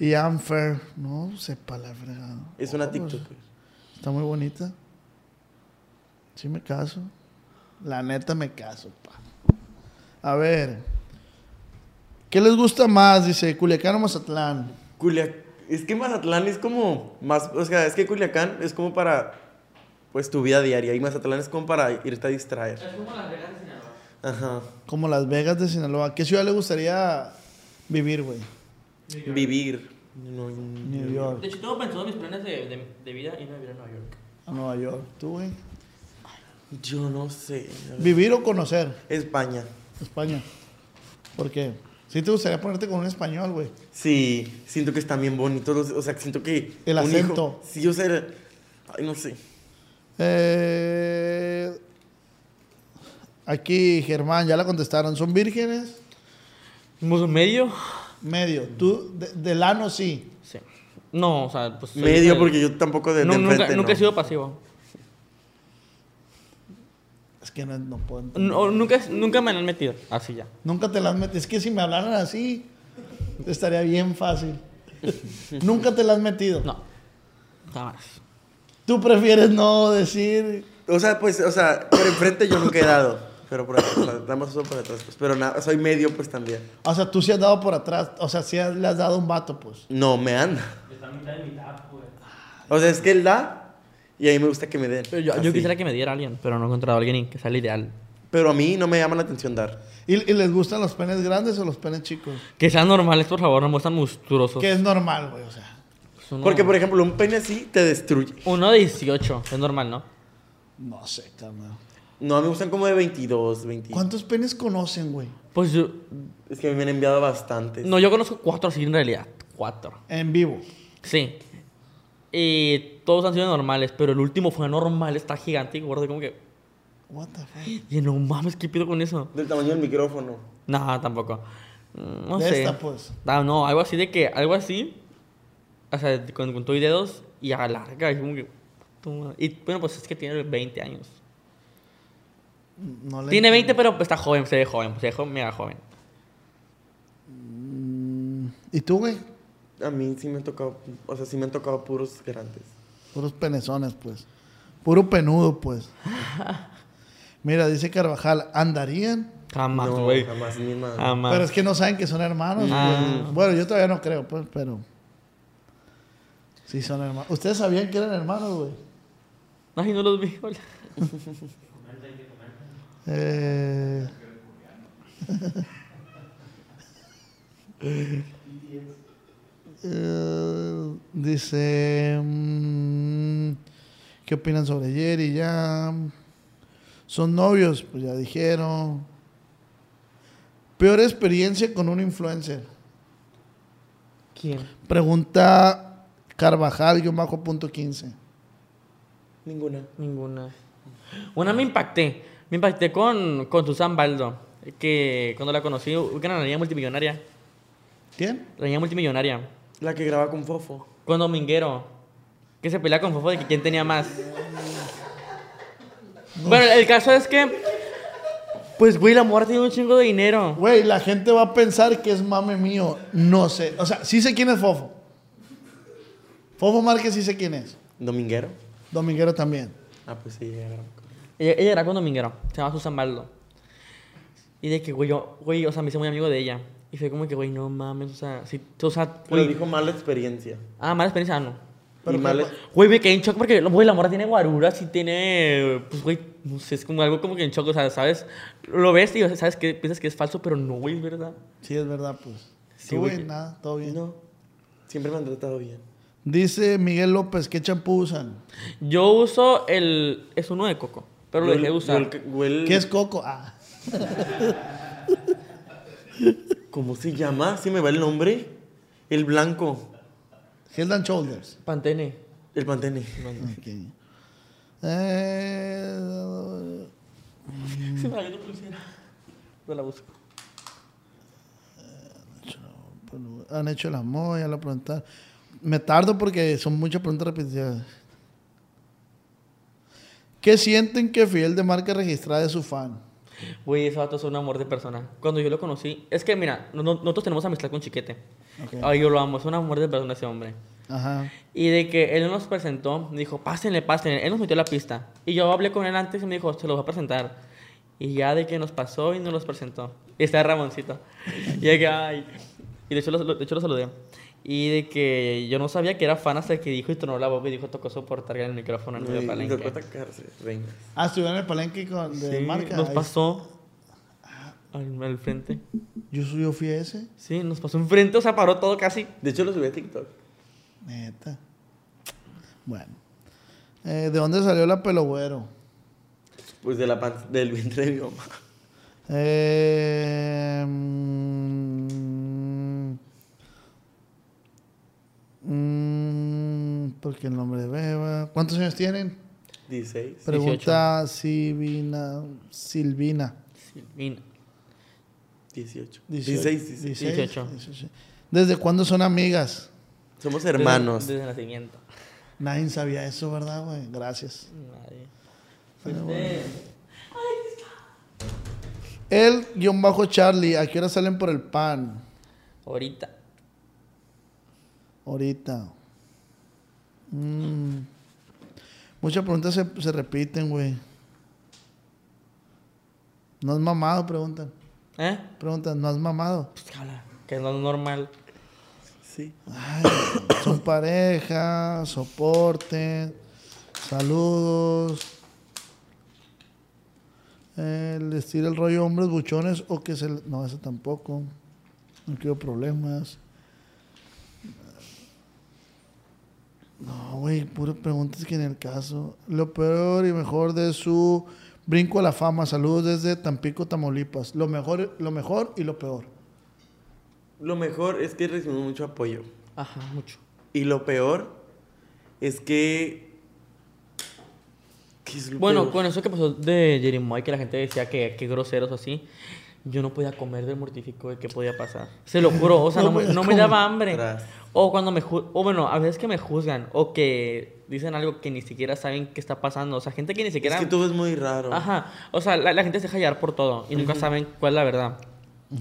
Speaker 2: Ian Fair. No sepa la fregada.
Speaker 5: Es una
Speaker 2: Oh, pues,
Speaker 5: TikToker.
Speaker 2: Está muy bonita. Sí me caso. La neta me caso, pa. A ver. ¿Qué les gusta más? Dice Culiacán o Mazatlán.
Speaker 5: Culiacán. Es que Mazatlán es como más. O sea, es que Culiacán es como para. Pues tu vida diaria. Y Mazatlán es como para irte a distraer. Es como Las Vegas de Ajá.
Speaker 2: Como Las Vegas de Sinaloa. ¿Qué ciudad le gustaría vivir, güey?
Speaker 5: Vivir. No,
Speaker 2: New
Speaker 5: no.
Speaker 4: De
Speaker 2: York.
Speaker 4: hecho, tengo pensado mis planes de, de- de vida y no vivir a Nueva York.
Speaker 2: Nueva York. ¿Tú, güey?
Speaker 5: Yo no sé.
Speaker 2: ¿Vivir o conocer?
Speaker 5: España.
Speaker 2: España. ¿Por qué? Sí te gustaría ponerte con un español, güey.
Speaker 5: Sí, siento que están bien bonitos. los- o sea, siento que.
Speaker 2: El
Speaker 5: un hijo-
Speaker 2: acento.
Speaker 5: sí, o sea. era- Ay, no sé.
Speaker 2: Eh, aquí, Germán, ya la contestaron. ¿Son vírgenes?
Speaker 4: ¿Mus- ¿Medio?
Speaker 2: Medio. Tú, de- del ano sí.
Speaker 4: Sí. No, o sea, pues. soy
Speaker 5: Medio,
Speaker 4: el-
Speaker 5: porque yo tampoco de, de
Speaker 4: No, nunca,
Speaker 5: enfrente,
Speaker 4: nunca
Speaker 5: no.
Speaker 4: he sido pasivo.
Speaker 2: Es que no, no puedo entender.
Speaker 4: No, nunca, nunca me han metido. Así ya.
Speaker 2: Nunca te las metes. Es que si me hablaran así, estaría bien fácil. Nunca te las has metido.
Speaker 4: No. Jamás.
Speaker 2: Tú prefieres no decir.
Speaker 5: O sea, pues, o sea, por enfrente yo nunca he dado. Pero por atrás, o sea, nada más uso por atrás. Pues, pero nada, soy medio, pues también.
Speaker 2: O sea, tú sí has dado por atrás. O sea, sí has- le has dado un vato, pues.
Speaker 5: No, me anda. O sea, es que él da y a mí me gusta que me den.
Speaker 4: Pero Yo, yo
Speaker 5: Así.
Speaker 4: quisiera que me diera alguien, pero no he encontrado a alguien que sea el ideal.
Speaker 5: Pero a mí no me llama la atención dar.
Speaker 2: ¿Y, y les gustan los penes grandes o los penes chicos?
Speaker 4: Que sean normales, por favor, no me gustan monstruosos.
Speaker 2: Que es normal, güey. O sea,
Speaker 4: Pues uno-
Speaker 5: Porque, por ejemplo, un pene así te destruye.
Speaker 4: Uno de 18, es normal, ¿no?
Speaker 2: no sé, carnal.
Speaker 5: No, a mí me gustan como de 22, 20.
Speaker 2: ¿Cuántos penes conocen, güey?
Speaker 4: Pues yo.
Speaker 5: Es que me han enviado bastantes.
Speaker 4: No, yo conozco cuatro así en realidad. Cuatro.
Speaker 2: En vivo.
Speaker 4: Sí. Y todos han sido normales, pero el último fue normal, está gigante y gordo, como que.
Speaker 2: What the fuck?
Speaker 4: Y no mames, ¿qué pido con eso?
Speaker 5: Del tamaño del micrófono.
Speaker 4: No, tampoco. Mm, No
Speaker 2: De
Speaker 4: sé.
Speaker 2: esta, pues.
Speaker 4: Ah, no, algo así de que, algo así. O sea, con, con todo y dedos y a larga. Y, como que, tu madre. y bueno, pues es que tiene 20 años.
Speaker 2: No le
Speaker 4: Tiene
Speaker 2: entiendo.
Speaker 4: 20, pero está joven, se ve joven, se ve joven, mega joven.
Speaker 2: ¿Y tú, güey?
Speaker 5: A mí sí me han tocado, o sea, sí me han tocado puros grandes.
Speaker 2: Puros penezones, pues. Puro penudo, pues. Mira, dice Carvajal, andarían.
Speaker 4: Jamás,
Speaker 5: no,
Speaker 4: güey.
Speaker 5: jamás, ni más.
Speaker 4: Jamás.
Speaker 2: Pero es que no saben que son hermanos.
Speaker 4: Ah.
Speaker 2: güey. Bueno, yo todavía no creo, pues, pero. Sí, son hermanos. ¿Ustedes sabían que eran hermanos, güey?
Speaker 4: Ay, no los vi. hola.
Speaker 2: Eh... Eh, dice, mm, ¿qué opinan sobre Jerry? Ya son novios, pues ya dijeron. Peor experiencia con un influencer.
Speaker 4: ¿Quién?
Speaker 2: Pregunta Carvajal-15.
Speaker 5: Ninguna.
Speaker 4: Ninguna. Una me impacté. Me impacté con, con Susan Baldo. Que cuando la conocí, que era una niña multimillonaria.
Speaker 2: ¿Quién?
Speaker 4: La niña multimillonaria.
Speaker 5: La que graba con Fofo.
Speaker 4: Con Dominguero. Que se pelea con Fofo de que quién tenía más. Bueno, el caso es que. Pues, güey, la morra tiene un chingo de dinero.
Speaker 2: Güey, la gente va a pensar que es mame mío. No sé. O sea, sí sé quién es Fofo. Fofo Márquez sí sé quién es.
Speaker 5: Dominguero.
Speaker 2: Dominguero también.
Speaker 5: Ah, pues sí, ella graba con-
Speaker 4: Ella, ella era con Dominguero. Se llama Susan Baldo. Y de que, güey, yo, güey, o sea, me hice muy amigo de ella. Y fue como que, güey, no mames, o sea, sí, o sea,
Speaker 5: Pero
Speaker 4: güey.
Speaker 5: dijo mala experiencia.
Speaker 4: Ah, mala experiencia, ah, no.
Speaker 5: y mala...
Speaker 4: Güey, me quedé en shock porque, güey, la morra tiene guaruras y tiene, pues, güey, no sé, es como algo como que en shock, o sea, ¿sabes? Lo ves y o sea, sabes que piensas que es falso, pero no, güey, es verdad.
Speaker 2: Sí, es verdad, pues.
Speaker 4: Sí,
Speaker 2: Sí,
Speaker 4: güey,
Speaker 2: güey,
Speaker 4: que-
Speaker 2: nada, todo bien.
Speaker 5: No, siempre me han tratado bien.
Speaker 2: Dice Miguel López, ¿qué champú usan?
Speaker 4: Yo uso el, es uno de coco, pero lo
Speaker 5: Yo el-
Speaker 4: dejé de
Speaker 5: yo
Speaker 4: usar.
Speaker 5: el- yo el-
Speaker 2: ¿Qué es coco? Ah,
Speaker 5: ¿Cómo se llama? ¿Sí me va el nombre? El blanco.
Speaker 2: Head and Shoulders.
Speaker 4: Pantene.
Speaker 5: El pantene.
Speaker 2: Ok. Eh,
Speaker 4: Sí, para que tú pusiera. No la busco.
Speaker 2: han hecho el amor, ya la preguntaron. Me tardo porque son muchas preguntas repetidas. ¿Qué sienten que Fidel de marca registrada es su fan?
Speaker 4: Güey, ese vato es un amor de persona. Cuando yo lo conocí, es que, mira, no- no- nosotros tenemos amistad con Chiquete.
Speaker 2: Ok.
Speaker 4: Ay, yo lo amo, es un amor de persona ese hombre.
Speaker 2: Ajá.
Speaker 4: Y de que él nos presentó, dijo, pásenle, pásenle. Él nos metió a la pista. Y yo hablé con él antes y me dijo, se los voy a presentar. Y ya de que nos pasó y nos los presentó. Y está Ramoncito. Y de que, ay. Y de hecho, lo, de hecho lo saludé. Y de que yo no sabía que era fan hasta que dijo y tronó la boca y dijo, tocó soportar en el micrófono en medio
Speaker 5: Me
Speaker 4: palenque.
Speaker 5: tocó atacarse, reina.
Speaker 2: Ah, estuvieron en el palenque con, de
Speaker 4: Sí,
Speaker 2: marca.
Speaker 4: nos
Speaker 2: Ahí-
Speaker 4: pasó al, al frente.
Speaker 2: Yo, su- yo fui a ese.
Speaker 4: Sí, nos pasó enfrente, o sea, paró todo casi.
Speaker 5: De hecho, lo subí a TikTok.
Speaker 2: Neta. Bueno. Eh, ¿De dónde salió la pelo güero?
Speaker 5: Pues de la pan- del vientre de mi mamá.
Speaker 2: Eh, mm, que mm, el nombre de Beba. ¿Cuántos años tienen?
Speaker 5: 16.
Speaker 2: Pregunta Silvina. Silvina.
Speaker 4: Silvina.
Speaker 5: 18.
Speaker 2: 16,
Speaker 5: 16, 16.
Speaker 4: 18.
Speaker 2: 18. ¿Desde cuándo son amigas?
Speaker 5: Somos hermanos.
Speaker 4: Desde, desde el nacimiento.
Speaker 2: Nadie sabía eso, ¿verdad, güey? Gracias.
Speaker 4: Nadie.
Speaker 2: Pero
Speaker 4: Este,
Speaker 2: El guión bajo Charlie, ¿a qué hora salen por el pan?
Speaker 4: ahorita.
Speaker 2: Ahorita. Mm. Muchas preguntas se, se repiten, güey. ¿No has mamado? Preguntan.
Speaker 4: ¿Eh?
Speaker 2: Preguntan, ¿no has mamado?
Speaker 4: Pues que habla, Que es lo normal.
Speaker 5: Sí.
Speaker 2: Ay, son pareja, soporte, saludos. Eh, les tira el rollo hombres buchones o que se... le- No, eso tampoco. No quiero problemas. No, güey, puras preguntas que en el caso. Lo peor y mejor de su brinco a la fama. Saludos desde Tampico, Tamaulipas. Lo mejor, lo mejor y lo peor.
Speaker 5: Lo mejor es que recibimos mucho apoyo.
Speaker 4: Ajá, mucho.
Speaker 5: Y lo peor es que. ¿Qué es lo
Speaker 4: Bueno,
Speaker 5: peor?
Speaker 4: con eso que pasó de Jeremiah, que la gente decía que, que groseros o así, yo no podía comer del mortífico de qué podía pasar. Se lo juro, o sea,
Speaker 2: No
Speaker 4: no, me,
Speaker 2: podías
Speaker 4: no me
Speaker 2: comer.
Speaker 4: daba hambre.
Speaker 5: Tras.
Speaker 4: O cuando me ju- o bueno, a veces que me juzgan o que dicen algo que ni siquiera saben qué está pasando. O sea, gente que ni siquiera...
Speaker 5: Es que todo es muy raro.
Speaker 4: Ajá, o sea, la, la gente se deja llevar por todo y nunca saben cuál es la verdad.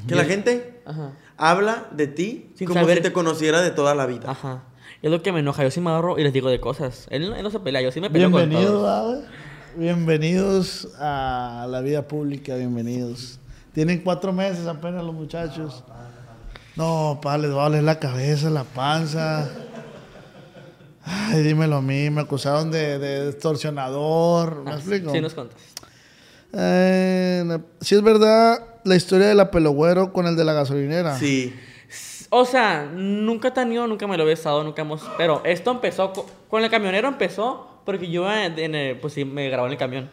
Speaker 5: Que la gente
Speaker 4: Ajá.
Speaker 5: habla de ti
Speaker 4: Sin
Speaker 5: como
Speaker 4: saber-
Speaker 5: si te conociera de toda la vida.
Speaker 4: Ajá. Y es lo que me enoja, yo sí me agarro y les digo de cosas. Él, no- él no se pelea, yo sí me peleo con
Speaker 2: Bienvenidos,
Speaker 4: todos.
Speaker 2: ¿verdad, güey? Bienvenidos a la vida pública, bienvenidos. Tienen cuatro meses apenas los muchachos. No, pa, les va a doler la cabeza, la panza. Ay, dímelo a mí, me acusaron de, de extorsionador, ¿me
Speaker 4: Ah,
Speaker 2: explico?
Speaker 4: Sí, nos contas.
Speaker 2: Eh, la- si es verdad la historia del apelogüero con el de la gasolinera.
Speaker 5: Sí.
Speaker 4: O sea, nunca tan yo, nunca me lo he besado, nunca hemos. Pero esto empezó co- con el camionero, empezó porque yo iba en, en el- pues sí, me grabó en el camión.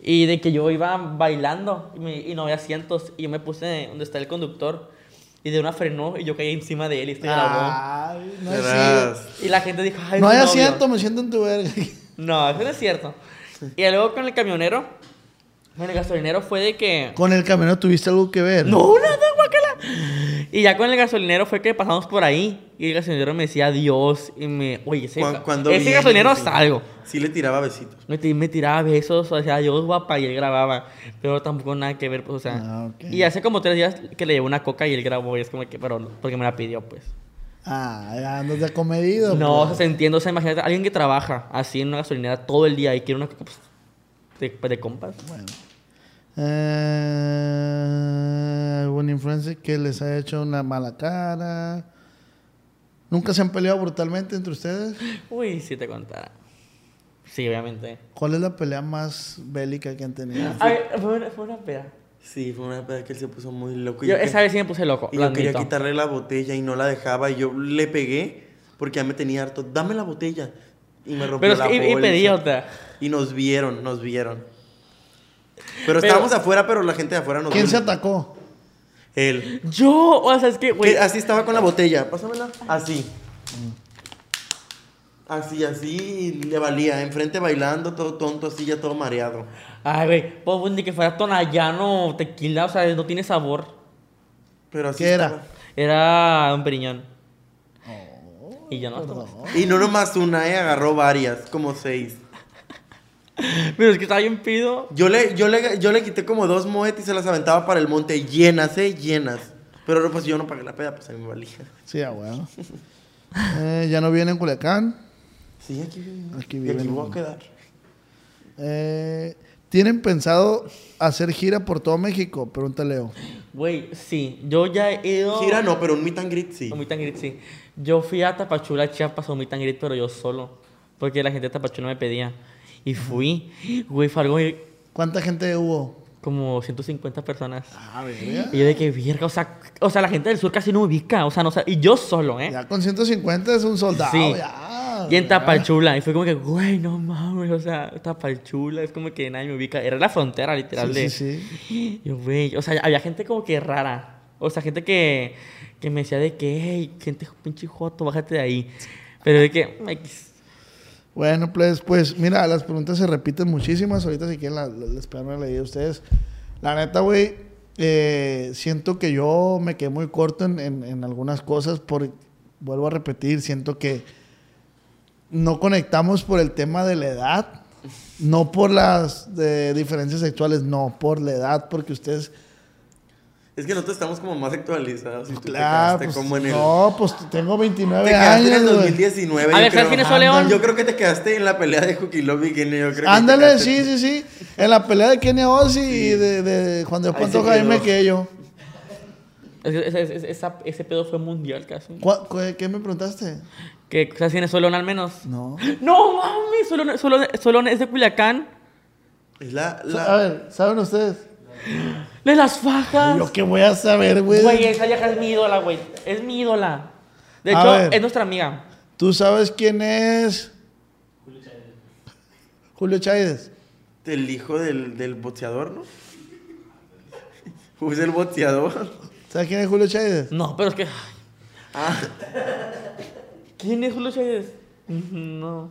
Speaker 4: Y de que yo iba bailando y, me- y no había asientos. Y yo me puse donde está el conductor. Y de una frenó y yo caí encima de él y se grabó.
Speaker 2: Ay, no, es
Speaker 5: Verás.
Speaker 2: cierto.
Speaker 4: Y la gente dijo, ay,
Speaker 2: Ah. no
Speaker 4: mi
Speaker 2: hay
Speaker 4: novio".
Speaker 2: asiento, me siento en tu verga.
Speaker 4: No, eso no es cierto. Y luego con el camionero, con el gasolinero fue de que.
Speaker 2: ¿Con el camino tuviste algo que ver?
Speaker 4: No, nada, guacala. Y ya con el gasolinero fue que pasamos por ahí. Y el gasolinero me decía adiós. Y me, oye, ese,
Speaker 5: Cuan- cuando
Speaker 4: ese
Speaker 5: viene,
Speaker 4: gasolinero
Speaker 5: sí.
Speaker 4: salgo.
Speaker 5: Sí le tiraba besitos.
Speaker 4: Me, ti- me tiraba besos, o sea, adiós, guapa. Y él grababa. Pero tampoco nada que ver, pues, o sea.
Speaker 2: Ah, ok.
Speaker 4: Y hace como tres días que le llevé una coca y él grabó. Y es como que, pero, no, porque me la pidió, pues.
Speaker 2: Ah, ya andas de acomedido.
Speaker 4: No, o
Speaker 2: pues.
Speaker 4: sea, se entiende, o sea, imagínate, alguien que trabaja así en una gasolinera todo el día y quiere una coca, pues, de, pues, de compas.
Speaker 2: Bueno. Eh, ¿Alguna influencer que les ha hecho una mala cara? ¿Nunca se han peleado brutalmente entre ustedes?
Speaker 4: Uy, si te contara. Sí, obviamente.
Speaker 2: ¿Cuál es la pelea más bélica que han tenido?
Speaker 4: A ver, fue una, fue una peda.
Speaker 5: Sí, fue una peda que él se puso muy loco. y
Speaker 4: Yo,
Speaker 5: yo que-
Speaker 4: esa vez sí me puse loco.
Speaker 5: Y
Speaker 4: lo
Speaker 5: yo quería
Speaker 4: admito.
Speaker 5: quitarle la botella y no la dejaba. Y yo le pegué porque ya me tenía harto. Dame la botella. Y me rompió
Speaker 4: Pero es
Speaker 5: la
Speaker 4: que y, y
Speaker 5: bolsa.
Speaker 4: pedí otra.
Speaker 5: Y nos vieron, nos vieron. Pero,
Speaker 4: Pero-
Speaker 5: estábamos afuera, pero la gente de afuera nos
Speaker 2: ¿Quién se
Speaker 5: vio.
Speaker 2: atacó?
Speaker 5: Él.
Speaker 4: Yo, o sea, es que, güey.
Speaker 5: Que así estaba con la botella. Pásamela. Así. Así, así y le valía. Enfrente bailando, todo tonto, así ya todo mareado.
Speaker 4: Ay, güey. Pues ni que fuera tonallano o tequila, o sea, no tiene sabor.
Speaker 5: Pero así
Speaker 2: ¿Qué era?
Speaker 5: estaba.
Speaker 4: Era un periñón.
Speaker 5: Oh,
Speaker 4: y yo no
Speaker 2: Perdón.
Speaker 4: tomaba.
Speaker 5: Y no nomás una, eh, agarró varias, como seis.
Speaker 4: Pero es que estaba bien pido.
Speaker 5: Yo le, yo le, yo le quité como dos moetes y se las aventaba para el monte, llenas, eh, llenas. Pero pues yo no pagué la peda, pues a mí me valía.
Speaker 2: Sí, ah, bueno. Eh, ya no viene en Culiacán.
Speaker 5: Sí, aquí viven.
Speaker 2: Aquí
Speaker 5: Y
Speaker 2: viven.
Speaker 5: aquí voy a quedar.
Speaker 2: Eh, ¿Tienen pensado hacer gira por todo México? Pregunta Leo.
Speaker 4: Güey, sí. Yo ya he ido.
Speaker 5: Gira no, pero un meet and greet sí.
Speaker 4: O meet and greet, sí. Yo fui a Tapachula, Chiapas, a un meet and greet, pero yo solo. Porque la gente de Tapachula me pedía. Y fui. Güey, fue algo de
Speaker 2: ¿Cuánta gente hubo?
Speaker 4: como 150 personas.
Speaker 2: Ah, verga.
Speaker 4: Y yo de que verga, o sea, o sea, la gente del sur casi no ubica, o sea, no sa- y yo solo, ¿eh?
Speaker 2: Ya con 150 es un soldado.
Speaker 4: Sí.
Speaker 2: ya.
Speaker 4: Y en Tapachula, y fue como que, güey, no mames, o sea, Tapachula, es como que nadie me ubica, era la frontera literal
Speaker 2: Sí,
Speaker 4: de...
Speaker 2: sí, sí.
Speaker 4: Y yo, güey, o sea, había gente como que rara, o sea, gente que, que me decía de que, hey, gente pinche joto, bájate de ahí, pero de que, "Ay, quis-
Speaker 2: Bueno, pues, pues, mira, las preguntas se repiten muchísimas. Ahorita, si quieren, la- la- les pego una leída a ustedes. La neta, güey, eh, siento que yo me quedé muy corto en, en- en algunas cosas. Por, vuelvo a repetir, siento que no conectamos por el tema de la edad, no por las de diferencias sexuales, no, por la edad, porque ustedes.
Speaker 5: Es que nosotros estamos como más actualizados. Y tú te
Speaker 2: Claro,
Speaker 5: quedaste
Speaker 2: pues,
Speaker 5: como en el.
Speaker 2: no, pues tengo
Speaker 5: Te
Speaker 2: 29
Speaker 5: quedaste en el
Speaker 2: años, güey.
Speaker 5: 2019.
Speaker 4: A
Speaker 5: yo
Speaker 4: ver, ¿sabes
Speaker 5: creo.
Speaker 4: quién es
Speaker 2: Ándale.
Speaker 4: Oleón?
Speaker 5: Yo creo que te quedaste en la pelea de Cookie Love y Kenny. Yo creo que te
Speaker 2: Ándale,
Speaker 5: quedaste-
Speaker 2: sí, sí, sí. En la pelea de Kenny Ozzy y de, de Juan de
Speaker 5: Ahí se
Speaker 2: Pantoja, ahí me
Speaker 5: quedó.
Speaker 2: quedé yo.
Speaker 4: Ese, ese- ese- esa- ese pedo fue mundial casi.
Speaker 2: ¿Cuá- cu- ¿Qué me preguntaste?
Speaker 4: ¿Qué casi tiene Solón al menos?
Speaker 2: No.
Speaker 4: No mames, Solón, Solón, Solón es de Culiacán.
Speaker 5: Es la.
Speaker 2: A
Speaker 5: la...
Speaker 2: ver, ¿saben ustedes?
Speaker 4: De las fajas.
Speaker 2: Yo qué voy a saber,
Speaker 4: Güey,
Speaker 2: güey.
Speaker 4: esa vieja es mi ídola, güey. Es mi ídola. De
Speaker 2: A
Speaker 4: hecho,
Speaker 2: ver.
Speaker 4: es nuestra amiga.
Speaker 2: ¿Tú sabes quién es? Julio Chávez.
Speaker 5: El hijo del, del boteador, ¿no? Pues el boteador.
Speaker 2: ¿Sabes quién es Julio Chávez?
Speaker 4: No, pero es que. ay,
Speaker 5: Ah,
Speaker 4: ¿Quién es Julio Chávez? No.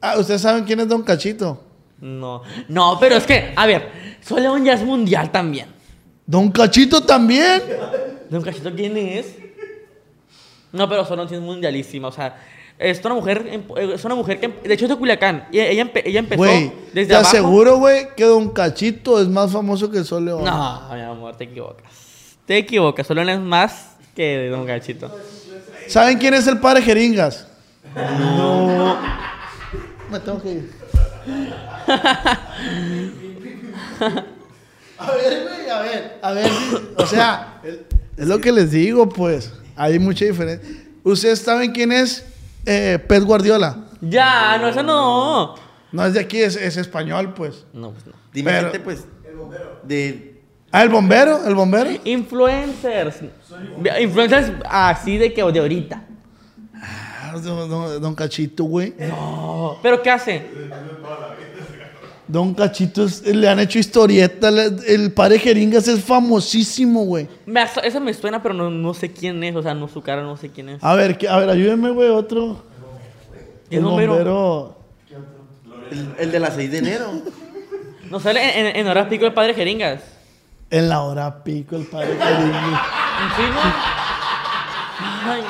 Speaker 2: Ah, ¿ustedes saben quién es Don Cachito?
Speaker 4: No. No, pero es que, a ver, Soleón ya es mundial también.
Speaker 2: ¿Don Cachito también?
Speaker 4: ¿De un cachito quién es? No, pero Solón sí es mundialísima. O sea, es una mujer, emp- eh, es una mujer que, em- de hecho, es de Culiacán. Y e, ella, empe- ella empezó
Speaker 2: Güey,
Speaker 4: desde
Speaker 2: te
Speaker 4: abajo.
Speaker 2: aseguro, güey, que Don Cachito es más famoso que el Sol León.
Speaker 4: No, mi amor, te equivocas. Te equivocas. Solón es más que de Don Cachito.
Speaker 2: ¿Saben quién es el padre Jeringas? No. Me tengo que ir. a ver, güey, a ver, a ver. O sea, el- es lo que les digo, pues. Hay mucha diferencia. ¿Ustedes saben quién es eh, Pep Guardiola?
Speaker 4: Ya, no, eso no.
Speaker 2: No es de aquí, es, es español, pues.
Speaker 4: No, pues no.
Speaker 5: dime
Speaker 2: Pero-
Speaker 5: gente, pues. De.
Speaker 2: Ah, el bombero, el bombero.
Speaker 4: Influencers. Ve- Influencers así de que de ahorita.
Speaker 2: Ah, don, don- don Cachito, güey.
Speaker 4: No. ¿Pero qué hace?
Speaker 2: Don Cachito, es- le han hecho historieta. le- el padre Jeringas es famosísimo, güey.
Speaker 4: Me as- eso me suena, pero no, no sé quién es. O sea, no su cara, no sé quién es.
Speaker 2: A ver, que- a ver, ayúdenme, güey, otro.
Speaker 4: El bombero.
Speaker 5: El, el de las 6 de enero.
Speaker 4: No sale en, en, en horas pico el padre Jeringas.
Speaker 2: En la hora pico, el padre Jeringas.
Speaker 4: ¿Sí, no? Ay.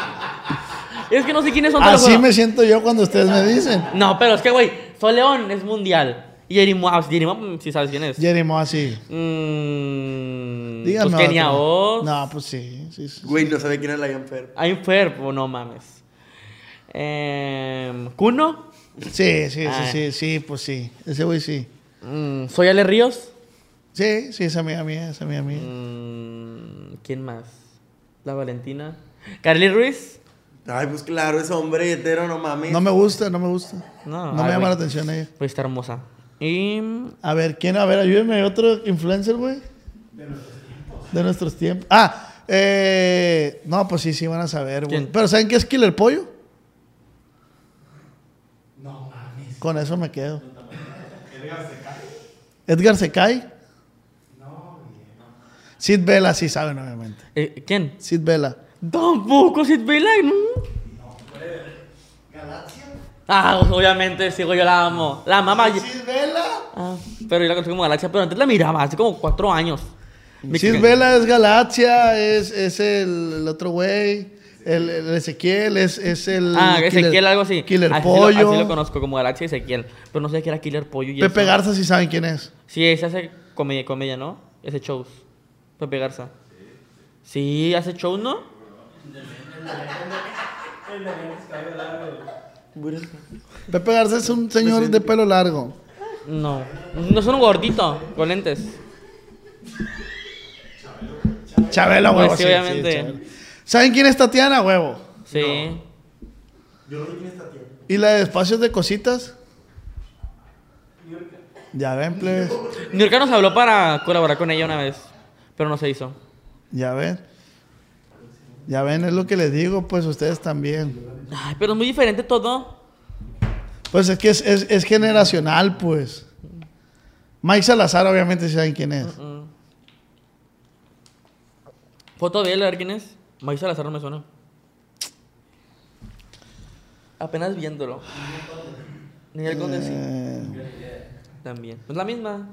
Speaker 4: Es que no sé quiénes son todos los
Speaker 2: Así me
Speaker 4: juegos.
Speaker 2: siento yo cuando ustedes me dicen.
Speaker 4: No, pero es que, güey, Soleón es mundial. Y Jerimo, ah, Jerimo, mm, si sabes quién es.
Speaker 2: Jerimo, así.
Speaker 4: Mmm.
Speaker 2: Díganme.
Speaker 4: Mm, pues Kenia
Speaker 2: otro.
Speaker 4: Oz.
Speaker 2: No, pues sí, sí, sí.
Speaker 5: Güey, no sabe quién es Lion Fair.
Speaker 4: Hay un cuerpo, no mames. Eh, Cuno.
Speaker 2: Sí, sí, sí,
Speaker 4: Ah.
Speaker 2: sí, sí, pues sí. Ese güey sí.
Speaker 4: Mm, Soy Ale Ríos.
Speaker 2: Sí, sí, esa amiga mía, esa amiga mía.
Speaker 4: Mm, ¿Quién más? La Valentina. Carly Ruiz.
Speaker 5: Ay, pues claro, es hombre hetero, no mames.
Speaker 2: No me gusta, no me gusta.
Speaker 4: Mm. No,
Speaker 2: No,
Speaker 4: ay,
Speaker 2: me llama
Speaker 4: güey.
Speaker 2: la atención ella.
Speaker 4: Pues está hermosa. Y. mm,
Speaker 2: A ver, ¿quién? A ver, ayúdenme, otro influencer, güey. De nuestros tiempos. Ah, eh, no, pues sí, sí van a saber, güey.
Speaker 4: ¿Quién?
Speaker 2: Pero ¿saben qué es Killer Pollo? No mames. Con eso me quedo. Edgar Secai. Edgar Secai. No, Sid Vela, sí saben, obviamente.
Speaker 4: eh, ¿Quién?
Speaker 2: Sid Vela.
Speaker 4: Tampoco, Sid Vela, ¿no? Ah, pues, obviamente, sigo, yo la amo. La mamá. yo-
Speaker 2: Sid Vela.
Speaker 4: Ah, pero yo la conocí como Galaxia, pero antes la miraba, hace como cuatro años. Me
Speaker 2: Sid
Speaker 4: que-
Speaker 2: Vela es Galaxia, es, es el, el otro güey, el, el Ezequiel, es, es el.
Speaker 4: Ah,
Speaker 2: Mm, Killer-
Speaker 4: Ezequiel, algo así.
Speaker 2: Killer
Speaker 4: así
Speaker 2: Pollo.
Speaker 4: Lo, así lo conozco como Galaxia Ezequiel. Pero no sé qué era Killer Pollo. Y
Speaker 2: Pepe
Speaker 4: eso.
Speaker 2: Garza, si saben quién es.
Speaker 4: Sí, ese hace comedia, comedia, ¿no? Ese shows. Pepe Garza. Sí, hace shows, ¿no?
Speaker 2: Pepe Garza es un señor de pelo largo.
Speaker 4: No. No son un gordito, con lentes.
Speaker 2: Chabelo,
Speaker 4: Pues
Speaker 2: huevo.
Speaker 4: sí,
Speaker 2: sí, sí,
Speaker 4: obviamente.
Speaker 2: Chabelo. ¿Saben quién es Tatiana, huevo?
Speaker 4: Sí.
Speaker 2: ¿Y la de espacios de cositas? Ya ven, plebes.
Speaker 4: Niurka nos habló para colaborar con ella una vez, pero no se hizo.
Speaker 2: Ya ven. Ya ven, es lo que les digo, pues ustedes también.
Speaker 4: Ay, pero es muy diferente todo.
Speaker 2: Pues es que es, es- es generacional, pues. Mike Salazar, obviamente, si saben quién es.
Speaker 4: Mm. Foto de él, a ver quién es. Maíz Salazar no me suena. Apenas viéndolo. Ninel Conde sí. También. Pues la misma.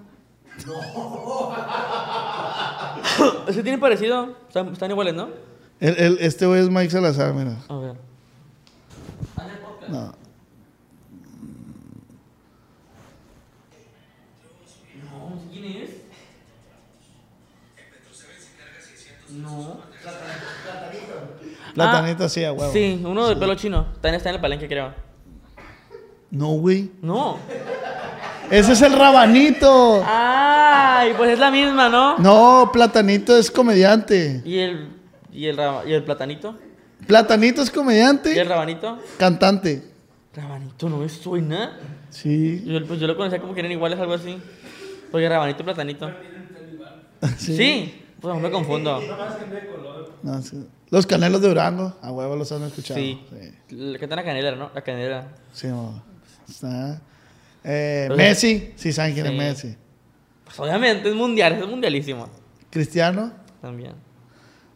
Speaker 4: No. Se tienen parecido. Están, están iguales, ¿no?
Speaker 2: El- el- este güey es Mike Salazar, mira.
Speaker 4: A ver.
Speaker 2: No.
Speaker 4: ¿Quién es? No.
Speaker 2: La tanita sí, a huevo.
Speaker 4: Ah, Sí, uno de pelo chino. También está en el palenque, creo.
Speaker 2: No, güey.
Speaker 4: No.
Speaker 2: Ese es el rabanito.
Speaker 4: Ay, pues es la misma, ¿no?
Speaker 2: No, platanito es comediante.
Speaker 4: ¿Y el, y el, raba- y el platanito?
Speaker 2: Platanito es
Speaker 4: ¿Y el
Speaker 2: comediante.
Speaker 4: rabanito?
Speaker 2: Cantante.
Speaker 4: Rabanito no me suena.
Speaker 2: Sí.
Speaker 4: Yo, pues yo lo conocía como que eran iguales, algo así. Porque rabanito y platanito. Sí. Pues aún me confundo.
Speaker 2: No, sí. Los canelos de Durango. A huevo los han escuchado.
Speaker 4: Sí.
Speaker 2: Sí.
Speaker 4: La que está en la canela, ¿no? La canela.
Speaker 2: Sí, mo. Está. Eh,
Speaker 4: Pero-
Speaker 2: Messi, sí saben quién es
Speaker 4: Sí.
Speaker 2: Messi.
Speaker 4: Pues obviamente es mundial, es mundialísimo.
Speaker 2: Cristiano,
Speaker 4: También.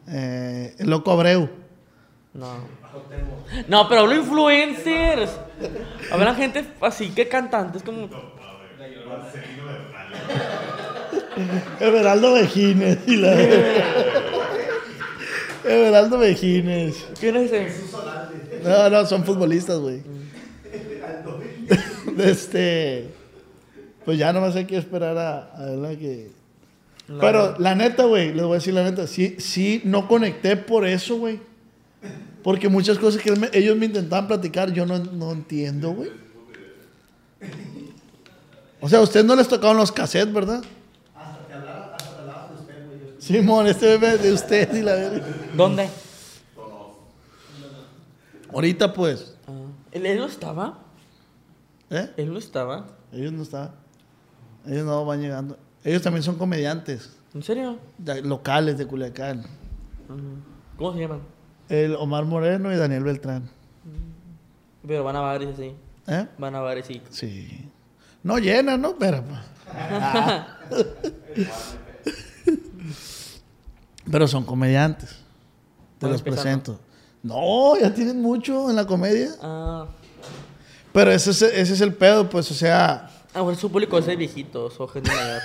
Speaker 2: eh, el loco Abreu.
Speaker 4: No. No, pero hablo influencers. Hablan gente así que cantantes como.
Speaker 2: Everaldo Vejines. y la- Everaldo Vejines.
Speaker 4: ¿Quién es ese?
Speaker 2: No, no, son futbolistas, güey. este. Pues ya nomás hay que esperar a, a ver la que.
Speaker 4: La-
Speaker 2: Pero la neta, güey, les voy a decir la neta. Sí, sí, no conecté por eso, güey. Porque muchas cosas que él me- ellos me intentaban platicar, yo no, no entiendo, güey. O sea, a ustedes no les tocaban los cassettes, ¿verdad? Hasta te hablaba, hasta de usted, güey. Simón, este bebé de usted y la verga.
Speaker 4: ¿Dónde?
Speaker 2: Ahorita, pues.
Speaker 4: Ah, ¿Él, él no estaba.
Speaker 2: ¿Eh?
Speaker 4: Él no estaba.
Speaker 2: Ellos no están. Ellos no van llegando. Ellos también son comediantes
Speaker 4: ¿En serio?
Speaker 2: de- locales de Culiacán.
Speaker 4: Ujú. ¿Cómo se llaman?
Speaker 2: El Omar Moreno y Daniel Beltrán.
Speaker 4: Pero van a bares así.
Speaker 2: ¿Eh?
Speaker 4: Van a bares sí.
Speaker 2: Sí. No llena, ¿no? Pero, pues. Ah. Pero son comediantes. Te
Speaker 4: Van
Speaker 2: los
Speaker 4: empezando.
Speaker 2: presento. No, ya tienen mucho en la comedia.
Speaker 4: Ah,
Speaker 2: Pero ese es, ese es el pedo, pues, o sea.
Speaker 4: ahora su público ah, es de viejitos o gente mayor.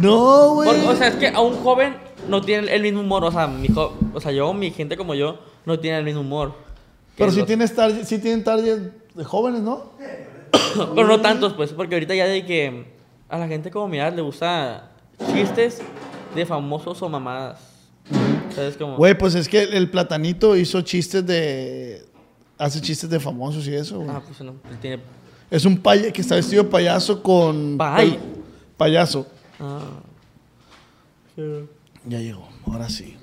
Speaker 2: No, güey.
Speaker 4: Porque, o sea, es que a un joven no tiene el mismo humor. O sea, mi jo- o sea, yo, mi gente como yo, no tiene el mismo humor. que
Speaker 2: Pero si
Speaker 4: los-
Speaker 2: tienes target, sí tienen target de jóvenes, ¿no?
Speaker 4: Pero no tantos, pues, porque ahorita ya de que a la gente como mi edad le gusta chistes de famosos o mamadas. ¿Sabes cómo?
Speaker 2: Güey, pues es que el, el platanito hizo chistes de. Hace chistes de famosos y eso, güey.
Speaker 4: Ah, pues no, pues tiene...
Speaker 2: Es un paya que está vestido de payaso con.
Speaker 4: Pay.
Speaker 2: pay- Payaso.
Speaker 4: Ah.
Speaker 2: Ya llegó, ahora sí.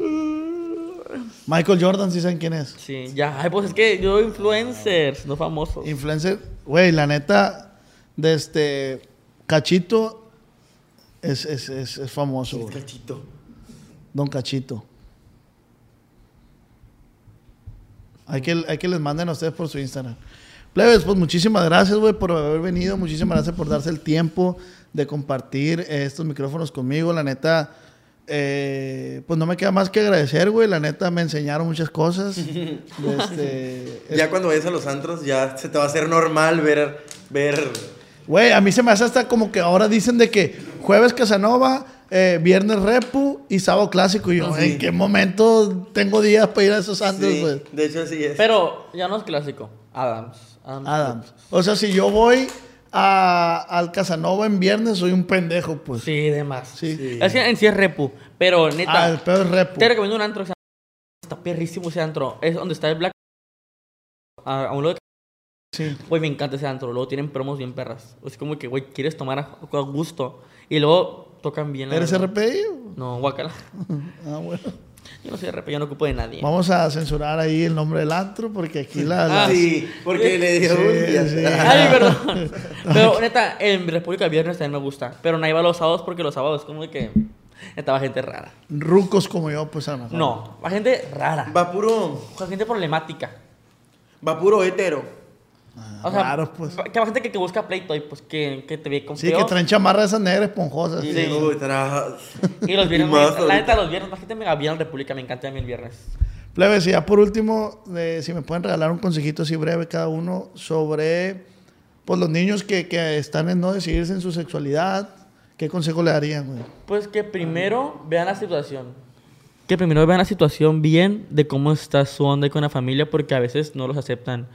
Speaker 2: Michael Jordan, si saben quién es.
Speaker 4: Sí, ya, ay, pues es que yo influencers, no famosos.
Speaker 2: Influencer. Güey, la neta, de este. Cachito es, es, es, es famoso, güey.
Speaker 5: Cachito.
Speaker 2: Don Cachito. Hay que, hay que les manden a ustedes por su Instagram. Plebes, pues muchísimas gracias, güey, por haber venido. Muchísimas gracias por darse el tiempo de compartir eh, estos micrófonos conmigo. La neta, eh, pues no me queda más que agradecer, güey. La neta, me enseñaron muchas cosas. Este,
Speaker 5: Ya cuando vayas a los antros, ya se te va a hacer normal ver. ver
Speaker 2: Güey, a mí se me hace hasta como que ahora dicen de que jueves Casanova, eh, viernes Repu y sábado Clásico. Y yo,
Speaker 5: Ah, sí.
Speaker 2: ¿en qué momento tengo días para ir a esos andes,
Speaker 5: sí,
Speaker 2: güey?
Speaker 5: de hecho, así es.
Speaker 4: Pero ya no es clásico. Adams. Adams.
Speaker 2: Adams. O sea, si yo voy a- al Casanova en viernes, soy un pendejo, pues.
Speaker 4: Sí, de más.
Speaker 2: Sí.
Speaker 4: Es que en sí es repu. Pero
Speaker 2: Ah,
Speaker 4: neta,
Speaker 2: el peor es Repu.
Speaker 4: te recomiendo un antro que se llama- Está perrísimo ese antro. Es donde está el Black. A, a un lado de.
Speaker 2: Sí.
Speaker 4: Güey, me encanta ese antro. Luego tienen promos bien perras. Es como que, güey, quieres tomar a, a gusto. Y luego tocan bien. la
Speaker 2: ¿Eres
Speaker 4: verdad.
Speaker 2: RPI?
Speaker 4: No, guacala.
Speaker 2: Ah, bueno.
Speaker 4: Yo no soy RP, yo no ocupo de nadie.
Speaker 2: Vamos a censurar ahí el nombre del antro porque aquí la... la-
Speaker 4: Ah,
Speaker 5: sí, porque le dio
Speaker 2: Sí,
Speaker 5: un día.
Speaker 2: sí.
Speaker 4: Ay, perdón. Pero neta, en República Viernes también me gusta. Pero no iba los sábados porque los sábados es como de que estaba gente rara.
Speaker 2: Rucos como yo, pues a lo mejor.
Speaker 4: No, va gente rara.
Speaker 5: Va puro.
Speaker 4: Va gente problemática.
Speaker 5: Va puro hétero.
Speaker 4: O sea,
Speaker 2: Raros, pues.
Speaker 4: va- que va gente que, que busca pleito y pues que, que te ve con
Speaker 2: Sí, que
Speaker 4: feo.
Speaker 2: traen chamarras esas negras esponjosas.
Speaker 5: Y
Speaker 2: sí.
Speaker 5: digo, "Uy, tra-
Speaker 4: Y los
Speaker 5: Y
Speaker 4: viernes,
Speaker 5: más
Speaker 4: la
Speaker 5: ahorita.
Speaker 4: neta, los viernes, la gente me había en República, me encanta a mí el viernes.
Speaker 2: Plebes, y ya por último, eh, si me pueden regalar un consejito así breve cada uno sobre pues, los niños que, que están en no decidirse en su sexualidad, ¿qué consejo le darían, güey?
Speaker 4: Pues que primero vean la situación. Que primero vean la situación bien de cómo está su onda y con la familia, porque a veces no los aceptan.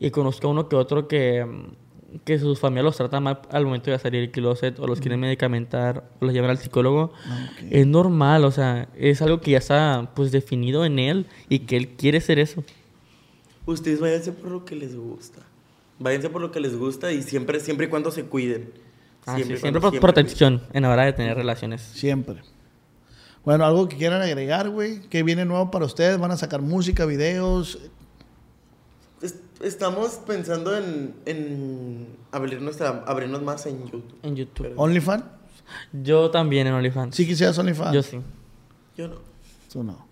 Speaker 4: Y conozco a uno que otro que, mm, que sus familias los tratan mal al momento de salir del closet, o los quieren medicamentar, o los llevan al psicólogo.
Speaker 5: Ah,
Speaker 4: Es normal, o sea, es algo que ya está pues definido en él y que él quiere ser eso.
Speaker 5: Ustedes váyanse por lo que les gusta. Váyanse por lo que les gusta y siempre, siempre y cuando se cuiden.
Speaker 4: Ah, sí, Siempre,
Speaker 5: y cuando-
Speaker 4: por
Speaker 5: siempre.
Speaker 4: protección en la hora de tener relaciones.
Speaker 2: Siempre. Bueno, algo que quieran agregar, güey, que viene nuevo para ustedes, van a sacar música, videos.
Speaker 5: Es- Estamos pensando en, en abrir nuestra, abrirnos más en YouTube.
Speaker 4: En YouTube.
Speaker 2: ¿OnlyFans?
Speaker 4: Yo también en OnlyFans.
Speaker 2: Sí quisieras OnlyFans.
Speaker 4: Yo sí.
Speaker 5: Yo no.
Speaker 2: Tú no.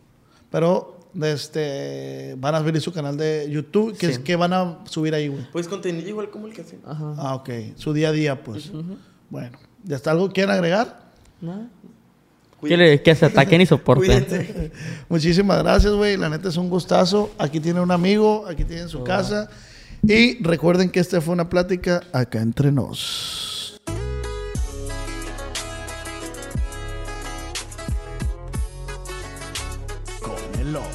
Speaker 2: Pero este, van a abrir su canal de YouTube. ¿Qué, es-
Speaker 4: Sí.
Speaker 2: qué van a subir ahí, güey?
Speaker 5: Pues contenido igual como el que hacen.
Speaker 4: Ajá.
Speaker 2: Ah, ok. Su día a día, pues. Bueno, ¿ya está algo que quieran agregar?
Speaker 4: ¿No? Que,
Speaker 5: Cuídense.
Speaker 4: le- que se ataquen y soporten.
Speaker 5: Cuídense.
Speaker 2: Muchísimas gracias, güey. La neta es un gustazo. Aquí tiene un amigo, aquí tiene su casa. Y recuerden que esta fue una plática acá entre nos. Con el Ox.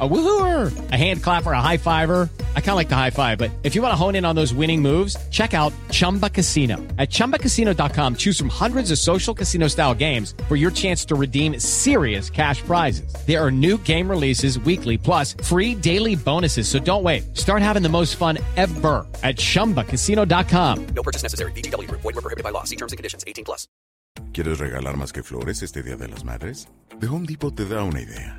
Speaker 6: A woohooer, a hand clapper, a high fiver. I kind of like the high five, but if you want to hone in on those winning moves, check out Chumba Casino. At chumbacasino.com, choose from hundreds of social casino style games for your chance to redeem serious cash prizes. There are new game releases weekly, plus free daily bonuses. So don't wait. Start having the most fun ever at chumbacasino.com.
Speaker 7: No purchase necessary. BGW. Void were prohibited by law. See terms and conditions. 18 plus.
Speaker 8: ¿Quieres regalar más que flores este Día de las Madres? The Home Depot te da una idea.